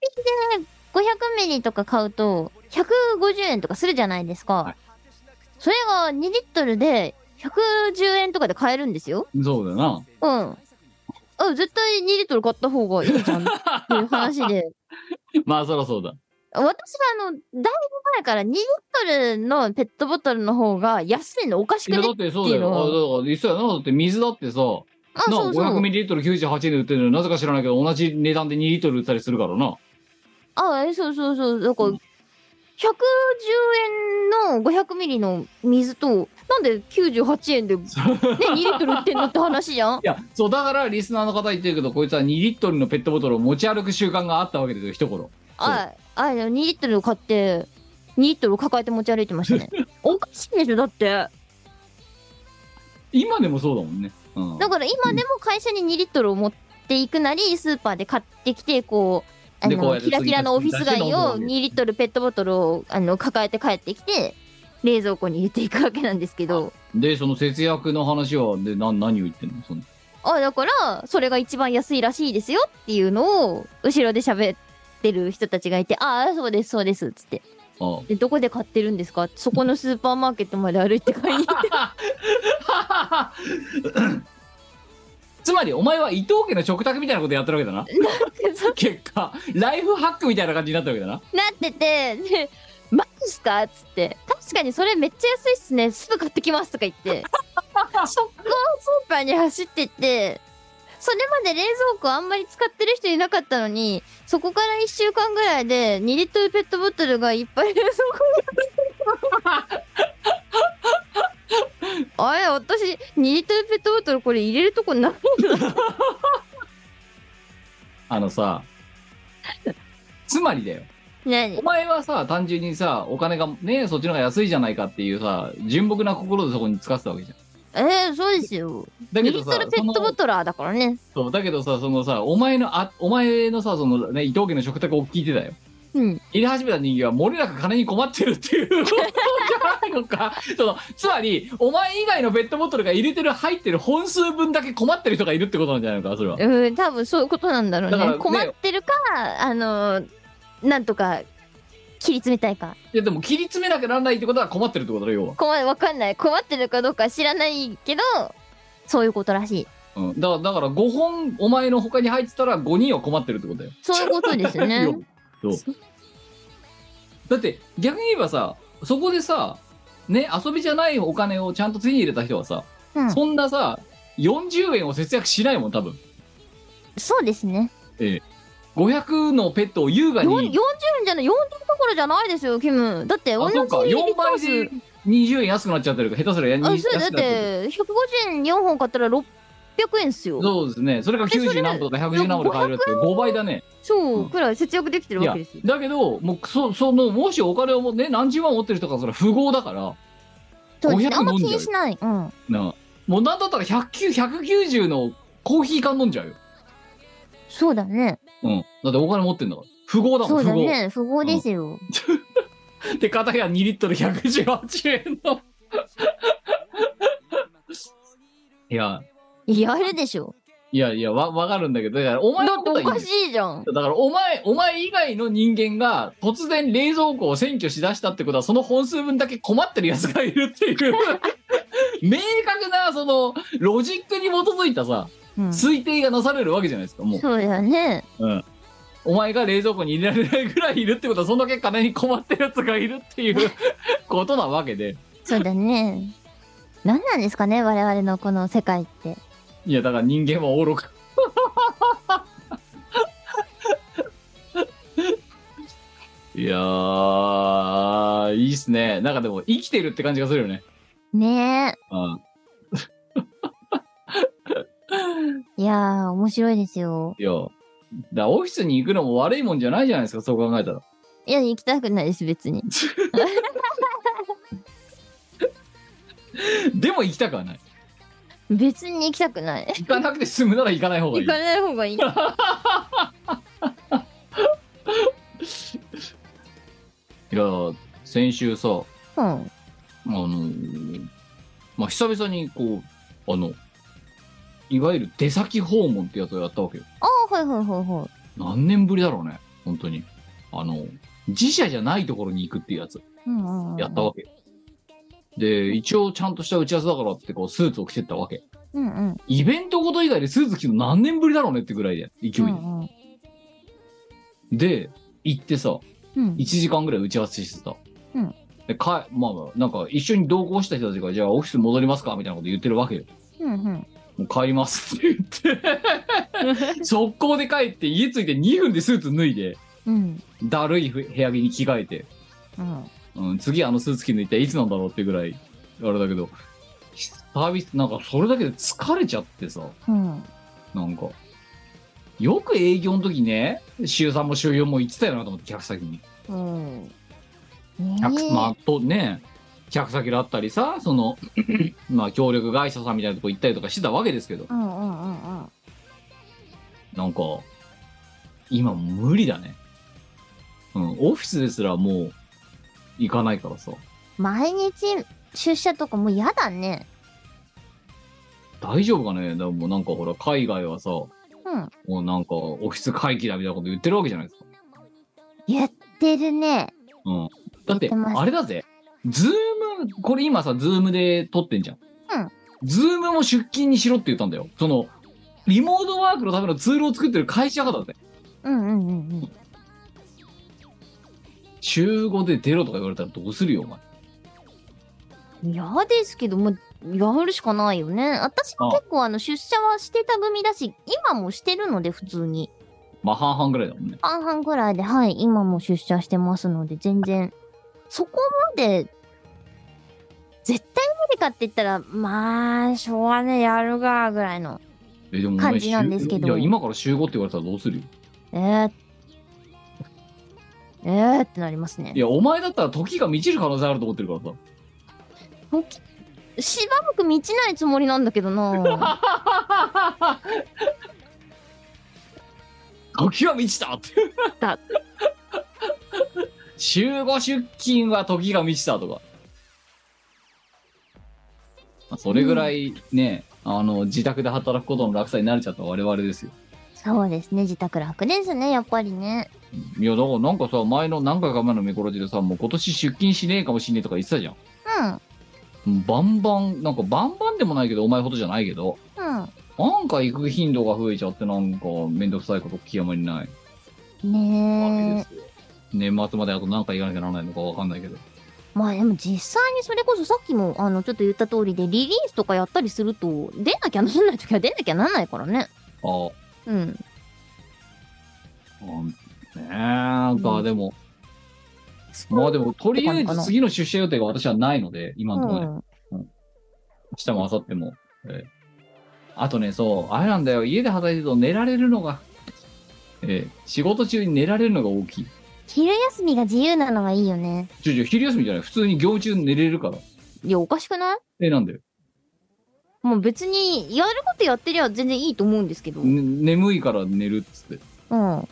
A: ビニで500ミリとか買うと、150円とかするじゃないですか。
C: はい
A: それが2リットルで110円とかで買えるんですよ。
C: そうだよな。
A: うん。あ、絶対2リットル買った方がいいじゃんっていう話で。
C: まあ、そらそうだ。
A: 私はあの、だいぶ前から2リットルのペットボトルの方が安いのおかし
C: い
A: く
C: や、
A: ね
C: だってそうだよ。あだから、そうやな。だって水だってさ、
A: あ、
C: な
A: そうそう。
C: 500ml98 円で売ってるのになぜか知らないけど、同じ値段で2リットル売ったりするからな。
A: あえそうそうそう。だから、
C: うん
A: 110円の500ミリの水と、なんで98円で、ね、2リットル売ってんのって話じゃん
C: いや、 そう、だからリスナーの方言ってるけど、こいつは2リットルのペットボトルを持ち歩く習慣があったわけですよ、一頃。
A: ああの2リットル買って、2リットル抱えて持ち歩いてました ね。おかしいでしょ、だって。
C: 今でもそうだもんね。うん。
A: だから今でも会社に2リットルを持っていくなり、スーパーで買ってきて、こう、あ
C: でこう
A: の
C: やって
A: キラキラのオフィス街を2リットルペットボトルをあの抱えて帰ってきて、冷蔵庫に入れていくわけなんですけど。
C: で、その節約の話は、で、な、何を言ってんのその
A: あだからそれが一番安いらしいですよっていうのを後ろで喋ってる人たちがいて「ああそうですそうです」っつって
C: あ
A: で「どこで買ってるんですか?」そこのスーパーマーケットまで歩いて買いに 行って
C: あ つまり、お前は伊藤家の食卓みたいなことやってるわけだな。
A: そう
C: 結果、ライフハックみたいな感じになったわけだな。
A: なっててで「マジっすか?」っつって「確かにそれめっちゃ安いっすねすぐ買ってきます」とか言って速攻スーパーに走ってってそれまで冷蔵庫あんまり使ってる人いなかったのにそこから1週間ぐらいで2リットルペットボトルがいっぱい冷蔵 庫にあれ私2リットルペットボトルこれ入れるとこない
C: あのさ、つまりだよ。
A: 何
C: お前はさ、単純にさ、お金がね、そっちの方が安いじゃないかっていうさ、純朴な心でそこに使ってたわけじゃん。
A: えー、そうですよ
C: だ
A: 2
C: け
A: リッ
C: どさ、
A: トルペットボトラーだからね
C: そのそうだけどさ、そのさ、お前の、あお前のさ、そのね、伊藤家の食卓を聞いてたよ。
A: うん
C: 入れ始めた人間は漏れなく金に困ってるっていうことじゃないのか そのつまりお前以外のペットボトルが入れてる入ってる本数分だけ困ってる人がいるってことなんじゃないのかそれは
A: うん、多分そういうことなんだろう
C: だか
A: ね。
C: らね
A: 困ってるか、あのなんとか切り詰めたいか。
C: いやでも切り詰めなきゃならないってことは困ってるってことだよ要は、
A: 困わかんない。困ってるかどうか知らないけど、そういうことらしい。
C: うん、だからだから5本お前の他に入ってたら5人は困ってるってことだよ
A: そういうことですね
C: 要。はそうだって逆に言えばさそこでさね遊びじゃないお金をちゃんと手に入れた人はさ、
A: うん、
C: そんなさ40円を節約しないもん多分
A: そうですね。
C: 500のペットを優雅
A: よん40
C: に
A: 円じゃない、40どころじゃないですよ、キム。だって同
C: あ
A: じ
C: そうか4
A: リット
C: 倍
A: ル数
C: で20円安くなっちゃってるから下手すらや
A: あ
C: に
A: そう
C: 安く
A: だ
C: な
A: っ
C: っちゃってる
A: て150円4本買ったら600円っすよ
C: そうですねそれが
A: えそ
C: 90
A: れ
C: 何歩とか110何歩で買えるって5倍だね
A: そう
C: うん
A: くらい節約できてる
C: い
A: わけで
C: や
A: すよ
C: だけどもうそそのもしお金をもね何十万持ってる人がそれは富豪だから
A: そうですね
C: 500
A: あんま
C: 飲ん
A: 気
C: じゃう
A: にしないうん
C: なあもうなんだったら109 190のコーヒー缶飲んじゃうよ、
A: そうだね
C: うん、だってお金持ってんだから富豪だ
A: そ
C: もん
A: う
C: 富
A: だ
C: 豪、
A: ね不合ですよ
C: で片や2リットル118円 のいや
A: やるでしょ
C: いやいやわわかるんだけどだからお
A: だっ
C: 前の
A: て
C: こと
A: お
C: はいいんだ
A: か
C: よ
A: しいじゃん
C: だからお前、お前以外の人間が突然冷蔵庫を占拠しだしたってことは、その本数分だけ困ってる奴がいるって いう、明確なそのロジックに基づいたさ、
A: うんそ
C: 推定がなされるわけじゃないですか、もう。
A: うだね
C: お前が冷蔵庫に入れられないぐらいいるってことは、そんだけ金に困ってる奴がいるっていうことなわけで。
A: そうだ ね何なんですかね我々のこの世界って
C: いや、だから人間は愚か。 いやー、いいっすね。なんかでも、生きてるって感じがするよね。
A: ね
C: うん。
A: えいやー面白いですよ
C: いや、だからオフィスに行くのも悪いもんじゃないじゃないですか、そう考えたら。
A: いや行きたくないです別 に
C: でも行きたくはない。
A: 別に行きたくない
C: 行かなくて済むなら行かない方が
A: 行
C: いい。
A: かない方がいい
C: いや、先週さ、
A: うん
C: あのーまあ、久々にこう、あの、いわゆる出先訪問ってやつをやったわけよ。
A: ああはいはいはいはい
C: 何年ぶりだろうね、本当に。あの、自社じゃないところに行くっていうやつ、
A: うんうんうん
C: やったわけ。で、一応ちゃんとした打ち合わせだからって、こう、スーツを着てったわけ。
A: うんうん
C: イベントごと以外でスーツ着るの何年ぶりだろうねってぐらいで、勢いで。
A: うんうん
C: で、行ってさ、
A: うん
C: 1時間ぐらい打ち合わせしてた。
A: うん
C: で、かまあまあ、なんか一緒に同行した人たちが、じゃあオフィス戻りますかみたいなこと言ってるわけよ。
A: うんうん
C: もう帰りますって言 って、速攻で帰って家着いて2分でスーツ脱いで、
A: うん
C: だるい部屋着に着替えて、
A: うん
C: うん、次あのスーツ着るの一体いつなんだろうってぐらい、あれだけど、サービス、なんかそれだけで疲れちゃってさ、
A: うん
C: なんか。よく営業の時ね、週3も週4も行ってたよなと思って、客先に。
A: うんね
C: 客
A: え
C: まあ、とね、客先だったりさ、その、まあ、協力会社さんみたいなとこ行ったりとかしてたわけですけど、
A: うんうんうんうん
C: なんか、今無理だね。うん、オフィスですらもう、行かないからさ、
A: 毎日出社とかもう嫌だね
C: 大丈夫かねだからもうなんかほら、海外はさ、も
A: うん
C: うなんか、オフィス会議だみたいなこと言ってるわけじゃないですか。
A: 言ってるね
C: うん。だって、
A: 言ってます
C: あれだぜ。ズーム、これ今さ、ズームで撮ってんじゃん。
A: うん。
C: ズームも出勤にしろって言ったんだよ。その、リモートワークのためのツールを作ってる会社がだぜ。
A: うんうんうんうん
C: 週5で出ろとか言われたらどうするよ、お前。
A: 嫌ですけど、もやるしかないよね。私も結構あの出社はしてた組だし、今もしてるので普通に。
C: まあ、半々ぐらいだもんね。
A: 半々ぐらいで、はい、今も出社してますので、全然。そこまで、絶対無理かって言ったら、まあ、しょうがねえ、やるが、ぐらいの。
C: え、でもお
A: 感
C: 前、
A: じなんですけど
C: 週いや、今から週5って言われたらどうするよ。
A: えー、えーってなりますね
C: い。や、お前だったら時が満ちる可能性あると思ってるからさ。
A: しばらく満ちないつもりなんだけどな
C: 時は満ちたって。
A: だ
C: 週5出勤は時が満ちたとか。まあそれぐらいね、あの、自宅で働くことの楽さに慣れちゃった我々ですよ。
A: そうですね、自宅楽ですね、やっぱりね。
C: いや、だからなんかさ、前の何回か前のミコラジでさ、もう今年出勤しねえかもしんねえとか言ってたじゃん。
A: うん、
C: もうバンバン、なんかバンバンでもないけど、お前ほどじゃないけど、
A: うん。
C: なんか行く頻度が増えちゃって、なんかめんどくさいこと極まりない。わけで
A: ねえ。
C: すよ年末まであと何回行かなきゃならないのかわかんないけど。
A: まあでも実際にそれこそさっきもあのちょっと言った通りでリリースとかやったりすると出なきゃなんない時は出なきゃなんないからね。
C: あ
A: うん。
C: あ、ねえ、なんかでも、まあでも、とりあえ
A: って感じか
C: ず
A: な
C: 次の出社予定が私はないので、今のところね、
A: うん
C: 明日も明後日も。えーあとね、そう、あれなんだよ、家で働いてると寝られるのが、えー仕事中に寝られるのが大きい。
A: 昼休みが自由なのはいいよね。
C: ちょちょ、昼休みじゃない、普通に業務中に寝れるから。
A: いや、おかしくない
C: えーなんだよ。
A: もう別に、やることやってりゃ全然いいと思うんですけど。うん。
C: ね眠いから寝るっつって、
A: う
C: 派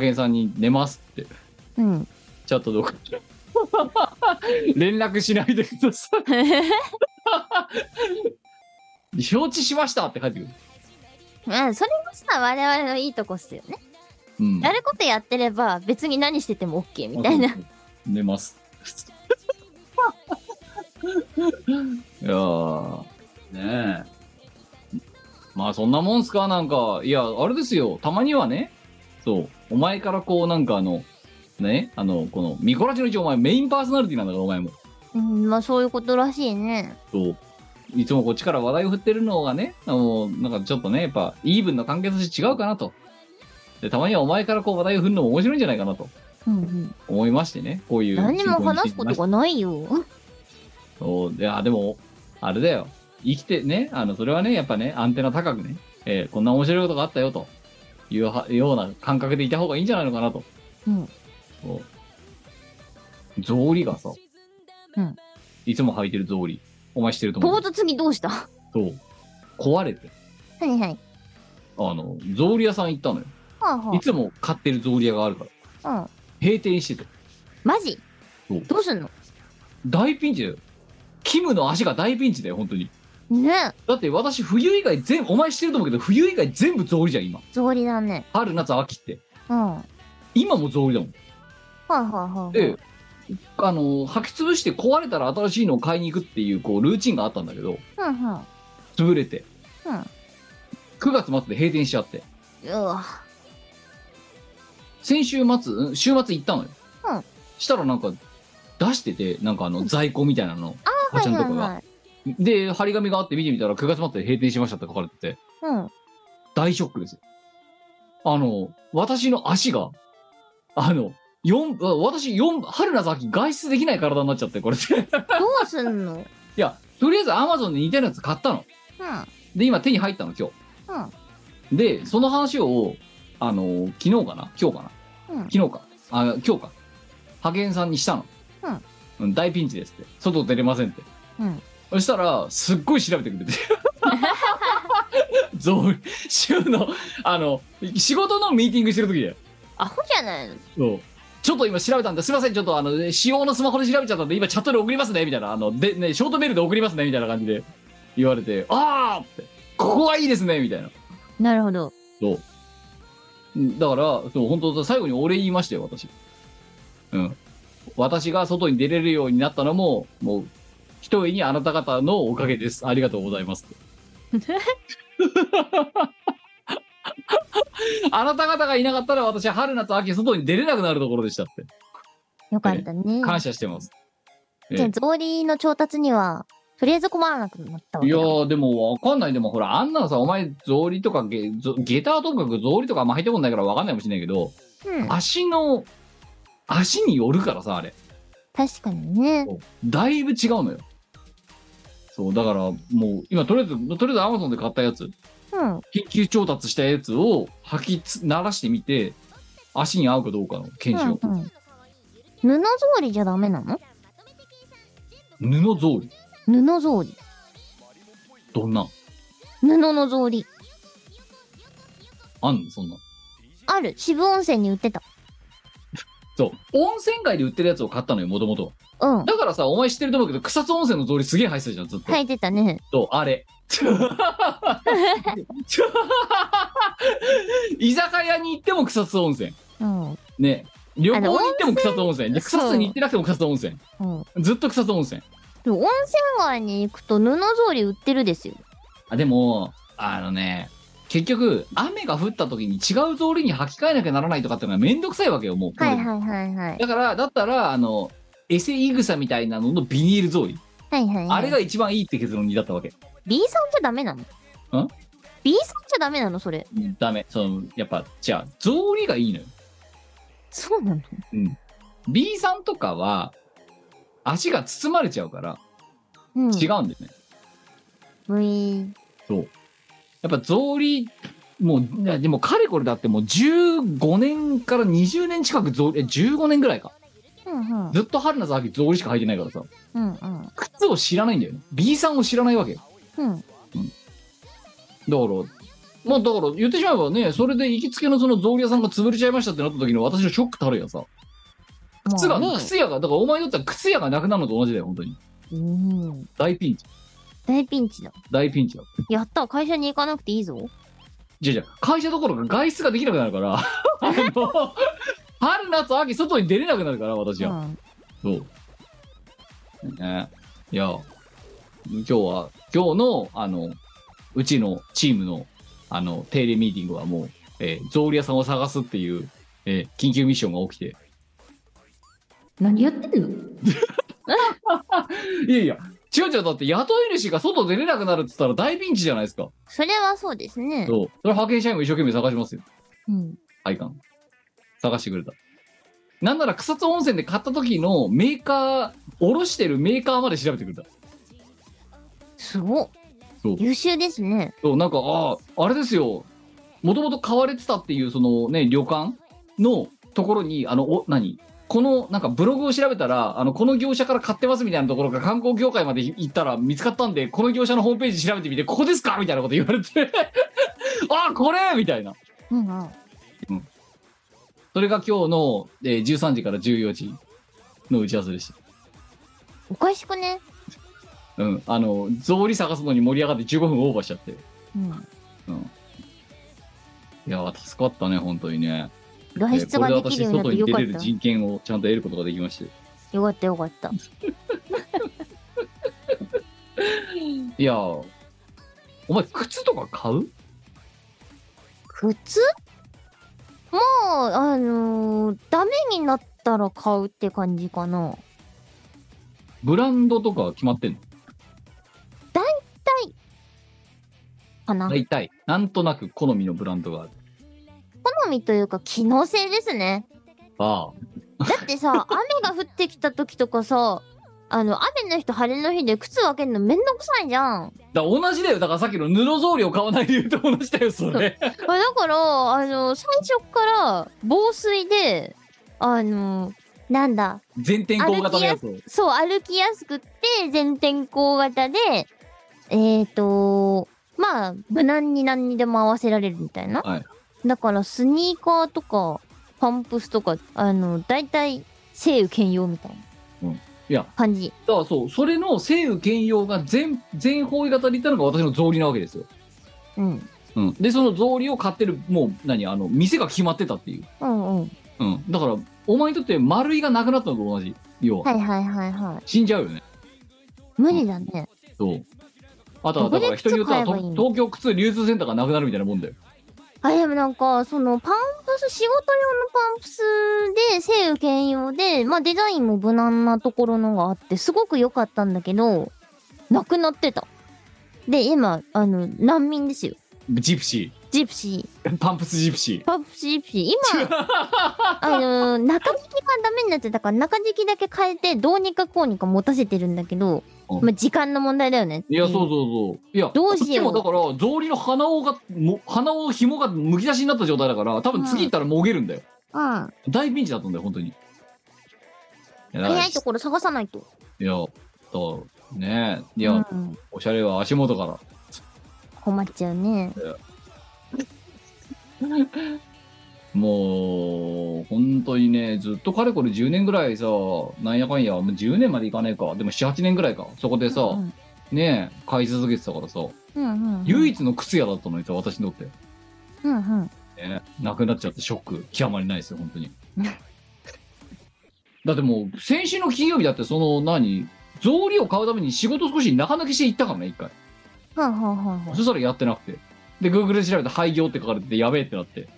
C: 遣さんに寝ますって、
A: ん。
C: チャットどこ 連絡しないでください。承知しましたって書いてくる。
A: まあ、それもさ、我々のいいとこっすよね。
C: うん。
A: やることやってれば、別に何してても OK みた いな。
C: 寝ます。いやー、ねえ。まあそんなもんすかなんか、いや、あれですよ、たまにはね、そう、お前からこう、なんかあの、ね、あの、この、ミコラチの一応お前メインパーソナリティなんだから、お前も。
A: うん、まあ、そういうことらしいね。
C: そう。いつもこっちから話題を振ってるのがね、あの、なんかちょっとね、やっぱ、イーブンな関係として違うかなと。で、たまにはお前からこう話題を振るのも面白いんじゃないかなと
A: うんうん。
C: 思いましてね、こういう。
A: 何も話すことがないよ。
C: そういや、でも、あれだよ。生きてね、あの、それはね、やっぱね、アンテナ高くね、えーこんな面白いことがあったよ、というはような感覚でいた方がいいんじゃないのかなと。
A: うん。
C: そう草履がさ、
A: うん
C: いつも履いてる草履、お前してると思
A: 唐
C: う。
A: 突にどうしたは
C: そう。壊れて、
A: いはい。
C: あの、草履屋さん行ったのよ。
A: はあはい
C: つも買ってる草履屋があるから。
A: あ。うん。
C: 閉店してて。
A: マジ
C: そう
A: どうすんの
C: 大ピンチだよ。キムの足が大ピンチだよ、本当に。
A: ね
C: だって私、冬以外全部、お前してると思うけど、冬以外全部草履じゃん、今。
A: 草履だね。
C: 春夏秋って
A: うん。はい
C: 今も草履だもん
A: はいはいはい
C: で。あの履き潰して壊れたら新しいのを買いに行くっていうこうルーチンがあったんだけど
A: うんうん。
C: 潰れて
A: うん。
C: 9月末で閉店しちゃって
A: うわ。
C: 先週末うん週末行ったのよ、
A: うん
C: したらなんか出しててなんかあの在庫みたいなのお
A: は
C: ば
A: い
C: ちゃん
A: は
C: と
A: い
C: か
A: は
C: が
A: い。
C: で張り紙があって見てみたら9月末で閉店しましたって書かれてて
A: うん。
C: 大ショックですよあの私の足があの四私四春夏秋外出できない体になっちゃってこれって
A: どうすんの
C: いや、とりあえず Amazon で似たようなやつ買ったの。
A: う
C: で、今手に入ったの、今
A: ん。うん。
C: 日。で、その話を、あのー昨日かな今日かな
A: うん。
C: 昨日か。あ、今日か。派遣さんにしたの。うん。大ピンチですって。外出れませんって。
A: うん。
C: そしたら、すっごい調べ てくれて。ゾウ週の、あの、仕事のミーティングしてる時だよ。
A: アホじゃないの
C: そう。ちょっと今調べたんですいません、ちょっとあの、ね、仕様のスマホで調べちゃったんで、今チャットで送りますね、みたいな。あの、で、ね、ショートメールで送りますね、みたいな感じで言われて、あーって、ここはいいですね、みたいな。
A: なるほど。
C: そう。うんだから、そう、本当最後にお礼言いましたよ、私。うん。私が外に出れるようになったのも、もう、ひとえにあなた方のおかげです。ありがとうございます。あなた方がいなかったら私は春夏秋外に出れなくなるところでしたって。
A: よかったね。
C: 感謝してます。え
A: じゃあ、
C: え
A: 草履の調達には、とりあえず困らなくなったわ
C: い
A: け
C: や
A: だ。
C: ーでもわかんないでもほらあんなのさお前草履とかゲゾ下駄はともかく草履とかあんま履いたことないからわかんないかもしれないけど
A: うん。
C: 足の足によるからさあれ
A: 確かにね。
C: だいぶ違うのよそうだからもう今とりあえずとりあえずアマゾンで買ったやつ
A: うん。
C: 緊急調達したやつを履きつ鳴らしてみて足に合うかどうかの検証、
A: うんうん布草履じゃダメなの
C: 布草履
A: 布草履。
C: どんなん
A: 布の草履。
C: あんのそんなん
A: ある。渋温泉に売ってた。
C: そう温泉街で売ってるやつを買ったのよもともと
A: うん。
C: だからさお前知ってると思うけど草津温泉の草履すげえ入ってたじゃんずっと
A: 履いてたね。
C: と、あれ。居酒屋に行っても草津温泉。
A: うん。うん。
C: ね。旅行に
A: あの
C: 行っても草津温泉。で
A: そう
C: 草津に行ってなくても草津温泉。ずっと草津温泉。
A: でも温泉街に行くと布草履売ってるですよ。
C: あでも、あのね、結局、雨が降った時に違う通りに履き替えなきゃならないとかっていうのがめんどくさいわけよ、もう。
A: はいはいはいはい。
C: だから、だったら、あの、エセイグサみたいなののビニール草履。
A: はいはい、はい。
C: あれが一番いいって結論にだったわけ。
A: B さんじゃダメなのん ?B さんじゃダメなのそれ。
C: ダメ。その、やっぱ、じゃあ、草履がいいのよ。
A: そうなの
C: うん。 B さんとかは、足が包まれちゃうから、
A: うん。
C: 違うんだよね。
A: うい。
C: そう。やっぱ草履、もう、いやでも、かれこれだってもう15年から20年近く草履、え15年ぐらいか。
A: うんうん。
C: ずっと春夏秋草履しか履いてないからさ、
A: うんうん。
C: 靴を知らないんだよね。B さんを知らないわけよ。
A: うん。
C: だから、まあだから言ってしまえばね、それで行きつけのその草履屋さんが潰れちゃいましたってなった時の私のショックたるやさ、靴が、
A: もうね。
C: 靴屋が、だからお前にとったら靴屋がなくなるのと同じだよ、本当に。
A: うん。
C: 大ピンチ。
A: 大ピンチだ。
C: 大ピンチだ。
A: やった会社に行かなくていいぞ。
C: じゃあじゃあ会社どころか外出ができなくなるから、あの、春夏秋外に出れなくなるから、私は。
A: うん。
C: そう。ねいや、今日は、今日の、あの、うちのチームの、あの、定例ミーティングはもう、えー、草履屋さんを探すっていう、えー緊急ミッションが起きて。
A: 何やってんの
C: いやいや、違う違う、だって雇い主が外出れなくなるって言ったら大ピンチじゃないですか。
A: それはそうですね。
C: そう。それ派遣社員も一生懸命探しますよ。
A: うん。
C: 配管。探してくれた。なんなら草津温泉で買った時のメーカー、おろしてるメーカーまで調べてくれた。
A: すごっ
C: そう
A: 優秀ですね。
C: そうなんかあああれですよもともと買われてたっていうそのね旅館のところにあのお何このなんかブログを調べたらあのこの業者から買ってますみたいなところが観光業界まで行ったら見つかったんでこの業者のホームページ調べてみてここですかみたいなこと言われて あこれみたいな
A: うんうん。
C: それが今日の、えー13時から14時の打ち合わせでした
A: おかしくね。
C: うんあの草履探すのに盛り上がって15分オーバーしちゃって
A: うん。
C: うんいやー助かったね本当にね
A: 外出ができるようになってよ
C: こ
A: か
C: れ
A: っ
C: で私外に出れる
A: た。
C: 人権をちゃんと得ることができまして
A: よかったよかった。
C: いやーお前靴とか買う
A: 靴もう、あのーダメになったら買うって感じかな。
C: ブランドとかは決まってんの
A: かな。
C: 大体なんとなく好みのブランドがある
A: 好みというか、機能性ですね。
C: ああ
A: だってさ、雨が降ってきた時とかさ、あの、雨の日と晴れの日で靴分けるのめんどくさいじゃん。
C: だから同じだよだからさっきの布草履を買わない理由と同じだよ それ
A: あだから、あの、最初から防水で、あの、なんだ、
C: 全天候型のやつを
A: そう、歩きやすくって、全天候型で、えーと、まあ、無難に何にでも合わせられるみたいな。
C: はい
A: だから、スニーカーとか、パンプスとか、あの、大体、晴雨兼用みたいな。
C: うんいや。
A: 感じ。
C: だからそうそれの晴雨兼用が全全方位型でいったのが私の草履なわけですよ、
A: うん。
C: うん、でその草履を買ってるもう何あの店が決まってたっていう、
A: うんうん。
C: うん、だからお前にとって丸いがなくなったのと同じ要は、
A: はいはいはいはい。
C: 死んじゃうよね
A: 無理だね。
C: そう。あとは、
A: どこ
C: だ
A: で
C: から人によっては
A: 靴買えばいい
C: と
A: の
C: 東京靴流通センターがなくなるみたいなもんだよ。
A: あ、でもなんか、その、パンプス、仕事用のパンプスで、晴雨兼用で、まあ、デザインも無難なところのがあって、すごく良かったんだけど、なくなってた。で、今、あの、難民ですよ。
C: ジプシ
A: ジプシ
C: ー。パンプスジプシ
A: ー、パンプスジプシー。 今、あの、中敷きがダメになってたから、中敷きだけ変えて、どうにかこうにか持たせてるんだけど、
C: うん
A: まあ、時間の問題だよねって
C: ー。
A: い
C: いや、そうそう
A: う。
C: そう。いや、
A: どうしよう
C: こっちもだから、草履の鼻緒が、も鼻緒紐がむき出しになった状態だから、多分次行ったらもげるんだよ。
A: うん。
C: 大ピンチだったんだよ、本当に。いや、だから
A: 早いところ探さないと。
C: いや、そうねえ。い
A: い
C: や、
A: うん
C: おしゃれは足元から。
A: 困っちゃうね。
C: もう、本当にね、ずっとかれこれ10年ぐらいさ、なんやかんや、もう10年までいかねえか。でも7、8年ぐらいか。そこでさ、
A: ん
C: ねえ、買い続けてたからさ、
A: うんうんうん、
C: 唯一の靴屋だったのにさ、私にとって。
A: うんうん、
C: ねえ、なくなっちゃってショック、極まりないですよ、本 当に。だってもう、先週の金曜日だって、その、何、草履を買うために仕事少し中抜きして行ったからね、一回。
A: はんはんはんはん
C: そしたらやってなくて。で、Google で調べて廃業って書かれてて、やべえってなって。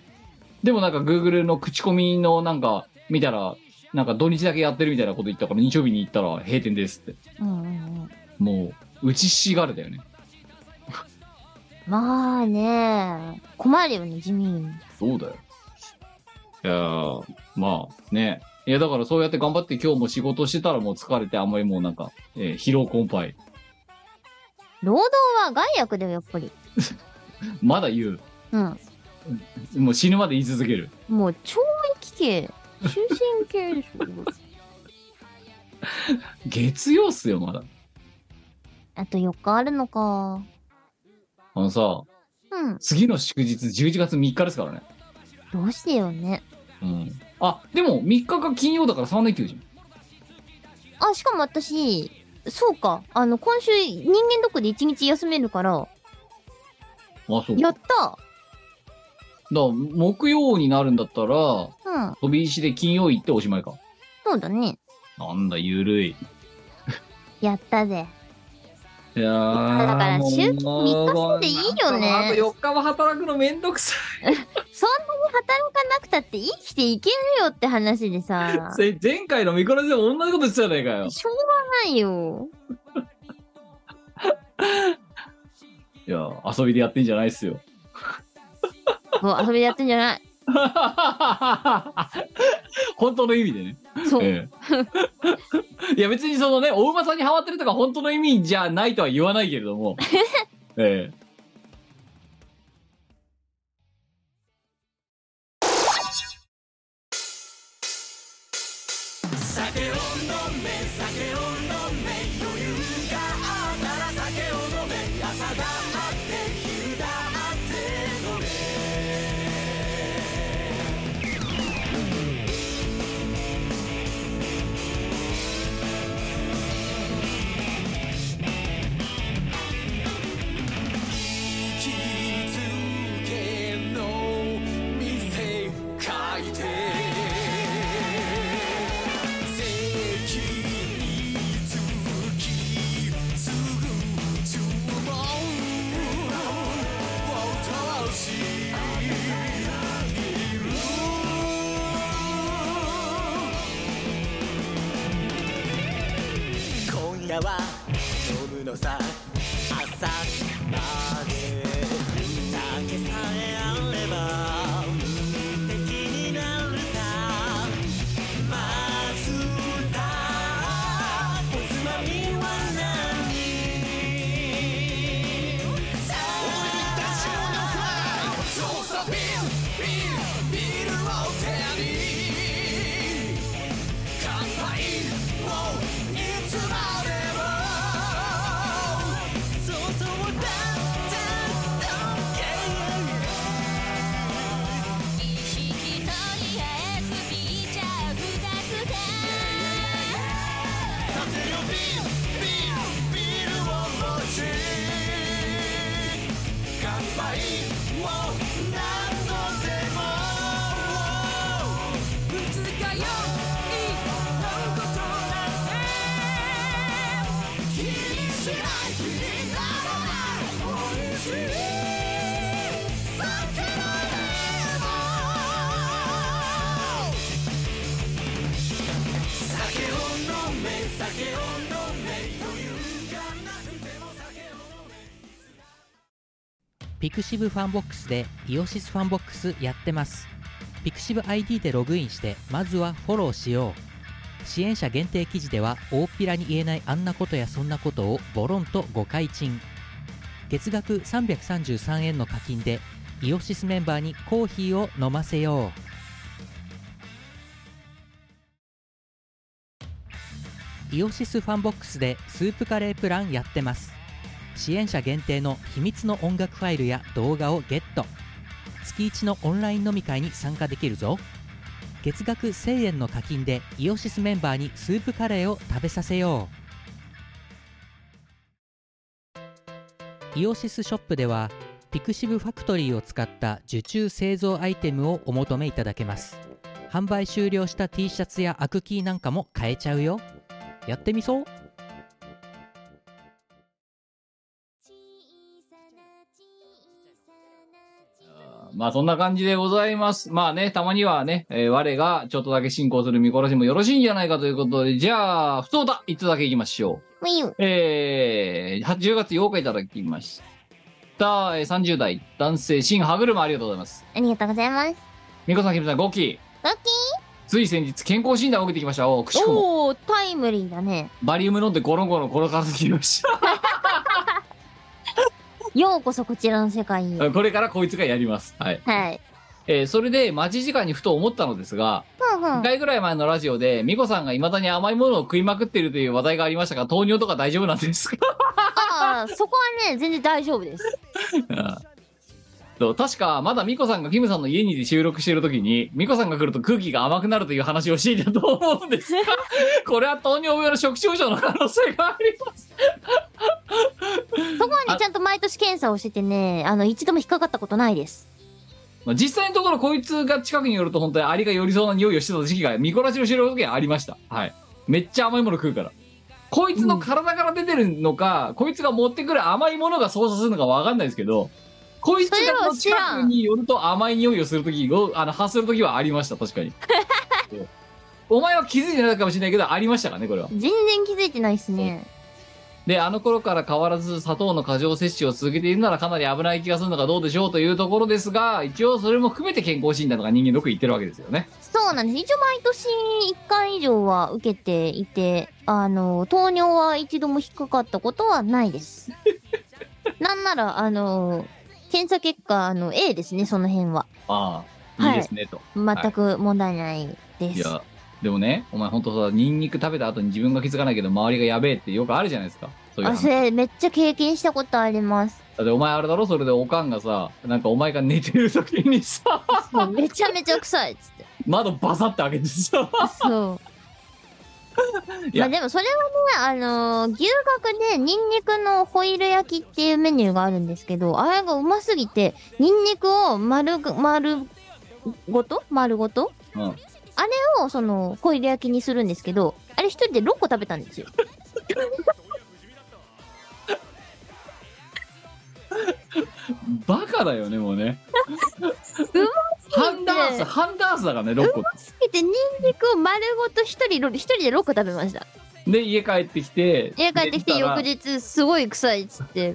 C: でもなんか Google の口コミのなんか、見たら、なんか土日だけやってるみたいなこと言ったから、日曜日に行ったら閉店ですって。
A: うんうんうん。
C: もう、打ちひしがれたよね。
A: まあね、困るよね、地味に。
C: そうだよ。いやーまあね、いや、だからそうやって頑張って今日も仕事してたらもう疲れてあんまりもうなんか、えー疲労困憊。
A: 労働は害悪だよ、やっぱり。
C: まだ言
A: うん。
C: う。もう死ぬまで言い続ける。
A: もう、懲役刑、終身刑でしょ。
C: 月曜っすよ、まだ。
A: あと4日あるのか。
C: あのさ、
A: うん。
C: 次の祝日11月3日ですからね。
A: どうしてよね。
C: うん。あ、でも3日が金曜だから3連休じ
A: あ、しかも私、そうか。あの、今週、人間ドックで1日休めるから、
C: ゃん。あ、そう。
A: や
C: だ
A: っ
C: か
A: た
C: ら木曜になるんだったら、
A: うん。
C: 飛び石で金曜行っておしまいか。
A: そうだね。
C: なんだ、ゆるい。
A: やったぜ。
C: いやー
A: だから
C: もう
A: 週3日制でいいよね
D: あと4日は働くのめんどくさ
A: そんなに働かなくたって生きていけるよって話で さ。しょ
C: せ前回のミコラジでも同じことしてたじゃないかよ。
A: うがないよ。
C: いやー、遊びでやってんじゃないっすよ。
A: もう遊びでやってんじゃない。
C: 本当の意味でね。
A: そう。
C: ええいや別にそのねお馬さんにハマってるとか本当の意味じゃないとは言わないけれども ええ
E: 気づけの店開店席につきすぐ注文を通している今夜は飲むのさ朝まで酒さえあれば無敵になるさマスターおつまみは何さあ俺たちのフライ操作ビールビールビールを手に乾杯もういつまでもそうそうだっただけ意識とりあえずビーチャー二つで立てよビールビールビールを持ち乾杯を何度でも二日酔いのことなんて気にしない気にならない美味しい酒のレモン酒を飲め酒を飲め余裕がなくても酒を飲め
B: ピクシブファンボックスでイオシスファンボックスやってますピクシブ ID でログインしてまずはフォローしよう支援者限定記事では大っぴらに言えないあんなことやそんなことをボロンと誤解賃月額333円の課金でイオシスメンバーにコーヒーを飲ませようイオシスファンボックスでスープカレープランやってます支援者限定の秘密の音楽ファイルや動画をゲット月1のオンライン飲み会に参加できるぞ月額1000円の課金でイオシスメンバーにスープカレーを食べさせようイオシスショップではピクシブファクトリーを使った受注製造アイテムをお求めいただけます販売終了した T シャツやアクキーなんかも買えちゃうよやってみそう
C: まあそんな感じでございますまあねたまにはね、えー我がちょっとだけ進行する見殺しもよろしいんじゃないかということでじゃあ不当だ一つだけいきましょう
A: もういいよ。
C: えー、10月8日いただきました。えー30代男性、新歯車ありがとうございます。
A: ありがとうございます。
C: みこさん、きむさん、ゴッキー。
A: ガッキ
C: つい先日健康診断を受けてきましたおうくしくも
A: おおータイムリーだね
C: バリウム飲んでゴロンゴロン転がってきました
A: ようこそこちらの世界へ
C: これからこいつがやりますはい、
A: はい
C: えーそれで待ち時間にふと思ったのですが
A: ふんふ
C: 1
A: ん
C: 回ぐらい前のラジオで美子さんがいまだに甘いものを食いまくってるという話題がありましたが糖尿とか大丈夫なんですか
A: ああそこはね全然大丈夫です
C: そう確かまだミコさんがキムさんの家に収録してる時にミコさんが来ると空気が甘くなるという話をしていたと思うんですがこれは糖尿病の食中症の可能性があります
A: そこは
C: あ
A: ねちゃんと毎年検査をしててねあの一度も引っかかったことないです
C: まあ実際のところこいつが近くに寄ると本当にアリが寄りそうな匂いをしてた時期がミコラジをしてる時はありましたはいめっちゃ甘いもの食うからこいつの体から出てるのか、こいつが持ってくる甘いものが操作するのかわかんないですけどこいつがこう
A: それを知らん
C: 近くに寄ると甘い匂いをする時をあの発する時はありました確かにそうお前は気づいてないかもしれないけどありましたからねこれは
A: 全然気づいてないっすね
C: であの頃から変わらず砂糖の過剰摂取を続けているならかなり危ない気がするのかどうでしょうというところですが一応それも含めて健康診断とか人間ドック行ってるわけですよね
A: そうなんです一応毎年1回以上は受けていてあの糖尿は一度も引っかかったことはないです なんならあの検査結果あの A ですねその辺は
C: ああ
A: はい
C: いいですね、と
A: 全く問題ないで
C: い
A: す、
C: やでもねお前ほんとさニンニク食べた後に自分が気づかないけど周りがやべえってよくあるじゃないですかそういう
A: あ
C: 話
A: それめっちゃ経験したことあります
C: だってお前あれだろそれでおかんがさなんかお前が寝てる時にさ
A: そうめちゃめちゃ臭いっつって
C: 窓バサって開けてさ
A: そう
C: いや
A: まあでもそれはねあのー牛角でニンニクのホイル焼きっていうメニューがあるんですけどあれがうますぎてニンニクを丸ぐ丸ごと丸ごと
C: うん
A: をそのホイル焼きにするんですけどあれ一人で6個食べたんですよ
C: バカだよねも うね
A: う
C: ハンダースハンダースだからね6個
A: すぎてニンニクを丸ごと一人ろ一人で6個食べました
C: で家帰ってきて
A: 家帰ってきて
C: 寝たら
A: 翌日すごい臭いっつって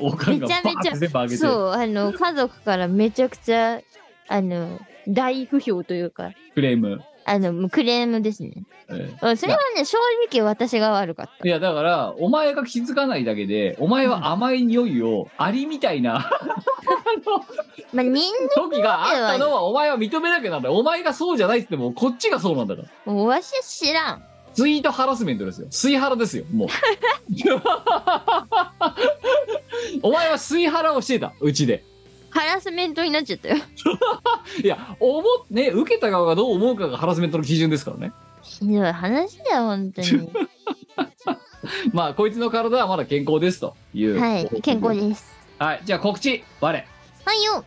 C: おかんがバーって全部開けて
A: そうあの家族からめちゃくちゃあの大不評というか
C: クレーム、
A: あのクレームですね
C: ええ
A: うんそれはね正直私が悪かっ
C: いやだからお前が気づかないだけでお前は甘い匂いをアリみたい な
A: たまあ人
C: 時があったのはお前は認めなきゃなんだよお前がそうじゃないって言ってもこっちがそうなんだから
A: もうわしは知らん
C: ツイートハラスメントですよ水ハラですよ もうお前は水ハラをしてたうちで
A: ハラスメントになっちゃったよ
C: いや思っね受けた側がどう思うかがハラスメントの基準ですからね
A: ひどい話だよ本当に
C: まあこいつの体はまだ健康ですという
A: はい健康
C: で
A: です
C: はいじゃあ告知我
A: はいよ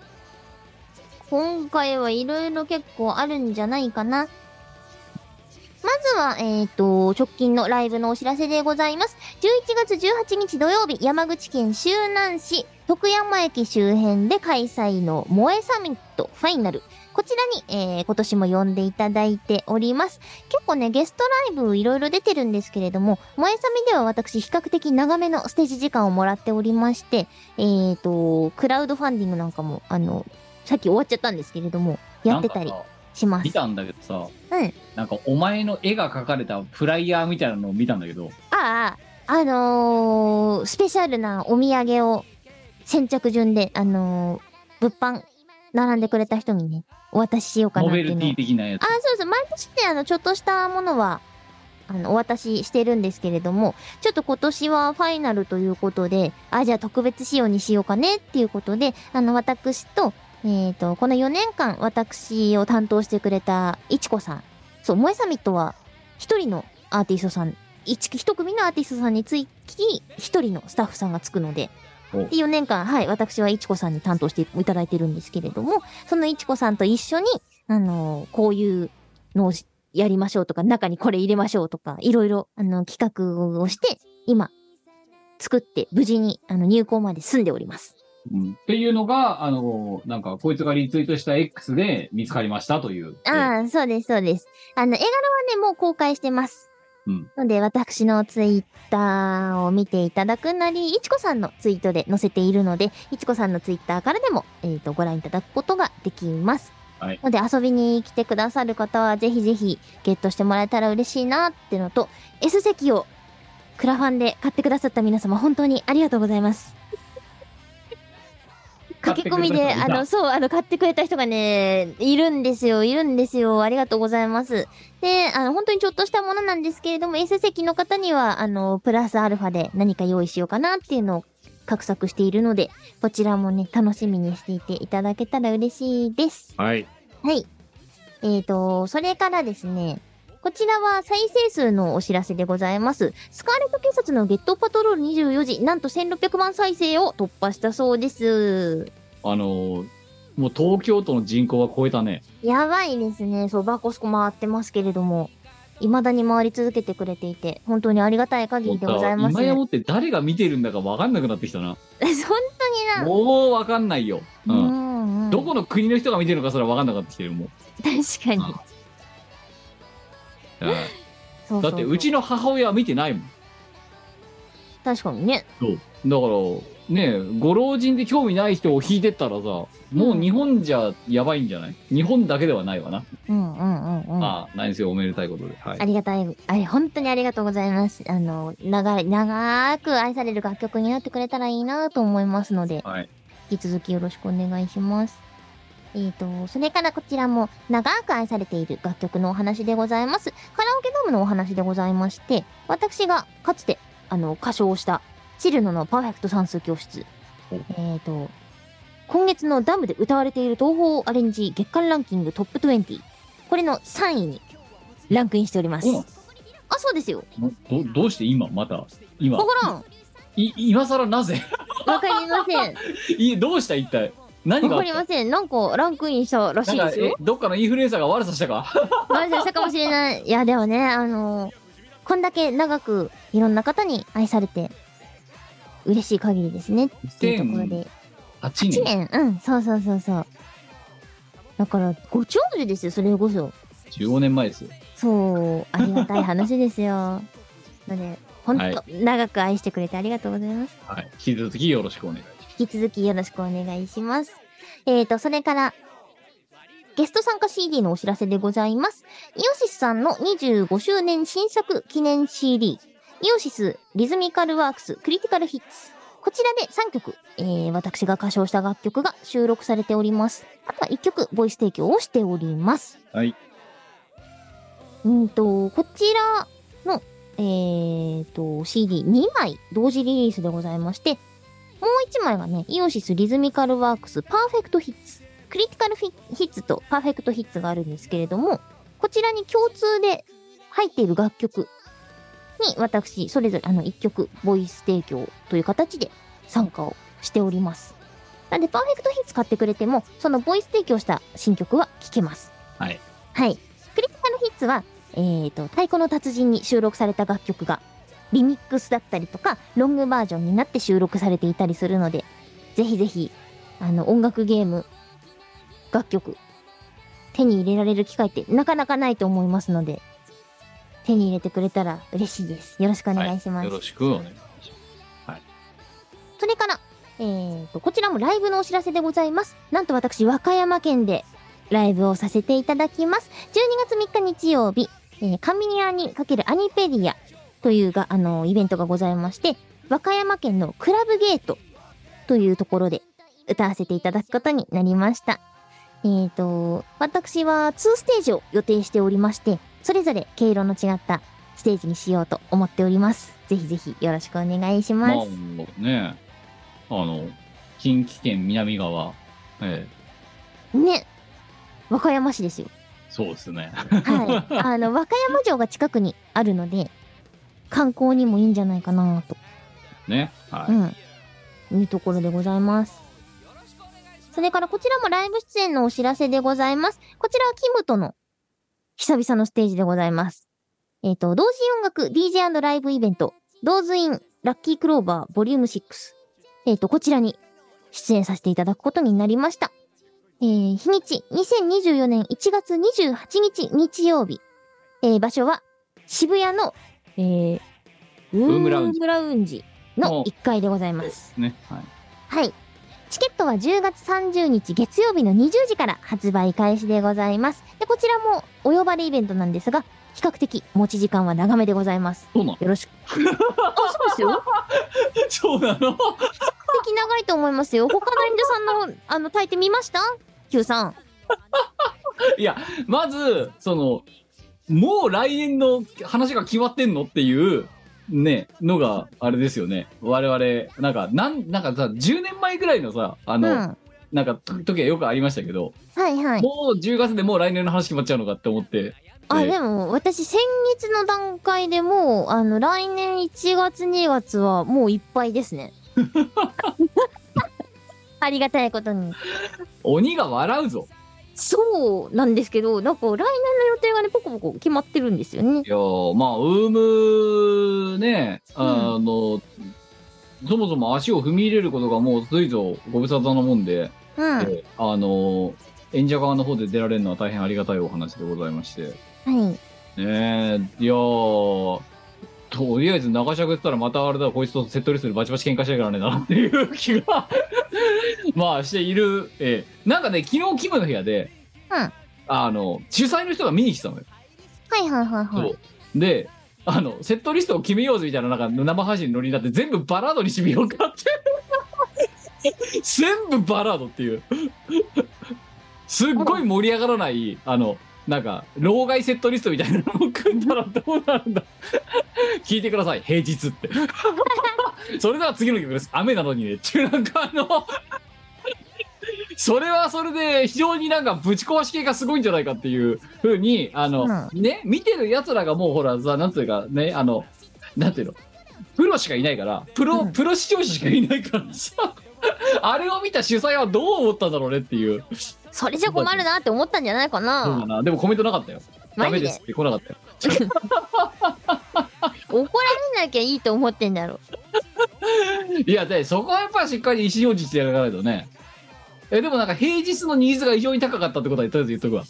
A: 今回はいろいろ結構あるんじゃないかな。まずは、えっ、と、直近のライブのお知らせでございます。11月18日土曜日、山口県周南市、徳山駅周辺で開催の萌えサミットファイナル。こちらに、えー今年も呼んでいただいております。結構ね、ゲストライブいろいろ出てるんですけれども、萌えサミでは私比較的長めのステージ時間をもらっておりまして、えっ、と、クラウドファンディングなんかも、あの、さっき終わっちゃったんですけれども、やってたり
C: なんか
A: しま
C: さ
A: す
C: 見。たんだけどさ
A: うん。
C: なんかお前の絵が描かれたフライヤーみたいなのを見たんだけど
A: ああ、あのースペシャルなお土産を先着順で、あのー物販並んでくれた人にね、お渡ししようかな
C: ノ
A: って
C: ベ
A: いう
C: ルテ
A: のを
C: ィ的なやつ
A: あ、そうそう。毎年ね、あの、ちょっとしたものは、あの、お渡ししてるんですけれども、ちょっと今年はファイナルということで、あ、じゃあ特別仕様にしようかねっていうことで、あの、私と、えっ、と、この4年間私を担当してくれたいちこさん。そう、萌えサミットは、一人のアーティストさん、一一組のアーティストさんにつき、一人のスタッフさんがつくので、
C: お
A: で4年間、はい、私はいちこさんに担当していただいてるんですけれども、そのいちこさんと一緒に、あの、こういうのをしやりましょうとか、中にこれ入れましょうとか、いろいろ、あの、企画をして、今、作って、無事に、あの、入校まで済んでおります。
C: うんっていうのが、あの、なんか、こいつがリツイートした X で見つかりましたという。
A: ああ、そうです、そうです。あの、絵柄はね、もう公開してます。
C: うん
A: ので、私のツイッターを見ていただくなり、いちこさんのツイートで載せているので、いちこさんのツイッターからでも、えっ、と、ご覧いただくことができます。
C: はい
A: ので遊びに来てくださる方はぜひぜひゲットしてもらえたら嬉しいなってのと S 席をクラファンで買ってくださった皆様本当にありがとうございます。
C: 買っ
A: 駆け
C: てくれた
A: 込みで、
C: 人が
A: あ
C: いた
A: の、そう、あの、買ってくれた人がね、いるんですよ、いるんですよ、ありがとうございます。で、あの、本当にちょっとしたものなんですけれども、S 席の方には、あの、プラスアルファで何か用意しようかなっていうのを画策しているので、こちらもね、楽しみにしていていただけたら嬉しいです。
C: はい。
A: はい。えーと、それからですね、こちらは再生数のお知らせでございます。スカーレット警察のゲットパトロール24時、なんと1600万再生を突破したそうです。
C: あのーもう東京都の人口は超えたね。
A: やばいですね。そう、バコスコ回ってますけれども、未だに回り続けてくれていて、本当にありがたい限りでございます。
C: 今
A: 本
C: やもって誰が見てるんだか分かんなくなってきたな。
A: 当にな。
C: もう分かんないよ。う。
A: うんんうん
C: どこの国の人が見てるのかそれは分かんなくなってきてるもん。
A: 確かに。
C: うん
A: そうそうそう
C: だってうちの母親は見てないもん。
A: 確かにね。
C: そうだからねご老人で興味ない人を引いてったらさもう日本じゃやばいんじゃない日本だけではないわな、
A: うんうんうんうん。
C: まあないんですよおめでたいことで、はい
A: ありがたい、あれ、本当にありがとうございます。あの、長い、長く愛される楽曲になってくれたらいいなと思いますので、
C: はい
A: 引き続きよろしくお願いします。えーと、それからこちらも長く愛されている楽曲のお話でございます。カラオケドームのお話でございまして、私がかつて、あの、歌唱した、チルノのパーフェクト算数教室。
C: お
A: えーと、今月のダムで歌われている東宝アレンジ月間ランキングトップ20。これの3位にランクインしております。
C: そうな
A: あ、そうですよ。
C: のどどうして今また今
A: わからん。
C: い今更なぜ
A: わかりません。
C: いどうした一体何が
A: わか
C: あっ
A: り
C: た
A: ません。なんかランクインしたらしいで
C: なんか
A: す
C: え
A: よ。
C: どっかのインフルエンサーが悪さしたか
A: マジでしたかもしれない。いや、でもね、あのこんだけ長くいろんな方に愛されて、嬉しい限りですね。っていうところで。
C: 8
A: 1年
C: 年
A: うん、そうそうそうそう。だから、ご長寿ですよ、それこそ。
C: 15年前ですよ
A: そう、ありがたい話ですよ。 ので、ほんと、
C: は
A: 長く愛してくれてありがとうございます。
C: はい引き続きよろしくお願いします
A: 引き続きよろしくお願いします。えーと、それから、ゲスト参加 CD のお知らせでございます。イオシスさんの25周年新作記念 CD、イオシスリズミカルワークスクリティカルヒッツ。こちらで3曲、えー私が歌唱した楽曲が収録されております。あとは1曲、ボイス提供をしております。
C: はい。
A: うんと、こちらの、えーと、CD2 枚同時リリースでございまして、もう1枚がね、イオシスリズミカルワークスパーフェクトヒッツ。クリティカルフィヒッツとパーフェクトヒッツがあるんですけれども、こちらに共通で入っている楽曲に私、それぞれあの1曲、ボイス提供という形で参加をしております。なんで、パーフェクトヒッツ買ってくれても、そのボイス提供した新曲は聴けます。
C: はい。
A: はい。クリティカルヒッツは、えーと、太鼓の達人に収録された楽曲が、リミックスだったりとか、ロングバージョンになって収録されていたりするので、ぜひぜひ、あの、音楽ゲーム、楽曲、手に入れられる機会ってなかなかないと思いますので、手に入れてくれたら嬉しいです。よろしくお願いします。
C: よろしくお願いします
A: それから、えー、と、こちらもライブのお知らせでございます。なんと私、和歌山県でライブをさせていただきます。12月3日日曜日、えー、カミニアにかけるアニペディアというが、あの、イベントがございまして、和歌山県のクラブゲートというところで歌わせていただくことになりました。えー、と、私は2ステージを予定しておりまして、それぞれ毛色の違ったステージにしようと思っております。ぜひぜひよろしくお願いします。
C: まあねあの近畿圏南側ええ
A: ね、和歌山市ですよ。
C: そうですね
A: はい。あの、和歌山城が近くにあるので、観光にもいいんじゃないかなと。
C: ねはい、
A: うん。いうところでございます。それからこちらもライブ出演のお知らせでございます。こちらはキムとの久々のステージでございます。えっ、と、同時音楽 DJ& ライブイベント、ドーズインラッキークローバーボリューム6。えっ、と、こちらに出演させていただくことになりました。えー日にち、2024年1月28日日曜日。えー場所は渋谷の、えー、ウ
C: ームラウンジ
A: ームラウンジの1階でございます。
C: ねはい
A: はい。チケットは10月30日月曜日の20時から発売開始でございます。で、こちらもお呼ばれイベントなんですが、比較的持ち時間は長めでございます。
C: そうなの
A: よ ろしく。あ、そうですよ。
C: そうなの
A: 素敵長いと思いますよ。他の演者さんの、あの、炊いてみました ?Q さん。
C: いや、まず、その、もう来年の話が決まってんのっていう、ね、のが、あれですよね。我々、なんか、なん、なんかさ、10年前ぐらいのさ、あ
A: うん。
C: の、
A: は
C: なんか、と時はよくありましたけど、
A: いはい。
C: もう10月でもう来年の話決まっちゃうのかって思って、
A: あ、
C: ええ
A: でも、私、先月の段階でもう、あの、来年1月、2月はもういっぱいです ね。 ありがたいことに。
C: 鬼が笑うぞ。
A: そうなんですけど、なんか来年の予定がね、ポコポコ決まってるんですよね。
C: いやーまあ、ウームね、あの、そもそも足を踏み入れることがもう随ぞご無沙汰なもんで、
A: うん。はい。
C: えーあの、演者側の方で出られるのは大変ありがたいお話でございまして。ねえ、いやー、とりあえず長尺って言ったらまたあれだ、こいつとセットリストでバチバチ喧嘩しなきゃならねえなっていう気が、 まあしている。ええなんかね、昨日キムの部屋で、
A: うん
C: あの、主催の人が見に来てたのよ。
A: はいはいはいは
C: そうで、あの、セットリストを決めようぜみたいな、なんか生配信のノリになって全部バラードにしみようか って。全部バラードっていう。すっごい盛り上がらない、あの、なんか、老害セットリストみたいなのを組んだらどうなるんだ 聞いてください、平日って。 それでは次の曲です。雨なのにね。っていうなんかあの、 それはそれで非常になんかぶち壊し系がすごいんじゃないかっていうふうに、あの、ね、見てる奴らがもうほらさ、なんていうかね、あの、なんていうの、プロしかいないから、プロ、
A: うん
C: プロ視聴者しかいないからさ、 あれを見た主催はどう思ったんだろうねっていう。
A: い。それじゃ困るなって思ったんじゃないか
C: そうだ
A: な。
C: なでもコメントなかったよ。ダ
A: マ
C: メ
A: ジで
C: ですって来なかったよ。
A: 怒られなきゃいいと思ってんだろ。
C: いや、で、そこはやっぱりしっかり意思表示してやらないとね。え、でもなんか平日のニーズが非常に高かったってことはとりあえず言っとくわ。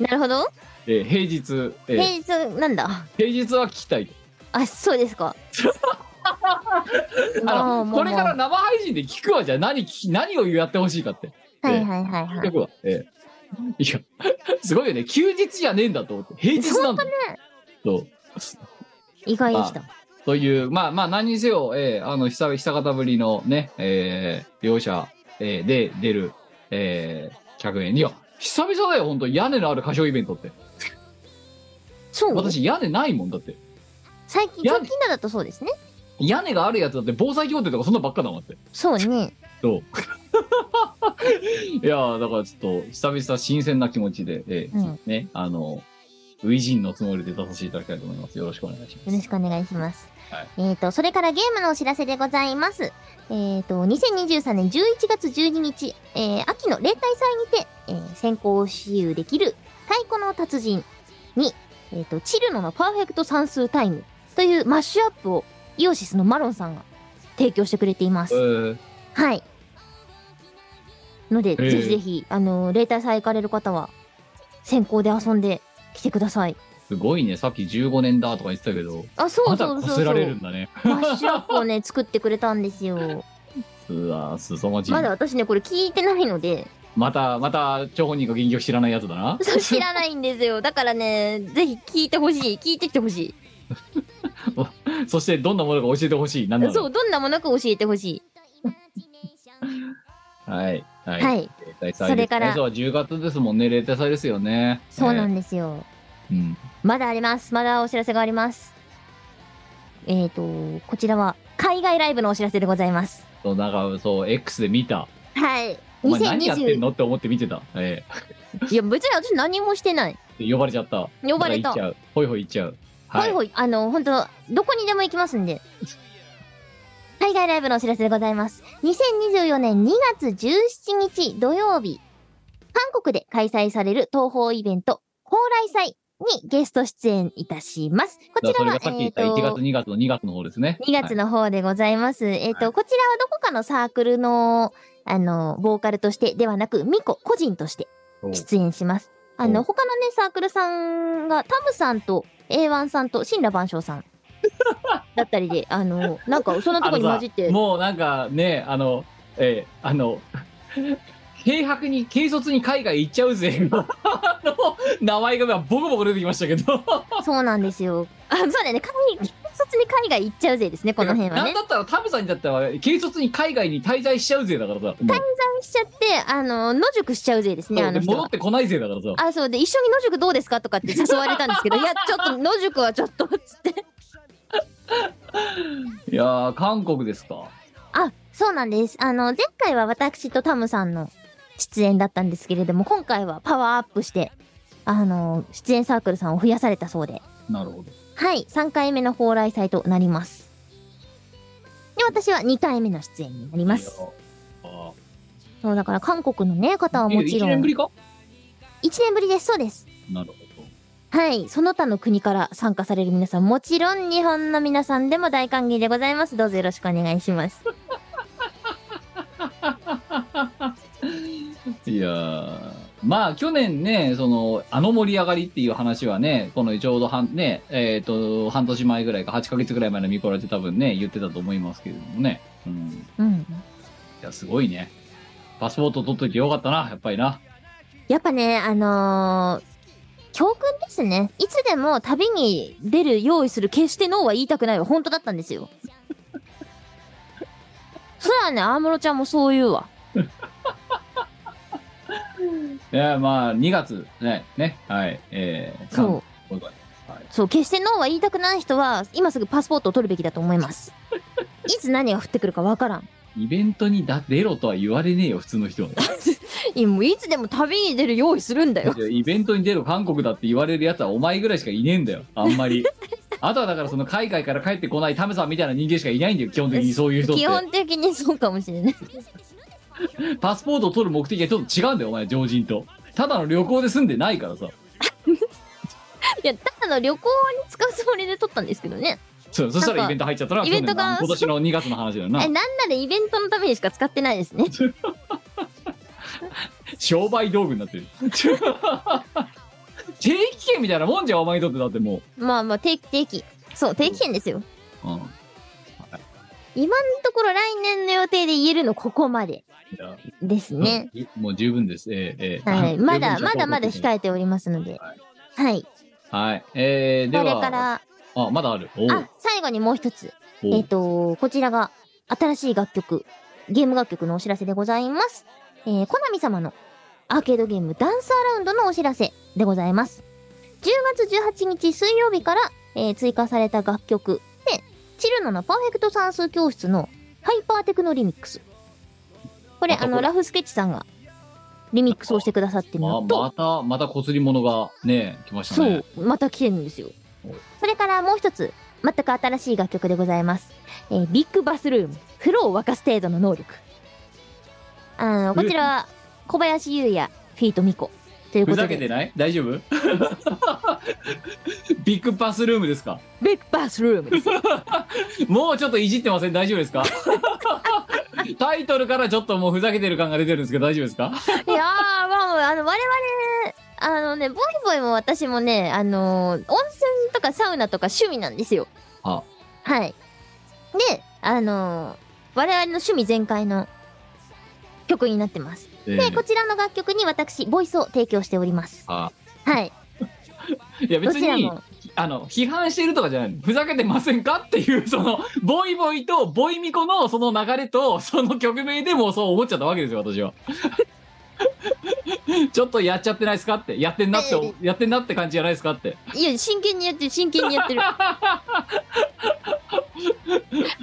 A: なるほど。
C: えー平日、えー
A: 平日なんだ。
C: 平日は聞きたいと。
A: あ、そうですか。
C: あの、これから
A: も
C: 生配信で聞くわ、じゃあ何聞き、何をやってほしいかって。
A: うはいはいはいは
C: 聞い
A: い。
C: とくわ。ええいや、すごいよね。休日じゃねえんだと思って。平日なんだ。そう。
A: 意外でした。
C: という、まあまあ何にせよ、えーあの、久々久方ぶりのね、えー両者、えーで出る、えー客演。いや、久々だよ、本当屋根のある歌唱イベントって。
A: そう。
C: 私、屋根ないもんだって。
A: 最近、
C: や
A: 直近のだとそうですね。
C: 屋根があるやつだって防災協定とかそんなばっかだもんだって。
A: そうね。
C: そう。 いやーだからちょっと、久々新鮮な気持ちで、えー
A: うん
C: ね、あの、ウィジンのつもりで出させていただきたいと思います。よろしくお願いし
A: よ
C: ま
A: ろ
C: す。
A: しくお願いします。
C: はい
A: えっ、と、それからゲームのお知らせでございます。えっ、と、2023年11月12日、えー秋の例大祭にて、えー先行私有できる太鼓の達人に、えっ、と、チルノのパーフェクト算数タイムというマッシュアップをイオシスのマロンさんが提供してくれています。
C: えー
A: はい。ので、
C: えー
A: ぜひぜひ、あの、例大祭行かれる方は、先行で遊んできてください。
C: すごいね、さっき15年だとか言ってたけど、
A: あ、そ
C: ま
A: う
C: だ
A: そう
C: こ
A: そうそ
C: せ
A: う。
C: られるんだね。
A: マッシュアップをね、作ってくれたんです よ。
C: うわーすさまじい。
A: まだ私ね、これ聞いてないので、
C: また、また、張本人が原曲知らないやつ だな。
A: そう知らないんですよ。だからね、ぜひ聞いてほしい。聞いてきてほし
C: そして、どんなものか教えてほしい。なんだ
A: い。
C: ろ。
A: そうう、どんなものか教えてほし。
C: はい。はいい。
A: はい。
C: 例大祭
A: それから
C: 例大祭は10月ですもんね。例大祭ですよね。
A: そうなんんですよ。
C: うん。
A: まだあります。まだお知らせがあります。えっ、と、こちらは、海外ライブのお知らせでございます。
C: そう、なんか、そう、X で見た。
A: はい。
C: お前何やってん
A: 2020。
C: のって思って見てた。え
A: いや、別に私何もしてない。
C: え呼ばれちゃった。
A: 呼ばれ
C: だ
A: た。
C: から行っちゃう。ほいほい行っちゃう。
A: ほいほい、あの、本当どこにでも行きますんで。海外ライブのお知らせでございます。2024年2月17日土曜日、韓国で開催される東宝イベント、蓬莱祭にゲスト出演いたします。こ
C: だ
A: ち
C: からら
A: は、
C: それがさっき
A: え
C: 言
A: っ
C: った1月、
A: と、
C: 2月の2月の方ですね。
A: 2月
C: はい
A: の方でございます。えっ
C: は
A: と、こちらはどこかのサークルの、あの、ボーカルとしてではなく、ミコ個人として
C: そう
A: 出演します。あ
C: お
A: の、他のね、サークルさんが、タムさんと A1 さんと、神羅万象さんだったりで、あの、なんか、そんなとこに混じっ
C: あの
A: て
C: さ、もうなんかね、あの、ええあの軽薄に軽率に海外行っちゃうぜ のあの名前がボコボコ出てきましたけど
A: そうなんですよ。あ、そうだよね。仮に、軽率に海外行っちゃうぜですね、この辺は
C: な
A: ね
C: んだ。ったらタムさんにだったら軽率に海外に滞在しちゃうぜだからさ
A: しちゃって、あの、野宿しちゃうぜですね、あの人
C: 戻
A: は
C: っ。てこないぜだからさ
A: あ、そうで、一緒に野宿どうですかとかって誘われたんですけど、いや、ちょっと野宿はちょっと、つって。
C: いやー韓国ですか
A: あ、そうなんです。あの、前回は私とタムさんの出演だったんですけれども、今回はパワーアップして、あの、出演サークルさんを増やされたそうで、
C: なるほど
A: はい、3回目の蓬莱祭となります。で、私は2回目の出演になります。
C: いやーあ
A: そう、だから韓国のね、方は
C: ー
A: もちろ
C: いや一年
A: ん、
C: ぶ
A: 1
C: りか
A: 年ぶりです、そうです。
C: なるほど
A: はい、その他の国から参加される皆さん、もちろん日本の皆さんでも大歓迎でございます。どうぞよろしくお願いします。
C: いやーまあ去年ねそのあの盛り上がりっていう話はねこのちょうど半ねえっ、と半年前ぐらいか8ヶ月ぐらい前のミコラで多分ね言ってたと思いますけれどもねうんい
A: うん。
C: やすごいねパスポート取っといてよかったなやっぱりな
A: やっぱね、あのー教訓ですね。いつでも旅に出る、用意する、決してノーは言いたくないは本当だったんですよ。 そりゃね、アームロちゃんもそう言うわ。
C: いやまあ2月ねねはいえー、
A: そう。
C: うことではい
A: そう、決してノーは言いたくない人は、今すぐパスポートを取るべきだと思い ます。いつ何が降ってくるかわからん。
C: イベントにだ出ろとは言われねえよ普通の人は
A: いやもういつでも旅に出る用意するんだよ。
C: イベントに出ろ韓国だって言われるやつはお前ぐらいしかいねえんだよあんま りあとはだからその海外から帰ってこないタメさんみたい な人間しかいないんだよ基本的にそういう人っ
A: 基
C: て
A: 本的にそうかもし れない。
C: パスポートを取る目的がちょっと違うんだよお前常人とただの旅行で住んでないからさ
A: いや、ただの旅行に使うつもりで撮ったんですけどね。
C: そうそしたらイベント入っちゃったら
A: イベントが
C: 去年の今年の2月の話だよな
A: え、なんならイベントのためにしか使ってないですね。
C: 商売道具になってる 定期券みたいなもんじゃんお前にとってだっても
A: まあまあ、定期定期。そう、定期券ですよ。
C: う、うん、い
A: 今のところ来年の予定で言えるのここまで
C: や
A: ですね。
C: うんもう十分ですええええ
A: はい。まだ、
C: 十分
A: まだまだ控えておりますので。はい。
C: はい。えー、で
A: これ
C: は、
A: から、
C: あ、まだある。おう
A: あ、最後にもう一つ。
C: おう
A: えっ、と、こちらが新しい楽曲、ゲーム楽曲のお知らせでございます。えー、コナミ様のアーケードゲームダンスアラウンドのお知らせでございます。10月18日水曜日から、えー追加された楽曲で、チルノのパーフェクト算数教室のハイパーテクノリミックス。これ、
C: また
A: あ
C: これ
A: の、ラフスケッチさんがリミックスをしてくださってる
C: ま
A: のと、
C: また、またこすり物がね、来ました
A: そ
C: ね
A: う。、また来てるんですよ
C: お。
A: それからもう一つ、全く新しい楽曲でございます。えービッグバスルーム、風呂を沸かす程度の能力。あの、こちらは、小林優也、フィートミコ。というこ
C: ふ
A: と
C: ざけて
A: で、
C: ない大丈夫 ビッグパスルームですか
A: ビッグバスルーム です。
C: もうちょっといじってません大丈夫ですか タイトルからちょっともうふざけてる感が出てるんですけど大丈夫ですか
A: いやー、まあ、もうあの、我々、あのね、ボイボイも私もね、あのー温泉とかサウナとか趣味なんですよ。
C: あ
A: はい。で、あのー我々の趣味全開の曲になってます。
C: え
A: で、
C: ー
A: こちらの楽曲に私、ボイスを提供しております。
C: あ
A: はい。
C: いや
A: ど
C: 別
A: ちら
C: に
A: も。
C: あの批判してるとかじゃないのふざけてませんかっていう そのボイボイとボイミコのその流れと その曲名でもうそう思っちゃったわけですよ私は ちょっとやっちゃってないですかってやってんなって、
A: え
C: やってんなって感じじゃないです かって
A: いや、真剣にやってる、真剣にやっ てる。あ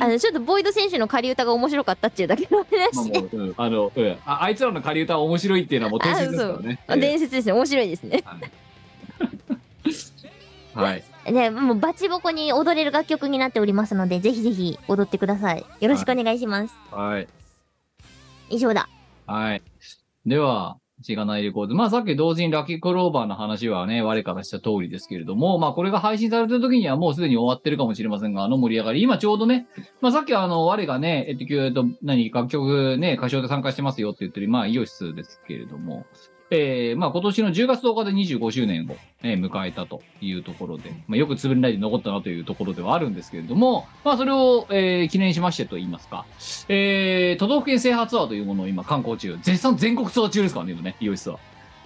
A: の、ちょっとボイド選手の仮歌が面白かったっていうだけの
C: まあ
A: 話
C: も
A: で。
C: う、うんあの、うんああいつらの仮歌は面白いっていうのはもう定説ですからね
A: あ伝説ですね。面白いですね。
C: はい
A: で、もうバチボコに踊れる楽曲になっておりますので、ぜひぜひ踊ってください。よろしくお願いします。
C: はい
A: 以上だ。
C: はい。では、しがないレコード。まあさっき同時にラッキークローバーの話はね、我からした通りですけれども、まあこれが配信されてる時にはもうすでに終わってるかもしれませんが、あの盛り上がり、今ちょうどね、まあさっきはあの、我がね、えっと、えっと、何、楽曲ね、歌唱で参加してますよって言ってる、まあイオシスですけれども、えーまあ、今年の10月10日で25周年を、えー迎えたというところで、まあ、よくつぶれないで残ったなというところではあるんですけれども、まあ、それを、えー記念しましてと言いますか、えー都道府県制覇ツアーというものを今観光中、絶賛全国ツアー中ですからね、今ね、イオシスは。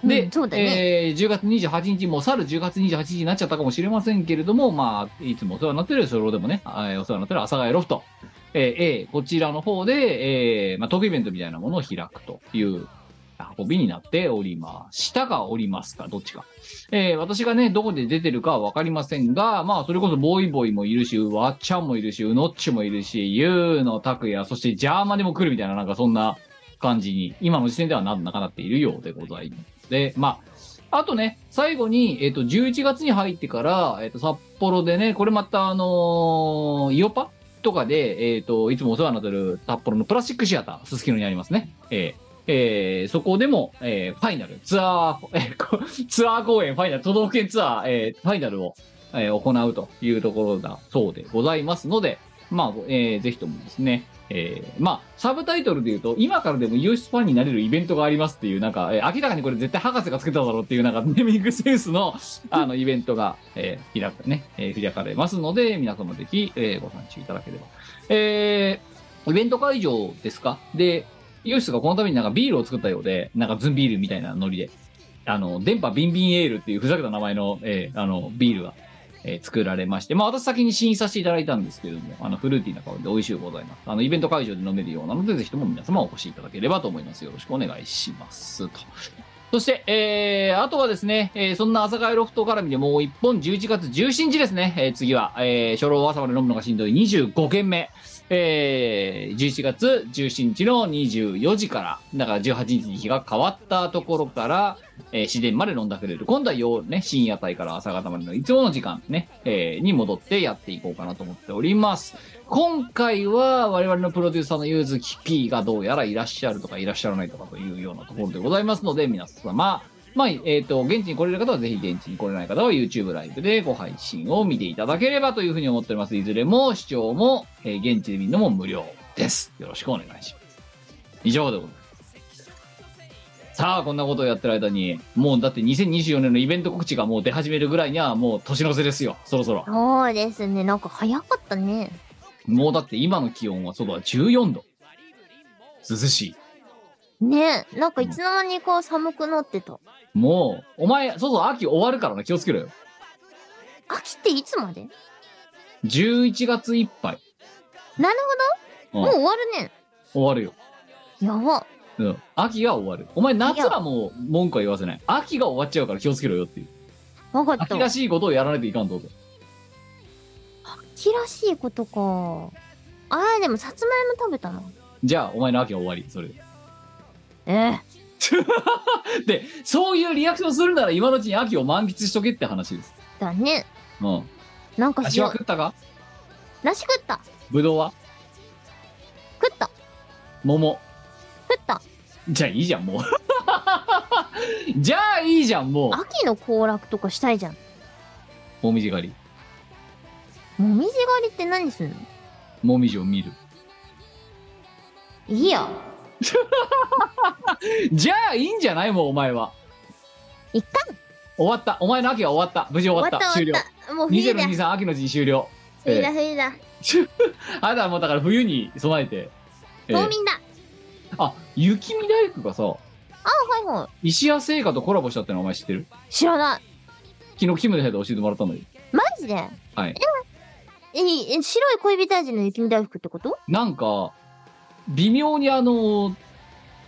C: で、
A: うんそうだね。
C: えー10月28日、もう去る10月28日になっちゃったかもしれませんけれども、まあ、いつもお世話になってる、それでもね、あーお世話になってる阿佐ヶ谷ロフト、えー A こちらの方で、えーまあ、トークイベントみたいなものを開くという運びになっております。下がおりますか、どっちか。えー私がね、どこで出てるかはわかりませんが、まあ、それこそボーイボイもいるし、わっちゃんもいるし、うのっちもいるし、ゆうのたくや、そしてジャーマでも来るみたいな、なんかそんな感じに、今の時点ではなんだかなっているようでございます。で、まあ、あとね、最後に、えっ、と、11月に入ってから、えっ、と、札幌でね、これまた、あのーイオパとかで、えっ、と、いつもお世話になってる札幌のプラスチックシアター、すすきのにありますね。えーえーそこでも、えーファイナル、ツアー、え ーこツアー公演、ファイナル、都道府県ツアー、えーファイナルを、えー行うというところだそうでございますので、まあ、えーぜひともですね、えーまあ、サブタイトルで言うと、今からでもイオシスファンになれるイベントがありますっていう、なんか、えー明らかにこれ絶対博士がつけただろうっていう、なんか、ネーミングセンスの、あの、イベントが、えー開くね、えー開かれますので、皆様ぜひ、えーご参集いただければ。えーイベント会場ですかで、イオシスがこのためになんかビールを作ったようで、なんかズンビールみたいなノリで、あの、電波ビンビンエールっていうふざけた名前の、えーあの、ビールが、えー作られまして、まあ私先に試飲させていただいたんですけれども、あの、フルーティーな香りで美味しゅうございます。あの、イベント会場で飲めるようなので、ぜひとも皆様お越しいただければと思います。よろしくお願いします。と。そして、えー、あとはですね、えーそんな朝会ロフト絡みでもう一本、11月17日ですね、えー次は、えー初老朝まで飲むのがしんどい25軒目。えー11月17日の24時から、だから18日に日が変わったところから、えー、自然まで飲んだくれる。今度は夜ね、深夜帯から朝方までのいつもの時間ね、えーに戻ってやっていこうかなと思っております。今回は我々のプロデューサーのゆうずき P がどうやらいらっしゃるとかいらっしゃらないとかというようなところでございますので、皆様、まあ、えっ、と、現地に来れる方はぜひ現地に来れない方は YouTube ライブでご配信を見ていただければというふうに思っております。いずれも視聴も、えー現地で見るのも無料です。よろしくお願いします。以上でございます。さあ、こんなことをやってる間に、もうだって2024年のイベント告知がもう出始めるぐらいにはもう年の瀬ですよ。そろそろ。
A: そうですね。なんか早かったね。
C: もうだって今の気温は外は14度。涼しい。
A: ねなんかいつの間にか寒くなってた。
C: もう、お前、そうそう、秋終わるからな、気をつけろよ。
A: 秋っていつまで
C: 11月いっぱい。
A: なる
C: う
A: ほど。
C: ん
A: もう終わるね。
C: 終わるよ。
A: やば。
C: うん。秋が終わる。お前、夏はもう文句は言わせない。秋が終わっちゃうから気をつけろよっていう。
A: わかった。
C: 秋ら
A: 秋
C: しいことをやらないといかんと。
A: らしいことか。あー、でもさつまいも食べたな。
C: じゃあ、お前の秋は終わり。それで。
A: ええ
C: で、そういうリアクションするなら今のうちに秋を満喫しとけって話です。
A: だね。
C: うん。
A: なんかし
C: 梨
A: よ
C: は
A: う。
C: 食ったか
A: 梨食った。
C: ぶどうは
A: 食った。
C: 桃。
A: 食った。
C: じゃあいいじゃん、もう。 じゃあいいじゃん、も
A: 秋の行楽とかしたいじゃん。
C: う。もみじ狩り。
A: もみじ狩りって何すんの
C: もみじを見る。
A: いいや。
C: じゃあいいんじゃないもうお前は。
A: いっか。
C: 終わった。お前の秋は終わった。無事終わった。終
A: 終
C: 了
A: わ。った終わった。もう冬だ。
C: 2023秋の陣終了。
A: 冬
C: え
A: だ
C: え
A: 冬だ。
C: あなたはもうだから冬に備えて。ええ
A: 冬眠だ。
C: あ、雪見大工がさ、
A: はいは
C: 石屋製菓とコラボしたってのお前知ってる
A: い。知らない。
C: 昨日キムの部屋で教えてもらったんだけど。
A: マジで
C: はい。
A: ええ、え白い恋人味の雪見大福ってこと
C: なんか、微妙にあの、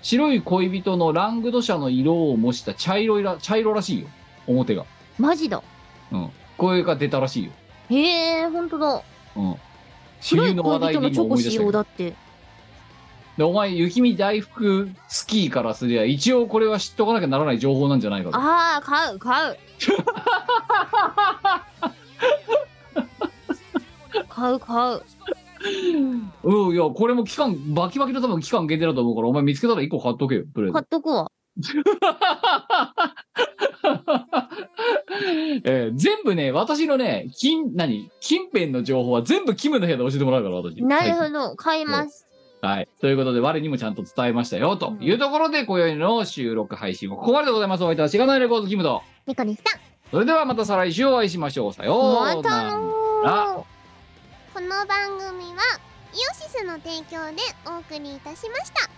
C: 白い恋人のラングド社の色を模した茶色いら、茶色らしいよ。表が。
A: マジだ。
C: うん。声が出たらしいよ。
A: へえ、ほんとだ。
C: うん。
A: 白い
C: 冬の話題
A: 恋
C: で
A: 人
C: 今
A: のチョコ仕様だって。
C: で、お前、雪見大福スキーからすりゃ、一応これは知っとかなきゃならない情報なんじゃないかと。
A: ああ、買う、買 う。買う、買う。
C: うん、いや、これも期間、バキバキの多分期間限定だと思うから、お前見つけたら一個買っとけよ、とりあ
A: 買っとくわ。
C: えず。えー全部ね、私のね、金、何近辺の情報は全部キムの部屋で教えてもらうから、私。
A: なるほど、買います。
C: ははい。ということで、我にもちゃんと伝えましたよ、というところで、今宵の収録配信はここまででございます。お相手はしがないレコードキムと。
F: ニコでした。
C: それではまた再来週お会いしましょう。さよ
F: ま
C: うな
F: た
C: ら。
F: のー
C: あ
A: この番組はイオシスの提供でお送りいたしました。